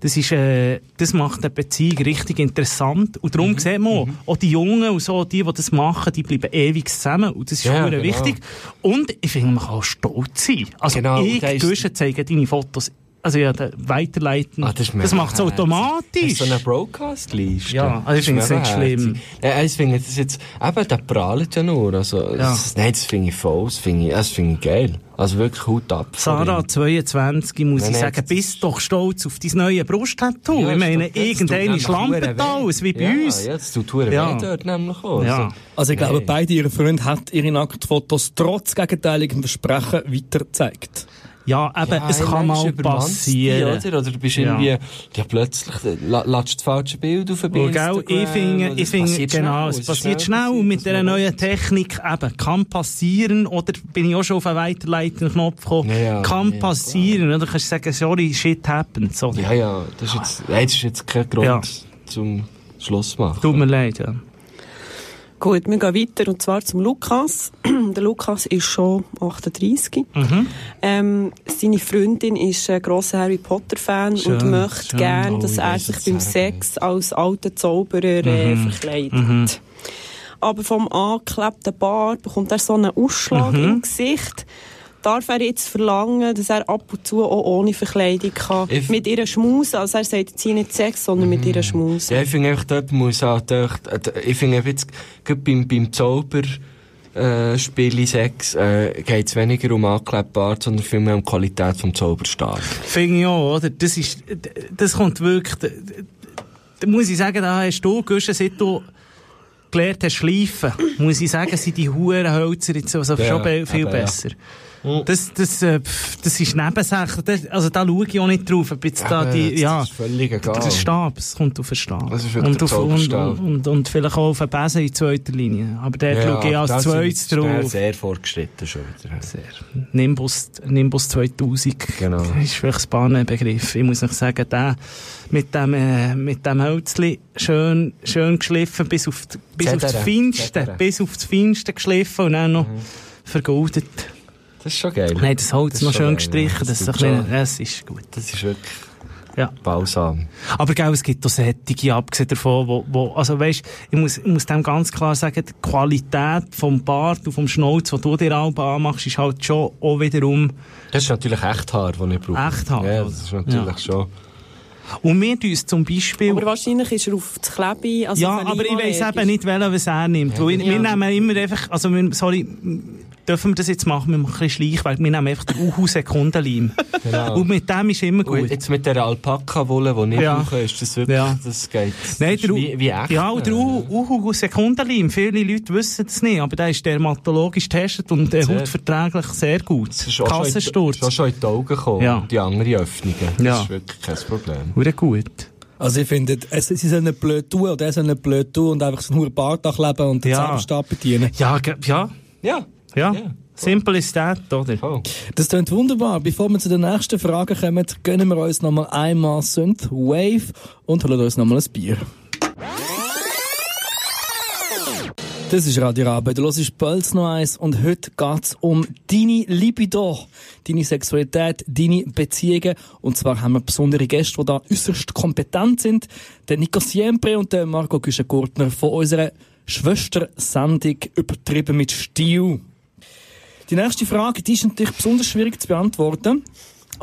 [SPEAKER 5] Das, ist, äh, das macht eine Beziehung richtig interessant. Und
[SPEAKER 6] Mhm.
[SPEAKER 5] darum sieht man auch, auch die Jungen und so, die, die das machen, die bleiben ewig zusammen. Und das ist
[SPEAKER 6] Ja,
[SPEAKER 5] ja,
[SPEAKER 6] genau.
[SPEAKER 5] wichtig. Und ich finde, man kann auch stolz sein. Also
[SPEAKER 6] Genau, und
[SPEAKER 5] ich,
[SPEAKER 6] da ist-
[SPEAKER 5] Guschen, zeige deine Fotos also ja, da- weiterleiten.
[SPEAKER 6] Ah, das ist mega
[SPEAKER 5] das macht's
[SPEAKER 6] herzig.
[SPEAKER 5] automatisch.
[SPEAKER 6] Hast du so eine Broadcast-Liste?
[SPEAKER 5] Ja, also ich finde es nicht schlimm.
[SPEAKER 6] Ja, ich finde das jetzt, eben, der prahlt ja nur. Also, Das, nein, das finde ich voll, das finde ich, das finde ich geil. Also wirklich Hut ab. vor
[SPEAKER 5] Sarah,
[SPEAKER 6] ihm.
[SPEAKER 5] 22, muss
[SPEAKER 6] Nein,
[SPEAKER 5] ich
[SPEAKER 6] nein,
[SPEAKER 5] sagen,
[SPEAKER 6] jetzt-
[SPEAKER 5] bist doch stolz auf dein neue Brusttattoo.
[SPEAKER 6] Ja,
[SPEAKER 5] ich
[SPEAKER 6] das
[SPEAKER 5] meine,
[SPEAKER 6] tut- das tut
[SPEAKER 5] irgendein
[SPEAKER 6] nämlich
[SPEAKER 5] ist
[SPEAKER 6] verdammt weh.
[SPEAKER 5] Lampentals, wie bei
[SPEAKER 6] ja,
[SPEAKER 5] uns.
[SPEAKER 6] Ja, das tut hure
[SPEAKER 5] Ja.
[SPEAKER 6] weh dort nämlich auch.
[SPEAKER 5] Ja.
[SPEAKER 6] Also,
[SPEAKER 4] Also ich glaube,
[SPEAKER 6] Nein.
[SPEAKER 4] beide ihre Freunde hat ihre Nacktfotos trotz gegenteiligem Versprechen weitergezeigt.
[SPEAKER 5] Ja, eben,
[SPEAKER 6] ja,
[SPEAKER 5] es
[SPEAKER 6] hey,
[SPEAKER 5] kann
[SPEAKER 6] manchmal
[SPEAKER 5] mal
[SPEAKER 6] übermannst du dich,
[SPEAKER 5] passieren.
[SPEAKER 6] Oder? oder du bist
[SPEAKER 5] Ja.
[SPEAKER 6] irgendwie, ja plötzlich, äh, la- latschst das falsche Bild auf
[SPEAKER 5] Und,
[SPEAKER 6] ein
[SPEAKER 5] gell, ich finde, ich finde, genau, es passiert schnell, und mit dieser neuen Technik eben, kann passieren, oder bin ich auch schon auf einen weiterleitenden Knopf gekommen,
[SPEAKER 6] Ja, ja,
[SPEAKER 5] kann
[SPEAKER 6] ja,
[SPEAKER 5] passieren, oder kannst du sagen, sorry, shit happens, oder?
[SPEAKER 6] Ja, ja, das ist jetzt, ja, das ist jetzt kein Grund
[SPEAKER 5] Ja.
[SPEAKER 6] zum Schluss machen.
[SPEAKER 5] Tut mir leid, ja.
[SPEAKER 7] Gut, wir gehen weiter und zwar zum Lukas. Der Lukas ist schon 38.
[SPEAKER 6] Mhm.
[SPEAKER 7] Ähm, seine Freundin ist ein grosser Harry Potter Fan
[SPEAKER 5] Schön,
[SPEAKER 7] und möchte
[SPEAKER 5] schön.
[SPEAKER 7] gern,
[SPEAKER 6] Oh,
[SPEAKER 7] dass
[SPEAKER 6] ich
[SPEAKER 7] er
[SPEAKER 6] weiss,
[SPEAKER 7] sich
[SPEAKER 6] was
[SPEAKER 7] beim
[SPEAKER 6] sagen
[SPEAKER 7] Sex als alter Zauberer
[SPEAKER 6] Mhm.
[SPEAKER 7] äh, verkleidet. Aber vom angeklebten Bart bekommt er so einen Ausschlag
[SPEAKER 6] Mhm.
[SPEAKER 7] im Gesicht. Darf er jetzt verlangen, dass er ab und zu auch ohne Verkleidung kann,
[SPEAKER 6] Ich-
[SPEAKER 7] mit ihrer Schmuse, also er sagt jetzt hier nicht Sex, sondern mit ihrer Schmuse.
[SPEAKER 6] Mhm. Ja, ich finde einfach, dort muss halt echt, äh, ich finde einfach jetzt, gerade beim, beim Zauber, äh, Spiele 6, äh, geht's weniger um Anklebbart, sondern vielmehr um die Qualität vom Zauberstab.
[SPEAKER 5] Finde ich auch, oder? Das ist, d- das kommt wirklich, d- d- da muss ich sagen, da hast du, Guschen, seit du gelernt hast, schleifen, muss ich sagen, sind die Hurenhölzer jetzt also
[SPEAKER 6] Ja,
[SPEAKER 5] schon be- viel
[SPEAKER 6] eben, ja.
[SPEAKER 5] besser. Das, das, äh, pff, das ist Nebensache. Das, also da schaue ich auch nicht drauf, ob jetzt da die, ja.
[SPEAKER 6] Das ist völlig egal.
[SPEAKER 5] Der Stab, es kommt auf den Stab.
[SPEAKER 6] Das ist wirklich
[SPEAKER 5] und,
[SPEAKER 6] der
[SPEAKER 5] auf, und,
[SPEAKER 6] Zauberstab.
[SPEAKER 5] und, und, und vielleicht auch auf den Besen in zweiter Linie. Aber der schaue ich
[SPEAKER 6] aber da
[SPEAKER 5] als
[SPEAKER 6] sind
[SPEAKER 5] zweites
[SPEAKER 6] wir sehr,
[SPEAKER 5] drauf.
[SPEAKER 6] Sehr vorgeschritten schon wieder.
[SPEAKER 5] Nimbus, Nimbus 2000
[SPEAKER 6] Genau.
[SPEAKER 5] ist vielleicht ein Bahnenbegriff. Ich muss noch sagen, der mit dem, äh, mit dem Hölzli schön, schön geschliffen, bis auf, die- bis auf das
[SPEAKER 6] Zedere,
[SPEAKER 5] Feinste,
[SPEAKER 6] zedere.
[SPEAKER 5] bis auf das Feinste geschliffen und dann noch vergoldet.
[SPEAKER 6] Das ist schon geil.
[SPEAKER 5] Nein, das Holz
[SPEAKER 6] Mhm. Das ist
[SPEAKER 5] noch
[SPEAKER 6] schon
[SPEAKER 5] schön
[SPEAKER 6] geil,
[SPEAKER 5] gestrichen,
[SPEAKER 6] ja.
[SPEAKER 5] das
[SPEAKER 6] Das
[SPEAKER 5] ist, ein
[SPEAKER 6] tut schon.
[SPEAKER 5] bisschen, es ist gut.
[SPEAKER 6] Das ist wirklich...
[SPEAKER 5] Ja.
[SPEAKER 6] Balsam.
[SPEAKER 5] Aber gell, es gibt auch solche, abgesehen davon, wo, wo also weisst, ich muss, ich muss dem ganz klar sagen, die Qualität vom Bart und vom Schnauz, die du dir Alba anmachst, ist halt schon auch wiederum
[SPEAKER 6] Das ist natürlich echt Haar, das ich brauche.
[SPEAKER 5] echt hart.
[SPEAKER 6] Ja, das ist natürlich schon.
[SPEAKER 5] Und wir tun es zum Beispiel...
[SPEAKER 7] Aber wahrscheinlich ist er auf das Klebe. Also
[SPEAKER 5] ja,
[SPEAKER 7] auf
[SPEAKER 5] aber ich
[SPEAKER 7] Limo
[SPEAKER 5] weiss
[SPEAKER 7] allergisch.
[SPEAKER 5] eben nicht, welchen was er nimmt. Weil wir nehmen immer einfach, also wir, sorry, dürfen wir das jetzt machen? Wir machen ein bisschen Schleichwerk. Wir nehmen einfach den Uhu-Sekundenleim.
[SPEAKER 6] Genau.
[SPEAKER 5] Und mit dem ist immer
[SPEAKER 6] Und
[SPEAKER 5] gut.
[SPEAKER 6] jetzt mit der Alpaka-Wolle, die ich
[SPEAKER 5] Ja.
[SPEAKER 6] brauche, ist das wirklich,
[SPEAKER 5] Ja.
[SPEAKER 6] das geht.
[SPEAKER 5] Nein,
[SPEAKER 6] das ist
[SPEAKER 5] der U-
[SPEAKER 6] wie, wie echt.
[SPEAKER 5] Ja, und der U- Uhu Sekundenleim. Viele Leute wissen es nicht, aber der ist dermatologisch getestet und äh,
[SPEAKER 6] Sehr.
[SPEAKER 5] hautverträglich sehr gut.
[SPEAKER 6] Das ist auch schon in-
[SPEAKER 5] Kassensturz.
[SPEAKER 6] Ist auch schon in die Augen gekommen.
[SPEAKER 5] Ja.
[SPEAKER 6] Und Die anderen Öffnungen. Das
[SPEAKER 5] Ja.
[SPEAKER 6] ist wirklich kein Problem.
[SPEAKER 5] Hure gut.
[SPEAKER 4] Also ich finde, es, sie sollen nicht blöd tun oder er soll nicht blöd tun und einfach so einen hohen Bart nachleben und den
[SPEAKER 5] Ja.
[SPEAKER 4] Zauberstab bedienen.
[SPEAKER 5] Ja, ge- ja,
[SPEAKER 6] Ja.
[SPEAKER 5] ja.
[SPEAKER 6] Ja.
[SPEAKER 5] Simple ist das, oder?
[SPEAKER 6] Voll.
[SPEAKER 4] Das klingt wunderbar. Bevor wir zu der nächsten Frage kommen, gönnen wir uns nochmal einmal Synth Wave und holen uns nochmal ein Bier. Das ist Radio Rabe, du hörst Puls noch eins und heute geht's um deine Libido, deine Sexualität, deine Beziehungen. Und zwar haben wir besondere Gäste, die da äußerst kompetent sind. Der Nico Siempre und der Marco Güschen-Gurtner von unserer Schwester-Sendung «Übertrieben mit Stil». Die nächste Frage, die ist natürlich besonders schwierig zu beantworten.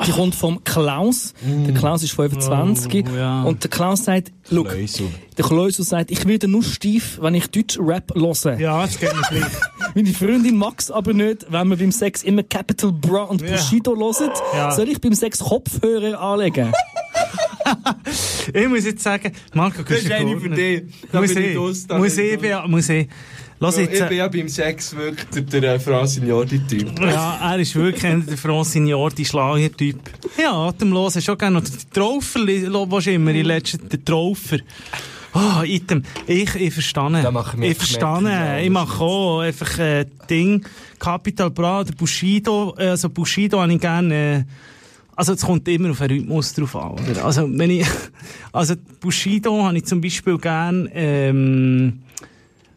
[SPEAKER 4] Die kommt vom Klaus. Der Klaus ist 25.
[SPEAKER 5] Mm. Oh, ja.
[SPEAKER 4] Und der Klaus sagt, «Schau,
[SPEAKER 6] Läusel.
[SPEAKER 4] der Kleusel sagt, ich werde nur steif, wenn ich Deutsch-Rap höre.
[SPEAKER 5] Ja, das geht mir schlecht.
[SPEAKER 4] Meine Freundin mag's aber nicht, wenn wir beim Sex immer Capital Bra und Bushido hören.
[SPEAKER 5] Ja. Ähm.
[SPEAKER 4] Soll ich beim Sex Kopfhörer anlegen?
[SPEAKER 5] Ich muss jetzt sagen, Marco, das
[SPEAKER 6] ist eine für dich. Da
[SPEAKER 5] Muss
[SPEAKER 6] bin ich
[SPEAKER 5] ich,
[SPEAKER 6] raus, da
[SPEAKER 5] muss
[SPEAKER 6] bin ich
[SPEAKER 5] ich, muss ich. Lass jetzt,
[SPEAKER 6] Ich bin ja beim Sex wirklich der, der äh, Frasignordi-Typ.
[SPEAKER 5] Ja, er ist wirklich einer der Francinior, die Schlagertyp. Ja, atemlos, hast du auch gerne noch den Traufer, was immer,
[SPEAKER 6] Hmm.
[SPEAKER 5] in letzter, der Traufer. Ah, Item, ich, ich verstehe.
[SPEAKER 6] Da machen wir
[SPEAKER 5] ich verstehe.
[SPEAKER 6] Schmecken,
[SPEAKER 5] Ich mache auch einfach äh, Ding. Capital Bra, der Bushido. äh, Also Bushido habe ich gerne. Äh, also es kommt immer auf den Rhythmus drauf an. Oder? Also, wenn ich, also Bushido habe ich zum Beispiel gerne. Ähm,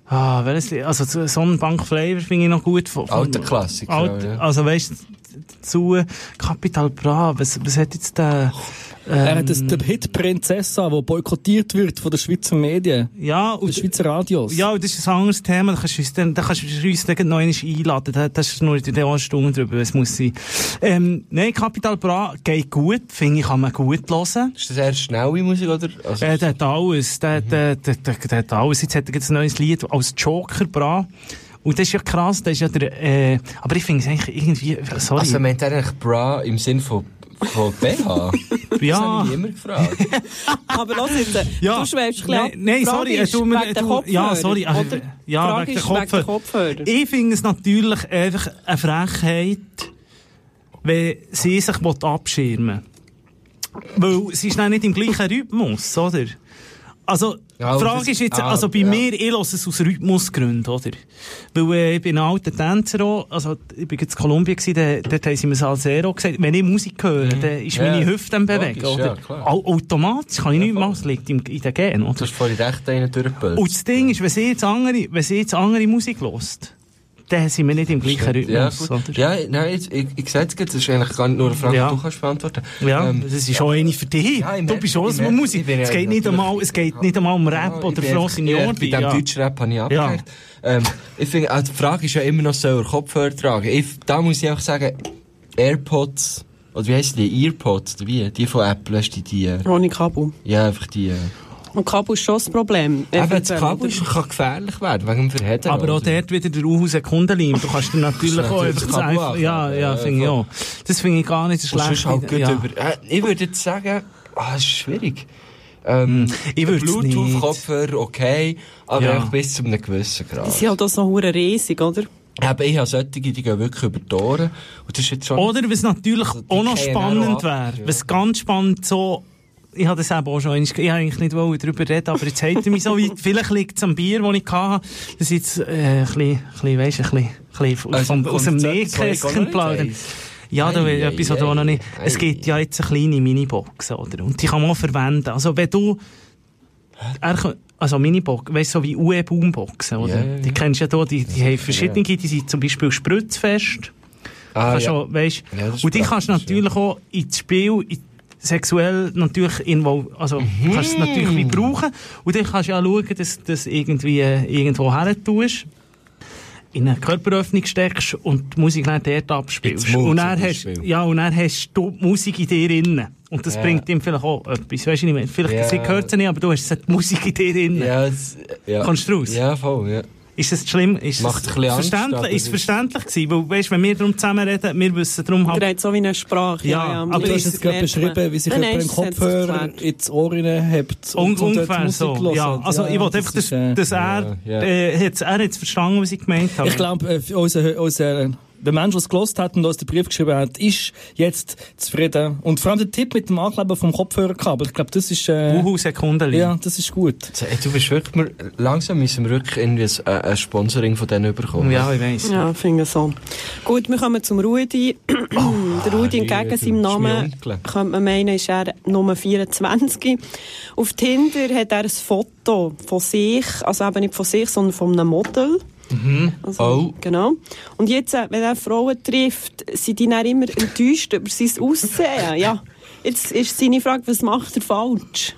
[SPEAKER 5] Ah, welches, Lied? also so- Sonnenbank Flavor finde ich noch gut. Von, von-
[SPEAKER 6] Alter Klassiker,
[SPEAKER 5] Alt,
[SPEAKER 6] ja.
[SPEAKER 5] Also weißt du, zu Capital Bra, was, was hat jetzt der...
[SPEAKER 4] Er hat das, den Hit Prinzessa, der boykottiert wird von den Schweizer Medien,
[SPEAKER 5] Ja,
[SPEAKER 4] von den
[SPEAKER 5] und,
[SPEAKER 4] Schweizer Radios.
[SPEAKER 5] ja, und das ist ein anderes Thema, da kannst du uns, dann, da kannst du uns dann noch einmal einladen, da, das ist nur in der Stunde drüber, es muss sein. Ähm, nein, Capital Bra geht gut, finde ich, kann man gut hören.
[SPEAKER 6] Ist das eher schnelle Musik, oder? Also,
[SPEAKER 5] Äh, der hat alles, der, der, der, der, der hat alles. Jetzt hat er jetzt ein neues Lied als Joker gebracht. Und das ist ja krass, das ist ja der, äh, aber ich finde es eigentlich irgendwie, sorry.
[SPEAKER 6] also meint er eigentlich Bra im Sinn von, von BH? Das habe
[SPEAKER 5] ja.
[SPEAKER 6] ich mich immer gefragt.
[SPEAKER 7] Aber los jetzt,
[SPEAKER 5] Ja.
[SPEAKER 7] du schwebst ein bisschen
[SPEAKER 5] Nein,
[SPEAKER 7] ab.
[SPEAKER 5] nein, sorry,
[SPEAKER 7] Die Frage
[SPEAKER 5] eh,
[SPEAKER 7] ist,
[SPEAKER 5] du-
[SPEAKER 7] wegen
[SPEAKER 5] du-
[SPEAKER 7] der Kopfhörer,
[SPEAKER 5] ja, sorry,
[SPEAKER 7] oder?
[SPEAKER 5] äh,
[SPEAKER 7] Die
[SPEAKER 5] ja,
[SPEAKER 7] Frage
[SPEAKER 5] wegen der
[SPEAKER 7] ist, wegen der
[SPEAKER 5] Kopfhörer.
[SPEAKER 7] Kopfhörer.
[SPEAKER 5] Ich finde es natürlich einfach eine Frechheit, wenn sie sich will abschirmen Weil sie ist dann nicht im gleichen Rhythmus, oder? Also,
[SPEAKER 6] Ja,
[SPEAKER 5] die
[SPEAKER 6] und
[SPEAKER 5] Frage
[SPEAKER 6] das-
[SPEAKER 5] ist jetzt,
[SPEAKER 6] ah,
[SPEAKER 5] also bei
[SPEAKER 6] ja.
[SPEAKER 5] mir, ich höre es aus Rhythmusgründen, oder? Weil äh, ich bin ein alter Tänzer auch, also ich bin jetzt in Kolumbien, gewesen, dort, dort haben sie mir Salsero gesagt, wenn ich Musik höre, dann ist
[SPEAKER 6] Mhm. Ja,
[SPEAKER 5] meine Hüfte am Bewegen,
[SPEAKER 6] logisch, ja,
[SPEAKER 5] oder?
[SPEAKER 6] klar.
[SPEAKER 5] Au- Automatisch kann ich nichts machen, es liegt im- in den Genen, oder?
[SPEAKER 6] Du hast vorhin recht einen durchgebölzt.
[SPEAKER 5] Und das Ding ist, wenn sie jetzt andere, wenn sie jetzt andere Musik hört, dann sind wir nicht im gleichen
[SPEAKER 6] Ja,
[SPEAKER 5] Rhythmus.
[SPEAKER 6] gut.
[SPEAKER 5] oder?
[SPEAKER 6] ja, nou, nein, jetzt, ich, ich sage es jetzt, das ist eigentlich gar nicht nur eine Frage,
[SPEAKER 5] Ja.
[SPEAKER 6] die du kannst beantworten
[SPEAKER 5] Ja, dus
[SPEAKER 6] Ähm,
[SPEAKER 5] das ist schon eine für dich.
[SPEAKER 6] Ja, ich
[SPEAKER 5] du
[SPEAKER 6] merke-
[SPEAKER 5] bist auch
[SPEAKER 6] ich
[SPEAKER 5] ein
[SPEAKER 6] merke-
[SPEAKER 5] Musik.
[SPEAKER 6] ich bin ja
[SPEAKER 5] Es geht, nicht
[SPEAKER 6] natürlich-
[SPEAKER 5] einmal, es geht nicht einmal um Rap
[SPEAKER 6] Ja,
[SPEAKER 5] oder
[SPEAKER 6] ich bin
[SPEAKER 5] Frosinior.
[SPEAKER 6] einfach- ich- Bei dem
[SPEAKER 5] ja.
[SPEAKER 6] Deutschrap habe ich abgehört. Ähm, ich finde, also die Frage ist ja immer noch, soll er Kopfhörer tragen? Ich, da muss ich einfach sagen, AirPods, oder wie heissen die? Earpods, oder wie? Die von Apple, hast du die, die, äh,
[SPEAKER 7] Ohne Kabel.
[SPEAKER 6] ja, einfach die, Ah, äh,
[SPEAKER 7] Und Kabel ist schon das Problem.
[SPEAKER 6] eben das
[SPEAKER 5] eh,
[SPEAKER 7] Eventuell,
[SPEAKER 6] Kabel
[SPEAKER 7] oder?
[SPEAKER 6] ist, kann gefährlich werden, wegen dem Verheddern.
[SPEAKER 5] Aber auch
[SPEAKER 6] oder?
[SPEAKER 5] dort wieder der Uhu Sekundenleim. Du kannst dir natürlich auch
[SPEAKER 6] Das ist
[SPEAKER 5] einfach
[SPEAKER 6] natürlich
[SPEAKER 5] das
[SPEAKER 6] Tabu
[SPEAKER 5] einfach, ja,
[SPEAKER 6] anfangen.
[SPEAKER 5] ja,
[SPEAKER 6] Ja,
[SPEAKER 5] finde ich
[SPEAKER 6] voll.
[SPEAKER 5] auch. Das finde ich gar nicht so
[SPEAKER 6] Und
[SPEAKER 5] schlecht.
[SPEAKER 6] sonst halt gut
[SPEAKER 5] ja.
[SPEAKER 6] über, äh, ich würde jetzt sagen, ah, es ist schwierig. Ähm,
[SPEAKER 5] Ich würd's nicht.
[SPEAKER 6] Bluetooth-Kopfhörer, okay, aber
[SPEAKER 5] Ja.
[SPEAKER 6] auch bis zu einem gewissen Grad.
[SPEAKER 7] Die sind halt auch so hure riesig, oder?
[SPEAKER 6] Eben, ich habe solche, die gehen wirklich über die Ohren. Und das ist jetzt schon... Also,
[SPEAKER 5] Oder was natürlich
[SPEAKER 6] die
[SPEAKER 5] auch noch
[SPEAKER 6] kennen
[SPEAKER 5] spannend
[SPEAKER 6] auch ab,
[SPEAKER 5] wäre,
[SPEAKER 6] ja.
[SPEAKER 5] was ganz spannend so, ich habe das eben auch schon, einmal- ich wollte eigentlich nicht darüber reden, aber jetzt hält er mich so weit, vielleicht liegt es am Bier, das ich hatte, dass ich jetzt äh, ein bisschen, ein bisschen, weißt, ein bisschen, ein bisschen
[SPEAKER 6] Also,
[SPEAKER 5] vom, aus dem
[SPEAKER 6] kommt jetzt etwas, was ich gar
[SPEAKER 5] Nähkästchen
[SPEAKER 6] nicht
[SPEAKER 5] plaudern.
[SPEAKER 6] weiss?
[SPEAKER 5] Ja, da will
[SPEAKER 6] Ei,
[SPEAKER 5] ich etwas,
[SPEAKER 6] ei,
[SPEAKER 5] was du auch noch nicht...
[SPEAKER 6] ei,
[SPEAKER 5] Es
[SPEAKER 6] ei.
[SPEAKER 5] gibt ja jetzt eine kleine Minibox, oder? Und die kann man auch verwenden. Also wenn du... Er kann- Also Minibox, weißt du, so wie UE-Boomboxen, oder?
[SPEAKER 6] Ja, ja, ja.
[SPEAKER 5] Die kennst du ja da, die, die haben verschiedene, die sind zum Beispiel spritzfest.
[SPEAKER 6] Ah,
[SPEAKER 5] Kannst
[SPEAKER 6] ja.
[SPEAKER 5] auch, weißt,
[SPEAKER 6] Ja, das ist
[SPEAKER 5] und die kannst du
[SPEAKER 6] praktisch,
[SPEAKER 5] natürlich auch ins Spiel, in, sexuell natürlich invol also
[SPEAKER 6] Mhm.
[SPEAKER 5] kannst es natürlich wie brauchen und dann kannst du ja schauen, dass du das irgendwie äh, irgendwo her tust in eine Körperöffnung steckst und die Musik dann dort abspielst.
[SPEAKER 6] Ins Maul
[SPEAKER 5] Und
[SPEAKER 6] zum
[SPEAKER 5] dann, hast,
[SPEAKER 6] Beispiel.
[SPEAKER 5] ja, und dann hast du die Musik in dir drin. Und das
[SPEAKER 6] Ja.
[SPEAKER 5] bringt ihm vielleicht auch etwas. Weißt du, ich meine, vielleicht
[SPEAKER 6] Ja.
[SPEAKER 5] sie hört sie nicht, aber du hast die Musik in dir drin.
[SPEAKER 6] Ja, das, ja.
[SPEAKER 5] Kommst du raus?
[SPEAKER 6] Ja, voll, ja.
[SPEAKER 5] Ist das schlimm? Ist
[SPEAKER 6] Macht
[SPEAKER 5] es
[SPEAKER 6] ein bisschen Angst,
[SPEAKER 5] verständlich?
[SPEAKER 6] aber
[SPEAKER 5] ist es
[SPEAKER 6] es-
[SPEAKER 5] verständlich gewesen? Weil, weißt, wenn wir darum zusammen reden, wir wissen darum
[SPEAKER 7] Ihr
[SPEAKER 5] halt...
[SPEAKER 7] habt so wie eine Sprache.
[SPEAKER 5] Ja,
[SPEAKER 7] Ja, ja,
[SPEAKER 5] aber
[SPEAKER 4] Du hast
[SPEAKER 5] ist-
[SPEAKER 4] jetzt gerade beschrieben, wie sich
[SPEAKER 7] Nein,
[SPEAKER 4] jemand
[SPEAKER 7] nein,
[SPEAKER 4] im
[SPEAKER 7] es hat sich
[SPEAKER 4] Kopfhörer
[SPEAKER 7] geklärt.
[SPEAKER 4] ins Ohr hebt
[SPEAKER 5] Un
[SPEAKER 4] dort
[SPEAKER 5] ungefähr
[SPEAKER 4] Musik
[SPEAKER 5] so.
[SPEAKER 4] hört.
[SPEAKER 5] Ja, eh, also
[SPEAKER 4] Ja,
[SPEAKER 5] ich wollte
[SPEAKER 4] das
[SPEAKER 5] einfach,
[SPEAKER 4] ist,
[SPEAKER 5] dass,
[SPEAKER 4] äh,
[SPEAKER 5] dass er
[SPEAKER 6] ja, ja.
[SPEAKER 5] Äh, jetzt, er jetzt verstanden, was ich gemeint habe.
[SPEAKER 4] Ich glaube, äh, für unser, unser, der Mensch, der es gelost hat und uns den Brief geschrieben hat, ist jetzt zufrieden. Und vor allem der Tipp mit dem Ankleben vom Kopfhörerkabel, ich glaube, das ist, äh,
[SPEAKER 5] Uhu, Sekunden.
[SPEAKER 4] ja, das ist gut.
[SPEAKER 6] So, ey, Du bist wirklich, mal- langsam müssen wir wirklich irgendwie ein, äh, ein Sponsoring von denen bekommen.
[SPEAKER 5] ja, ich weiss.
[SPEAKER 7] Ja, finde ich ne, so. Gut, wir kommen zum Rudi.
[SPEAKER 5] Ah,
[SPEAKER 7] der Rudi entgegen
[SPEAKER 6] Rudi,
[SPEAKER 7] seinem
[SPEAKER 6] das ist mein
[SPEAKER 7] Namen,
[SPEAKER 6] Onkel.
[SPEAKER 7] könnte man meinen, ist er Nummer 24. Auf Tinder hat er ein Foto von sich, also eben nicht von sich, sondern von einem Model.
[SPEAKER 5] Mhm.
[SPEAKER 7] Also,
[SPEAKER 6] Oh.
[SPEAKER 7] Genau. Und jetzt, äh, wenn er Frauen trifft, sind die dann immer enttäuscht über sein Aussehen. Ja. Jetzt ist seine Frage, was macht er falsch?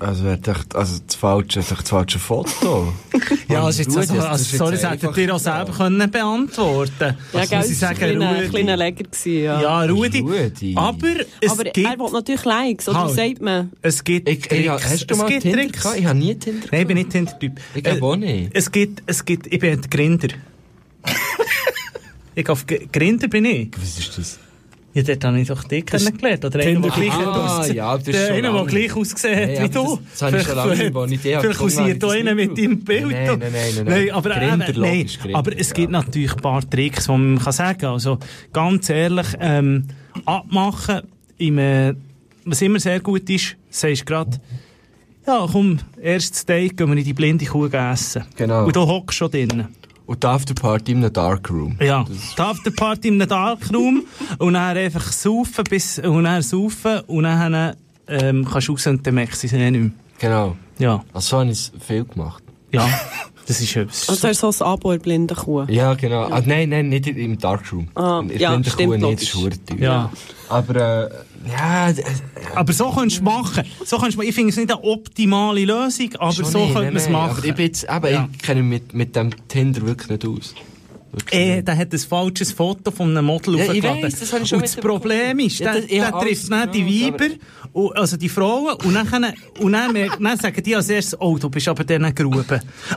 [SPEAKER 6] Also, er hat echt- also das falsche, das, das falsche Foto.
[SPEAKER 5] Ja, das ist jetzt,
[SPEAKER 6] Gut,
[SPEAKER 5] also,
[SPEAKER 6] das ist
[SPEAKER 5] also,
[SPEAKER 6] jetzt
[SPEAKER 5] sorry, das hättet
[SPEAKER 6] einfach-
[SPEAKER 5] ihr auch selber können beantworten Also
[SPEAKER 7] gell,
[SPEAKER 5] muss ich
[SPEAKER 7] es war
[SPEAKER 5] sagen,
[SPEAKER 7] ein
[SPEAKER 5] Rudi.
[SPEAKER 7] kleiner Leger. Gewesen, ja.
[SPEAKER 5] Ja, Rudi.
[SPEAKER 6] Rudi.
[SPEAKER 5] Aber es
[SPEAKER 7] Aber
[SPEAKER 5] gibt...
[SPEAKER 7] er will natürlich Likes, oder
[SPEAKER 5] Halt.
[SPEAKER 7] sagt man?
[SPEAKER 5] es gibt
[SPEAKER 6] Ich, ich,
[SPEAKER 5] Tricks.
[SPEAKER 6] hast du
[SPEAKER 5] es
[SPEAKER 6] mal
[SPEAKER 5] gibt
[SPEAKER 6] Tinder
[SPEAKER 5] Tricks.
[SPEAKER 6] gehabt? Ich habe nie Tinder
[SPEAKER 5] Nein, ich bin nicht Tinder-Typ.
[SPEAKER 6] Ich glaube auch nicht.
[SPEAKER 5] Es gibt, es gibt... Ich bin ein Grinder. ich auf G- Grinder bin ich.
[SPEAKER 6] Was ist das?
[SPEAKER 5] Ja, dort habe ich doch dich kennengelernt. Oder einen, der gleich,
[SPEAKER 6] Ah, ja, aber das ist
[SPEAKER 5] der
[SPEAKER 6] schon
[SPEAKER 5] einen, der
[SPEAKER 6] lange.
[SPEAKER 5] gleich ausgesehen hat
[SPEAKER 6] Nein,
[SPEAKER 5] wie
[SPEAKER 6] aber
[SPEAKER 5] du.
[SPEAKER 6] das- das habe ich schon lange nicht, wo ich die habe.
[SPEAKER 5] Vielleicht
[SPEAKER 6] Darum habe ich
[SPEAKER 5] hausiert auch
[SPEAKER 6] das
[SPEAKER 5] einer
[SPEAKER 6] nicht
[SPEAKER 5] mit deinem Bild.
[SPEAKER 6] Nein,
[SPEAKER 5] da.
[SPEAKER 6] nein, nein,
[SPEAKER 5] nein
[SPEAKER 6] nein, nein.
[SPEAKER 5] aber,
[SPEAKER 6] Grinder,
[SPEAKER 5] eben, nein,
[SPEAKER 6] logisch, Grinder,
[SPEAKER 5] aber es
[SPEAKER 6] ja.
[SPEAKER 5] gibt natürlich ein paar Tricks, die man kann sagen kann. Also, ganz ehrlich, ähm, abmachen, im, äh, was immer sehr gut ist, sagst du gerade, ja, komm, erstes Date gehen wir in die blinde Kuh essen.
[SPEAKER 6] Genau.
[SPEAKER 5] Und da hockst du schon drinnen.
[SPEAKER 6] Und die Afterparty in einem Darkroom.
[SPEAKER 5] Ja, die Afterparty in einem Darkroom und dann einfach saufen bis, und dann saufen und dann ähm, kannst du raus und dann merkst du es eh nicht
[SPEAKER 6] Genau.
[SPEAKER 5] mehr. Ja,
[SPEAKER 6] Also so habe ich es viel gemacht.
[SPEAKER 5] ja, das ist etwas.
[SPEAKER 7] Also er ist so ein Abo in blinden Kuh.
[SPEAKER 6] Ja, genau. Ah, nein, nein, nicht im Darkroom.
[SPEAKER 7] Ah,
[SPEAKER 6] ich
[SPEAKER 7] ja,
[SPEAKER 6] bin der
[SPEAKER 7] stimmt,
[SPEAKER 6] Kuh nicht, das
[SPEAKER 7] logisch.
[SPEAKER 6] ist verdammt teuer.
[SPEAKER 5] ja.
[SPEAKER 6] Aber, äh, ja, d- äh,
[SPEAKER 5] Aber so kannst du machen. So kannst du, ich finde es nicht eine optimale Lösung, aber
[SPEAKER 6] schon
[SPEAKER 5] so
[SPEAKER 6] nicht,
[SPEAKER 5] könnte
[SPEAKER 6] nein,
[SPEAKER 5] man es
[SPEAKER 6] nein.
[SPEAKER 5] machen.
[SPEAKER 6] Aber ich, bin jetzt, eben,
[SPEAKER 5] Ja.
[SPEAKER 6] ich kenne mich mit, mit dem Tinder wirklich nicht aus. Wirklich
[SPEAKER 5] Eh,
[SPEAKER 6] nicht.
[SPEAKER 5] der hat ein falsches Foto von einem Model
[SPEAKER 6] Ja, ich
[SPEAKER 5] hochgeladen.
[SPEAKER 6] weiss, das habe ich schon
[SPEAKER 5] Und das
[SPEAKER 6] mitbekommen.
[SPEAKER 5] Problem ist,
[SPEAKER 6] Ja,
[SPEAKER 5] der,
[SPEAKER 6] das- ich
[SPEAKER 5] der
[SPEAKER 6] habe
[SPEAKER 5] trifft
[SPEAKER 6] alles
[SPEAKER 5] nicht die
[SPEAKER 6] geklaut,
[SPEAKER 5] Weiber, und- also die Frauen, und dann, und dann, merkt- dann sagen die als erstes, oh, du bist aber denen Gruben.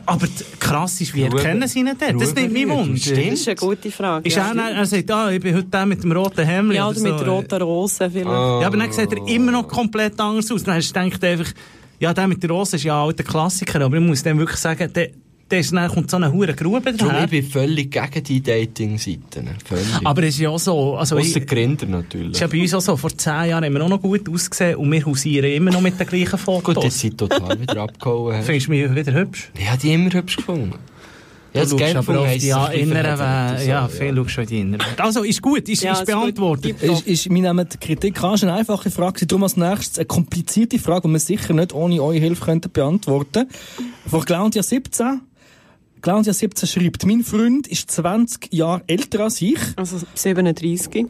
[SPEAKER 5] Aber d- krass ist, wie
[SPEAKER 6] Gruben.
[SPEAKER 5] erkennen sie ihn denn? Das ist nicht mein
[SPEAKER 6] Grubenbrüder,
[SPEAKER 5] Wunsch.
[SPEAKER 6] stimmt.
[SPEAKER 7] Das ist eine gute Frage.
[SPEAKER 5] Ist
[SPEAKER 7] ja.
[SPEAKER 5] er, dann- er sagt, ah, ich bin heute der mit dem roten Hemd.
[SPEAKER 7] ja, oder mit
[SPEAKER 5] so. äh,
[SPEAKER 7] roten Rosen vielleicht.
[SPEAKER 6] Ah.
[SPEAKER 5] Ja, aber dann sieht er immer noch komplett anders aus. Dann hast du gedacht einfach, ja, der mit der Rose ist ja ein alter Klassiker, aber ich muss dem wirklich sagen, der, der ist, dann kommt so eine hure Grube
[SPEAKER 6] Darum, ich
[SPEAKER 5] daher.
[SPEAKER 6] bin völlig gegen die Dating-Seiten. Völlig.
[SPEAKER 5] Aber es ist ja auch so, also ich-
[SPEAKER 6] Ausser Grinder
[SPEAKER 5] Das
[SPEAKER 6] natürlich.
[SPEAKER 5] ist ja bei uns auch so. Vor zehn Jahren haben wir auch noch gut ausgesehen und wir hausieren immer noch mit den gleichen Fotos.
[SPEAKER 6] Gut, jetzt sind total wieder abgehauen. hast.
[SPEAKER 5] Findest du mich wieder hübsch?
[SPEAKER 6] Ich habe die immer hübsch gefunden. Ja,
[SPEAKER 5] Du schaust aber auf die
[SPEAKER 6] ja,
[SPEAKER 5] inneren Wege. Ja, viel schaust du in die inneren Wege. Also, ist gut, ist,
[SPEAKER 7] Ja,
[SPEAKER 5] ist
[SPEAKER 7] ist
[SPEAKER 5] beantwortet.
[SPEAKER 7] gut.
[SPEAKER 4] Ist, ist, wir nehmen die Kritik an, ist eine einfache Frage. gewesen. Darum als nächstes eine komplizierte Frage, die wir sicher nicht ohne eure Hilfe könnten beantworten Von Claudia 17. Claudia 17 schreibt, mein Freund ist 20 Jahre älter als ich,
[SPEAKER 7] Also 37.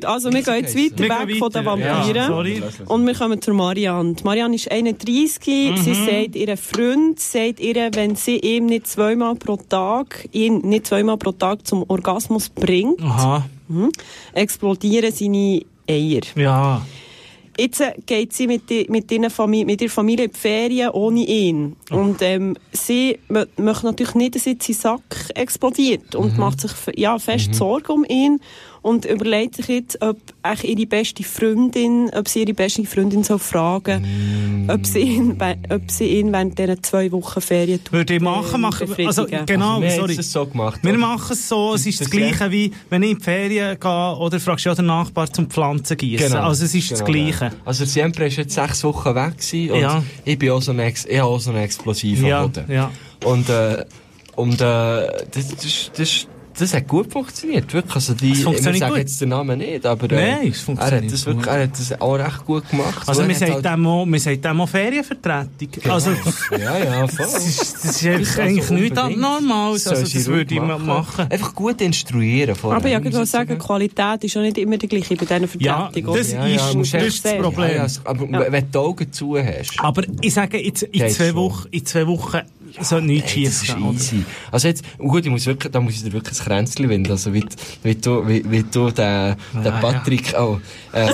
[SPEAKER 7] Also, wir gehen jetzt weiter
[SPEAKER 5] Wir
[SPEAKER 7] weg
[SPEAKER 5] gehen
[SPEAKER 7] von den
[SPEAKER 5] weiter. Ja,
[SPEAKER 7] Vampiren.
[SPEAKER 5] sorry.
[SPEAKER 7] Und wir kommen zu Marianne. Die Marianne ist 31. Sie
[SPEAKER 5] Mhm.
[SPEAKER 7] sagt ihrem Freund, sagt ihr, wenn sie ihm nicht zweimal pro Tag, ihn nicht zweimal pro Tag zum Orgasmus bringt,
[SPEAKER 5] Aha.
[SPEAKER 7] explodieren seine Eier.
[SPEAKER 5] Ja.
[SPEAKER 7] Jetzt äh, geht sie mit, die, mit, ihrer Familie, mit ihrer Familie in die Ferien ohne ihn. Und ähm, sie mö- möchte natürlich nicht, dass jetzt sein Sack explodiert
[SPEAKER 5] Mhm.
[SPEAKER 7] und macht sich f- ja, fest Sorge um ihn und überlegt sich jetzt, ob eigentlich ihre beste Freundin, ob sie ihre beste Freundin soll
[SPEAKER 5] Mhm.
[SPEAKER 7] fragen, ob, sie ihn, we- ob sie ihn während dieser zwei Wochen Ferien tut.
[SPEAKER 5] Würde ich machen,
[SPEAKER 7] Ähm,
[SPEAKER 5] machen. Also,
[SPEAKER 7] befriedigen.
[SPEAKER 5] genau,
[SPEAKER 6] wir haben
[SPEAKER 5] Oh, sorry.
[SPEAKER 6] jetzt das so gemacht.
[SPEAKER 5] Wir
[SPEAKER 6] oder?
[SPEAKER 5] machen es so, es ist das
[SPEAKER 6] Das wär-
[SPEAKER 5] Gleiche wie, wenn ich in die Ferien gehe oder fragst ja den Nachbar zum Pflanzen gießen. Also es ist das
[SPEAKER 6] Genau, ja.
[SPEAKER 5] Gleiche.
[SPEAKER 6] Also Siempre war jetzt sechs Wochen weg gewesen und
[SPEAKER 5] Ja.
[SPEAKER 6] ich bin auch so ein, Ex E ich habe auch so ein Explosiv
[SPEAKER 5] Ja,
[SPEAKER 6] am Boden.
[SPEAKER 5] ja.
[SPEAKER 6] Und, äh, und äh, das, das, das, das hat gut funktioniert, wirklich. Also die,
[SPEAKER 5] Es funktioniert
[SPEAKER 6] wir sagen
[SPEAKER 5] gut.
[SPEAKER 6] jetzt den Namen nicht, aber äh,
[SPEAKER 5] Nein, es
[SPEAKER 6] er
[SPEAKER 5] funktioniert
[SPEAKER 6] hat das wirklich,
[SPEAKER 5] gut.
[SPEAKER 6] er hat das auch recht gut gemacht.
[SPEAKER 5] Also
[SPEAKER 6] Und
[SPEAKER 5] wir
[SPEAKER 6] er hat
[SPEAKER 5] sagen dem auch, wir sagen dem auch Ferienvertretung. Also
[SPEAKER 6] halt, Ja, ja, voll.
[SPEAKER 5] das ist, das ist eigentlich,
[SPEAKER 6] Also
[SPEAKER 5] eigentlich nichts
[SPEAKER 6] unbedingt.
[SPEAKER 5] Abnormales.
[SPEAKER 6] Soll
[SPEAKER 5] Also
[SPEAKER 6] sie
[SPEAKER 5] das
[SPEAKER 6] ruhig
[SPEAKER 5] würde ich ma- machen.
[SPEAKER 6] Einfach gut instruieren vorher.
[SPEAKER 7] Aber ja, ich würde sagen, die Qualität ist ja nicht immer die gleiche bei diesen
[SPEAKER 5] Ja,
[SPEAKER 7] Vertretungen.
[SPEAKER 5] das
[SPEAKER 6] Ja, ja,
[SPEAKER 5] ist
[SPEAKER 6] musst
[SPEAKER 5] das,
[SPEAKER 6] echt
[SPEAKER 5] ist das
[SPEAKER 7] sehen.
[SPEAKER 5] Problem.
[SPEAKER 6] Ah, Ja, ja, es- aber wenn du die Augen zu hast,
[SPEAKER 5] Aber ich sage, jetzt, in,
[SPEAKER 6] Geht's
[SPEAKER 5] zwei
[SPEAKER 6] schon.
[SPEAKER 5] Wochen, in zwei Wochen soll nichts
[SPEAKER 6] Hey, das ist
[SPEAKER 5] schießen.
[SPEAKER 6] easy. Also jetzt, und gut, ich muss wirklich, da muss ich dir wirklich das Kränzchen winden. Also, wie, wie du, wie, wie du den, den
[SPEAKER 5] Ah, ja.
[SPEAKER 6] Patrick, oh, äh,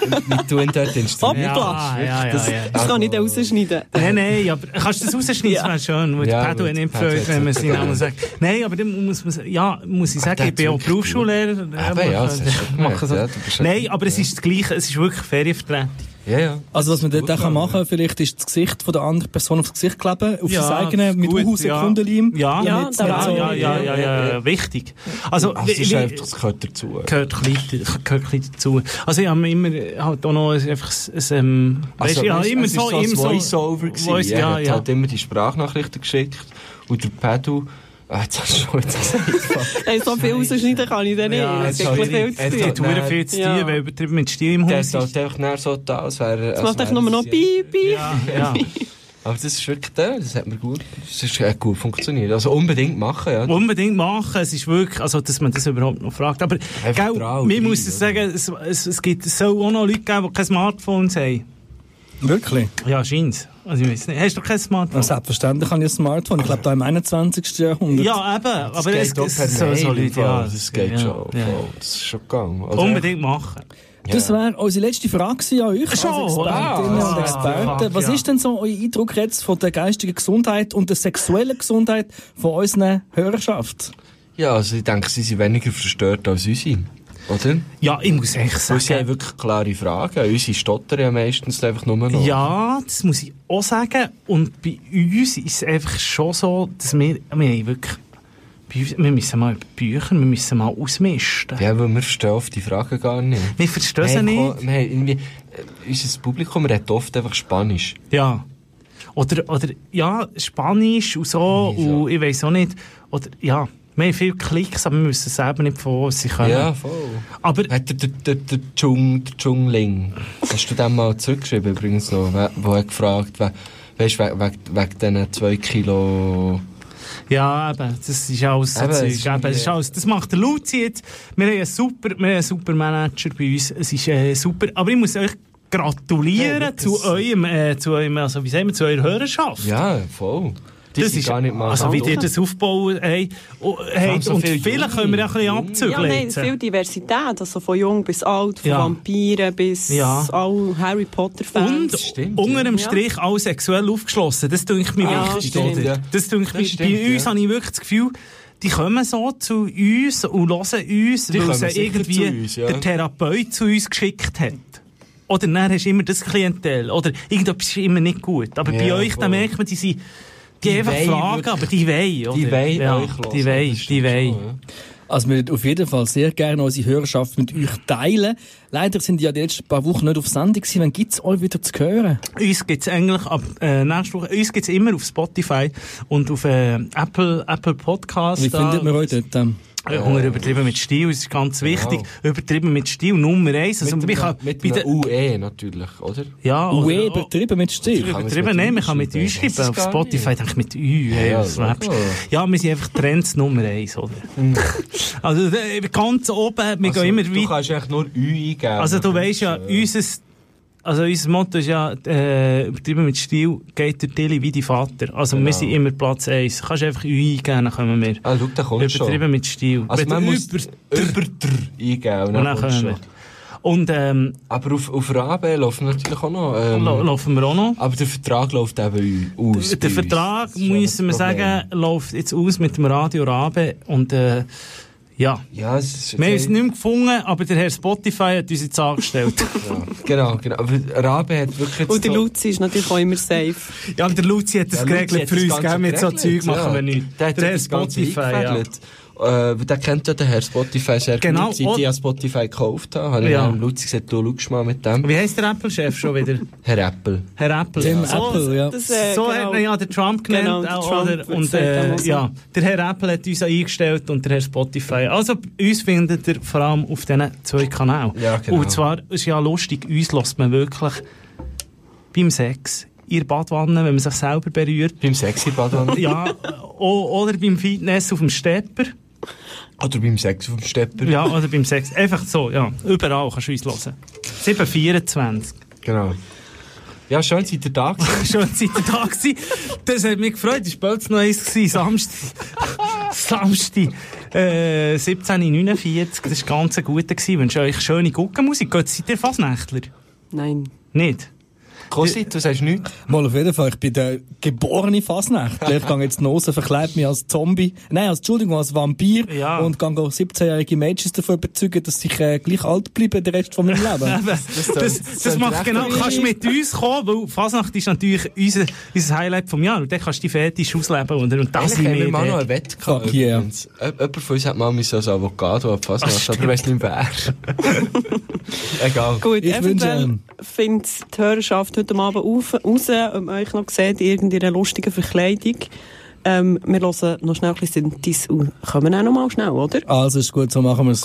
[SPEAKER 6] wie du ihn dort
[SPEAKER 7] Hoppla!
[SPEAKER 6] instruierst.
[SPEAKER 5] Ja, ja, ja, ja.
[SPEAKER 7] das kann ich nicht rausschneiden.
[SPEAKER 5] Nein, nein, aber kannst du das rausschneiden? Das wäre schön, weil
[SPEAKER 6] Ja,
[SPEAKER 5] der Pedro
[SPEAKER 6] gut,
[SPEAKER 5] hat nicht
[SPEAKER 6] Pedro
[SPEAKER 5] freut,
[SPEAKER 6] hat's
[SPEAKER 5] wenn man
[SPEAKER 6] nicht
[SPEAKER 5] seinen
[SPEAKER 6] gedacht. Ah,
[SPEAKER 5] Namen sagt. Nein, aber dann muss man, ja, muss ich sagen,
[SPEAKER 6] der
[SPEAKER 5] ich bin auch
[SPEAKER 6] hat's wirklich
[SPEAKER 5] Berufsschullehrer.
[SPEAKER 6] Aber ja, das hast du
[SPEAKER 5] machen
[SPEAKER 6] gemerkt,
[SPEAKER 5] so.
[SPEAKER 6] ja, du bist ja-
[SPEAKER 5] Nein, aber es ist das Gleiche, es ist wirklich Ferienvertretung.
[SPEAKER 6] Ja, ja.
[SPEAKER 4] Also was man dort auch machen kann, vielleicht ist das Gesicht von der anderen Person aufs Gesicht kleben, auf
[SPEAKER 5] Ja,
[SPEAKER 4] sein eigenes, mit
[SPEAKER 5] gut,
[SPEAKER 4] Uhu-Sekundenleim.
[SPEAKER 5] Ja,
[SPEAKER 7] Ja,
[SPEAKER 5] ja,
[SPEAKER 7] da
[SPEAKER 5] ja,
[SPEAKER 7] war-
[SPEAKER 5] ja, ja, ja, ja, ja, wichtig. Also,
[SPEAKER 6] Also,
[SPEAKER 5] wie-
[SPEAKER 6] das ist
[SPEAKER 5] wie-
[SPEAKER 6] einfach, das gehört dazu.
[SPEAKER 5] gehört ein bisschen, gehört ein bisschen dazu. Also ich habe mir immer halt auch noch ein- einfach ein, ein, ähm,
[SPEAKER 6] Also,
[SPEAKER 5] weisst du, ich habe
[SPEAKER 6] es-
[SPEAKER 5] immer
[SPEAKER 6] es ist
[SPEAKER 5] so,
[SPEAKER 6] ein
[SPEAKER 5] immer so.
[SPEAKER 6] Voice-Over gewesen.
[SPEAKER 5] Voice-
[SPEAKER 6] er
[SPEAKER 5] ja,
[SPEAKER 6] hat
[SPEAKER 5] ja.
[SPEAKER 6] halt immer die Sprachnachrichten geschickt. Und der Pedro, ah, jetzt hast du schon jetzt
[SPEAKER 7] Hey, so viel rausschneiden kann ich dann nicht.
[SPEAKER 5] Ja,
[SPEAKER 7] Es
[SPEAKER 6] es
[SPEAKER 7] gibt
[SPEAKER 6] ist
[SPEAKER 7] gleich viel
[SPEAKER 6] schwierig.
[SPEAKER 7] zu
[SPEAKER 6] Es
[SPEAKER 7] tun.
[SPEAKER 6] ist
[SPEAKER 5] Die Touren viel zu
[SPEAKER 7] Ja.
[SPEAKER 5] tun, weil übertrieben mit Stil im
[SPEAKER 6] Der
[SPEAKER 5] Haus
[SPEAKER 6] ist
[SPEAKER 5] ist.
[SPEAKER 6] halt einfach näher so da, als wäre...
[SPEAKER 7] Es
[SPEAKER 6] als
[SPEAKER 7] macht
[SPEAKER 6] wäre
[SPEAKER 7] einfach nur noch
[SPEAKER 6] das-
[SPEAKER 7] Piep, Piep.
[SPEAKER 5] Ja.
[SPEAKER 6] Aber das ist wirklich der, das hat mir gut, das ist äh, gut funktioniert. Also unbedingt machen, ja.
[SPEAKER 5] Unbedingt machen, es ist wirklich, also, dass man das überhaupt noch fragt. Aber, gell,
[SPEAKER 6] trau
[SPEAKER 5] mir
[SPEAKER 6] rein,
[SPEAKER 5] muss es
[SPEAKER 6] oder?
[SPEAKER 5] sagen, es, es, es gibt, es soll auch noch Leute geben, die kein Smartphone haben.
[SPEAKER 4] Wirklich?
[SPEAKER 5] Ja, scheint's. Also, ich weiß nicht. Hast du kein Smartphone?
[SPEAKER 4] Ja,
[SPEAKER 6] Also,
[SPEAKER 4] selbstverständlich habe ich ein Smartphone. Ich glaube, da im 21. Jahrhundert.
[SPEAKER 5] Ja, eben. Aber es,
[SPEAKER 6] auch
[SPEAKER 5] es,
[SPEAKER 6] per
[SPEAKER 5] soll so
[SPEAKER 6] Mail,
[SPEAKER 5] Leute, ja.
[SPEAKER 6] Das geht
[SPEAKER 5] ja,
[SPEAKER 6] schon.
[SPEAKER 5] Ja.
[SPEAKER 6] voll. Das ist schon gegangen. Also,
[SPEAKER 5] Unbedingt machen.
[SPEAKER 4] Das wäre unsere letzte Frage gewesen an euch
[SPEAKER 5] Schon,
[SPEAKER 4] als Expertinnen
[SPEAKER 5] ah,
[SPEAKER 4] und
[SPEAKER 5] fuck,
[SPEAKER 4] Experten. Was
[SPEAKER 5] ja.
[SPEAKER 4] ist denn so euer Eindruck jetzt von der geistigen Gesundheit und der sexuellen Gesundheit von unserer Hörerschaft?
[SPEAKER 6] Ja, also ich denke, sie sind weniger verstört als unsere. Oder?
[SPEAKER 5] Ja, ich muss echt
[SPEAKER 6] Weil sie haben
[SPEAKER 5] sagen.
[SPEAKER 6] wirklich klare Fragen. Unsere stottern ja meistens einfach nur noch.
[SPEAKER 5] Ja, das muss ich auch sagen. Und bei uns ist es einfach schon so, dass wir, wir haben wirklich, bei uns- wir müssen mal über Bücher, wir müssen mal ausmisten.
[SPEAKER 6] Ja, weil wir verstehen oft die Fragen gar nicht.
[SPEAKER 5] Wir verstehen sie
[SPEAKER 6] haben
[SPEAKER 5] nicht.
[SPEAKER 6] ko- Wir haben irgendwie, äh, unser Publikum redet oft einfach Spanisch.
[SPEAKER 5] Ja. Oder, oder ja, Spanisch und so,
[SPEAKER 6] Ja.
[SPEAKER 5] und ich weiß auch nicht. Oder ja, Wir haben viele Klicks, aber wir wissen selber nicht, von wo sie kommen.
[SPEAKER 6] Ja, voll.
[SPEAKER 5] Aber
[SPEAKER 6] Hat der, der, der, der, Jung, der Jungling, hast du dem mal zurückgeschrieben übrigens noch, we- wo er gefragt we, weißt, wegen we, wegen diesen 2 Kilo...
[SPEAKER 5] Ja, eben, das ist alles so
[SPEAKER 6] Eben,
[SPEAKER 5] Zeug.
[SPEAKER 6] es ist
[SPEAKER 5] Eben, das, ist
[SPEAKER 6] irgendwie-
[SPEAKER 5] alles. das macht der Luzi jetzt. Wir haben einen super, wir haben einen super Manager bei uns. Es ist äh, super. Aber ich muss euch gratulieren
[SPEAKER 6] Ja, das-
[SPEAKER 5] zu eurem, äh, zu eurem, also wie sagen wir, zu eurer Hörerschaft.
[SPEAKER 6] Ja, voll.
[SPEAKER 5] Dus
[SPEAKER 6] Die sind gar nicht mal
[SPEAKER 5] Also wie
[SPEAKER 6] so-
[SPEAKER 5] ihr das aufbauen hey, oh, hey,
[SPEAKER 6] allem so
[SPEAKER 5] und
[SPEAKER 6] viele
[SPEAKER 5] viele
[SPEAKER 6] Junge.
[SPEAKER 5] können wir auch ein bisschen abzügeln.
[SPEAKER 7] Ja, nein,
[SPEAKER 5] jetzt.
[SPEAKER 7] viel Diversität, also von jung bis alt, von
[SPEAKER 5] Ja.
[SPEAKER 7] Vampiren bis
[SPEAKER 5] Ja.
[SPEAKER 7] all Harry Potter-Fans.
[SPEAKER 5] und
[SPEAKER 6] stimmt,
[SPEAKER 5] unter dem
[SPEAKER 7] ja.
[SPEAKER 5] Strich auch sexuell aufgeschlossen. Das denke ich mir
[SPEAKER 7] Ah,
[SPEAKER 5] wichtig.
[SPEAKER 7] stimmt,
[SPEAKER 5] oder?
[SPEAKER 6] ja.
[SPEAKER 5] Das denke ich
[SPEAKER 6] Das
[SPEAKER 5] mir,
[SPEAKER 6] stimmt,
[SPEAKER 5] bei uns
[SPEAKER 6] ja.
[SPEAKER 5] habe ich wirklich das Gefühl, die kommen so zu uns und hören uns, weil
[SPEAKER 6] kommen
[SPEAKER 5] sie
[SPEAKER 6] sicher
[SPEAKER 5] irgendwie
[SPEAKER 6] zu uns, ja.
[SPEAKER 5] der Therapeut zu uns geschickt hat. Oder dann hast du immer das Klientel. Oder irgendetwas ist immer nicht gut. Aber bei
[SPEAKER 6] Ja,
[SPEAKER 5] euch, da
[SPEAKER 6] voll.
[SPEAKER 5] merkt man, die sind die,
[SPEAKER 6] Die
[SPEAKER 5] einfach
[SPEAKER 6] wollen
[SPEAKER 5] fragen,
[SPEAKER 6] wirklich-
[SPEAKER 5] aber die wollen, oder?
[SPEAKER 6] Die wollen
[SPEAKER 5] ja,
[SPEAKER 6] euch hören.
[SPEAKER 5] Die wollen,
[SPEAKER 6] Das
[SPEAKER 5] die
[SPEAKER 6] stimmt
[SPEAKER 5] wollen.
[SPEAKER 6] schon, ja.
[SPEAKER 4] Also wir würden auf jeden Fall sehr gerne unsere Hörerschaft mit euch teilen. Leider sind die ja die letzten paar Wochen nicht auf Sendung gewesen. Wann gibt's euch wieder zu hören?
[SPEAKER 5] Uns gibt's eigentlich ab äh, nächste Woche, uns gibt's immer auf Spotify und auf äh, Apple, Apple Podcasts.
[SPEAKER 4] Wie findet man euch dort? ähm?
[SPEAKER 5] Äh, Hunger übertrieben mit Stil, das ist ganz wichtig. Übertrieben mit Stil, Nummer eins. Also,
[SPEAKER 6] Genau. Mit,
[SPEAKER 5] man
[SPEAKER 6] einem-
[SPEAKER 5] kann
[SPEAKER 6] mit
[SPEAKER 5] bei
[SPEAKER 6] einer
[SPEAKER 5] der-
[SPEAKER 6] UE natürlich, oder?
[SPEAKER 5] Ja,
[SPEAKER 4] Ue
[SPEAKER 5] oder-
[SPEAKER 4] übertrieben mit Stil.
[SPEAKER 6] E man es
[SPEAKER 5] Übertrieben,
[SPEAKER 6] mit
[SPEAKER 5] nein,
[SPEAKER 6] U
[SPEAKER 5] man kann mit
[SPEAKER 6] schreiben?
[SPEAKER 5] uns
[SPEAKER 6] Das
[SPEAKER 5] schreiben. Auf
[SPEAKER 6] gar
[SPEAKER 5] Spotify denke ich mit Ü. Hey,
[SPEAKER 6] Ja,
[SPEAKER 5] was
[SPEAKER 6] ja.
[SPEAKER 5] lebst du? ja, wir sind einfach Trends Nummer eins, oder? also, äh, ganz oben, wir
[SPEAKER 6] Also,
[SPEAKER 5] gehen immer
[SPEAKER 6] du
[SPEAKER 5] weiter.
[SPEAKER 6] kannst äh, eigentlich nur UE eingeben.
[SPEAKER 5] Also, du weißt
[SPEAKER 6] eh,
[SPEAKER 5] ja, E unser, also, unser Motto ist ja, äh, übertrieben mit Stil geht der Tilly wie die Vater. Also, wir
[SPEAKER 6] Genau.
[SPEAKER 5] sind immer Platz eins. Kannst einfach Ü eingeben, dann kommen wir.
[SPEAKER 6] Ah, schau, da kommst du
[SPEAKER 5] Übertrieben
[SPEAKER 6] schon.
[SPEAKER 5] mit Stil.
[SPEAKER 6] Also
[SPEAKER 5] Wenn
[SPEAKER 6] man
[SPEAKER 5] du
[SPEAKER 6] muss
[SPEAKER 5] über-
[SPEAKER 6] über eingeben und
[SPEAKER 5] Und
[SPEAKER 6] dann
[SPEAKER 5] dann
[SPEAKER 6] kommst du
[SPEAKER 5] kommen
[SPEAKER 6] schon.
[SPEAKER 5] Und ähm,
[SPEAKER 6] Aber auf, auf Rabe laufen natürlich auch noch... Ähm,
[SPEAKER 5] la- laufen wir auch noch.
[SPEAKER 6] Aber der Vertrag läuft eben u- aus. bei
[SPEAKER 5] Der
[SPEAKER 6] uns.
[SPEAKER 5] Vertrag,
[SPEAKER 6] Das ist eben
[SPEAKER 5] müssen wir
[SPEAKER 6] das Problem.
[SPEAKER 5] sagen, läuft jetzt aus mit dem Radio Rabe. Und äh, ja,
[SPEAKER 6] Ja, es ist
[SPEAKER 5] wir haben es
[SPEAKER 6] jetzt-
[SPEAKER 5] nicht mehr gefunden, aber der Herr Spotify hat uns jetzt angestellt.
[SPEAKER 6] ja. Genau, genau. Aber Rabe hat wirklich. jetzt
[SPEAKER 7] Und der
[SPEAKER 6] so-
[SPEAKER 7] Luzi ist natürlich auch immer safe.
[SPEAKER 5] ja, aber der Luzi hat das
[SPEAKER 6] Ja, Luzi
[SPEAKER 5] geregelt
[SPEAKER 6] hat
[SPEAKER 5] für
[SPEAKER 6] das
[SPEAKER 5] uns.
[SPEAKER 6] Ganze
[SPEAKER 5] Gell? Mit so
[SPEAKER 6] geregelt,
[SPEAKER 5] Zeug machen wir
[SPEAKER 6] ja.
[SPEAKER 5] nicht.
[SPEAKER 6] Der hat
[SPEAKER 5] Der Herr
[SPEAKER 6] das Ganze
[SPEAKER 5] Spotify, ja.
[SPEAKER 6] eingefädelt. Äh, weil der kennt ja den Herrn Spotify sehr
[SPEAKER 5] Genau,
[SPEAKER 6] gut. Seit
[SPEAKER 5] und-
[SPEAKER 6] ich an Spotify gekauft habe, habe ich
[SPEAKER 5] Ja.
[SPEAKER 6] ja. Luzi gesagt, du schau mal mit dem.
[SPEAKER 5] Wie heisst der Apple-Chef schon wieder?
[SPEAKER 6] Herr Apple.
[SPEAKER 5] Herr Apple.
[SPEAKER 4] Tim
[SPEAKER 5] So-
[SPEAKER 4] Apple, ja.
[SPEAKER 7] Das, äh,
[SPEAKER 5] so
[SPEAKER 7] genau.
[SPEAKER 5] hat man ja den Trump genannt.
[SPEAKER 7] Genau, der
[SPEAKER 5] auch,
[SPEAKER 7] Trump
[SPEAKER 5] oder?
[SPEAKER 7] wird
[SPEAKER 5] und
[SPEAKER 7] gesagt,
[SPEAKER 5] äh,
[SPEAKER 7] damals,
[SPEAKER 5] ja, der Herr Apple hat uns auch eingestellt und der Herr Spotify. Also uns findet ihr vor allem auf diesen zwei Kanälen.
[SPEAKER 6] Ja, genau.
[SPEAKER 5] Und zwar ist ja lustig, uns lässt man wirklich beim Sex, in der Badwanne, wenn man sich selber berührt.
[SPEAKER 6] Beim sexy Badwan.
[SPEAKER 5] Ja, o- oder beim Fitness auf dem Stepper.
[SPEAKER 6] Oder beim Sex auf dem Stepper.
[SPEAKER 5] Ja, oder beim Sex. Einfach so, ja. Überall kannst du uns hören. 724.
[SPEAKER 6] Genau. Ja, schön, seit der Tag.
[SPEAKER 5] schon seit der Tag gewesen. Das hat mich gefreut. Das war bald noch eins. gewesen. Samstag. Samstag. Äh, 17.49. Das war ganz ein guter. gewesen. Ich wünsche euch schöne Guckenmusik. Geht seid ihr Fasnächtler?
[SPEAKER 7] Nein.
[SPEAKER 5] Nicht?
[SPEAKER 6] Kosit, du sagst nichts.
[SPEAKER 4] Mal auf jeden Fall, ich bin der geborene Fasnachtler. Ich gehe jetzt in die Hose, verkleide mich als Zombie, nein, als, Entschuldigung, als Vampir
[SPEAKER 5] Ja.
[SPEAKER 4] und gehe auch 17-jährige Mädchen davon überzeugen, dass ich äh, gleich alt bleibe den Rest von meinem Leben.
[SPEAKER 5] Das, das, das, macht
[SPEAKER 6] recht
[SPEAKER 5] genau. Kannst du mit uns kommen? Weil Fasnacht ist natürlich unser, unser Highlight vom Jahr. Und dann kannst du die Fetisch ausleben. Und, und das
[SPEAKER 6] Eigentlich
[SPEAKER 5] sind
[SPEAKER 6] haben wir
[SPEAKER 5] wir.
[SPEAKER 6] mal noch
[SPEAKER 5] dort.
[SPEAKER 6] eine Wette gehabt.
[SPEAKER 4] Fuck yeah.
[SPEAKER 6] übrigens. J- Jemand von uns hat mal müssen als Avocado abfassen lassen, aber ich weiss nicht wer. Egal.
[SPEAKER 7] Gut,
[SPEAKER 4] Ich wünsche
[SPEAKER 7] eventuell
[SPEAKER 4] einem-
[SPEAKER 7] findet die Hörerschaft heute Abend auf, raus, ob man euch noch sieht, in irgendeiner lustigen Verkleidung. Ähm, wir hören noch schnell ein bisschen Synthis und kommen auch noch mal schnell, oder?
[SPEAKER 4] Also ist gut, so machen wir's.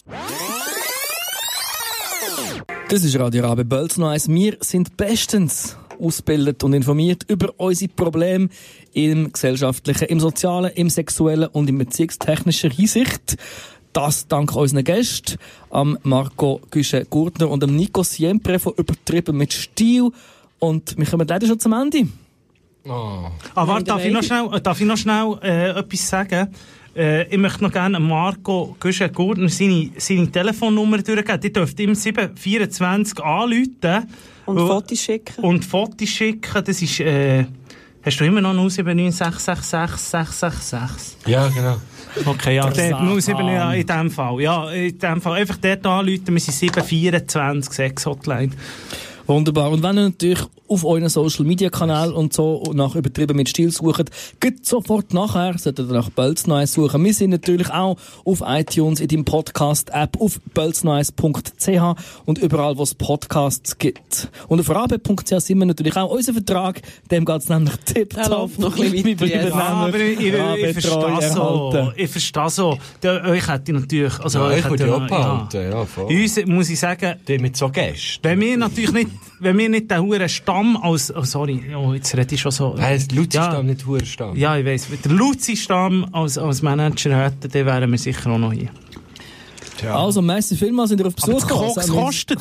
[SPEAKER 4] Das ist Radio Rabe Bölz noch eins. Wir sind bestens ausgebildet und informiert über unsere Probleme im gesellschaftlichen, im sozialen, im sexuellen und im beziehungstechnischen Hinsicht. Das dank unseren Gästen, am Marco Güsche-Gurtner und am Nico Siempre von «Übertrieben mit Stil». Und wir kommen leider schon zum Ende.
[SPEAKER 6] Oh.
[SPEAKER 5] Ah, warte,
[SPEAKER 7] Nein, der
[SPEAKER 5] darf ich noch
[SPEAKER 7] Weidi.
[SPEAKER 5] schnell, äh, darf ich noch schnell äh, etwas sagen? Äh, ich möchte noch gerne Marco Güschen-Gurtner seine, seine Telefonnummer durchgeben. Die dürft ihm 724 anrufen
[SPEAKER 7] Und
[SPEAKER 5] Weil-
[SPEAKER 7] Fotos schicken.
[SPEAKER 5] und Fotos schicken. Das ist... Äh, Hast du immer noch 079666666?
[SPEAKER 6] Ja, genau.
[SPEAKER 5] Okay, ja, der
[SPEAKER 4] Satan.
[SPEAKER 5] 079 in dem Fall. Ja, in dem Fall. Einfach dort anrufen, wir sind 724 6 Hotline.
[SPEAKER 4] Wunderbar. Und wenn ihr natürlich auf euren Social Media Kanal und so nach übertrieben mit Stil sucht, geht sofort nachher, solltet ihr nach Bölz Neues suchen. Wir sind natürlich auch auf iTunes, in deinem Podcast App, auf bölzneues.ch und überall, wo es Podcasts gibt. Und auf rabe.ch sind wir natürlich auch. Unser Vertrag, dem geht's nämlich tipptopp.
[SPEAKER 7] Der läuft noch ein bisschen
[SPEAKER 4] Wir
[SPEAKER 7] weiter
[SPEAKER 4] bleiben
[SPEAKER 7] jetzt.
[SPEAKER 4] nämlich
[SPEAKER 5] aber ich, ich, ich
[SPEAKER 4] Rabe treu
[SPEAKER 5] verstehe so.
[SPEAKER 4] erhalten.
[SPEAKER 5] Ich verstehe so. Der, euch hätte ich natürlich... Also
[SPEAKER 6] Ja,
[SPEAKER 5] euch
[SPEAKER 6] ich
[SPEAKER 5] hätte
[SPEAKER 6] würde
[SPEAKER 5] noch-
[SPEAKER 6] auch behalten, ja, voll.
[SPEAKER 5] Uns, muss ich sagen,
[SPEAKER 6] Die mit so Gästen.
[SPEAKER 5] wenn wir natürlich nicht, wenn wir nicht den huren Stamm als... Oh, sorry, oh, jetzt rede ich schon so.
[SPEAKER 6] Heißt Luzi
[SPEAKER 5] Ja.
[SPEAKER 6] ja. Stamm, nicht Hurenstamm.
[SPEAKER 5] Ja, ich weiss. Wenn der Luzi-Stamm als, als Manager hätte, dann wären wir sicher auch noch hier.
[SPEAKER 4] Also, merci vielmals, sind ihr auf
[SPEAKER 5] Aber
[SPEAKER 4] Besuch
[SPEAKER 5] das Koks
[SPEAKER 4] gekommen.
[SPEAKER 5] kostet.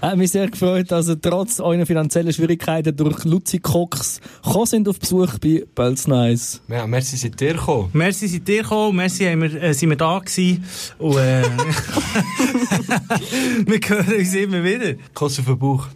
[SPEAKER 4] Hat mich sehr gefreut, dass ihr trotz eurer finanziellen Schwierigkeiten durch Luzi Cox gekommen sind auf Besuch bei Bölz Nice.
[SPEAKER 6] Ja, merci, seid ihr gekommen.
[SPEAKER 5] Merci, seid ihr gekommen. Merci, haben wir, äh, sind wir da gewesen. Und, äh, wir hören uns immer wieder.
[SPEAKER 6] Kuss auf den Bauch.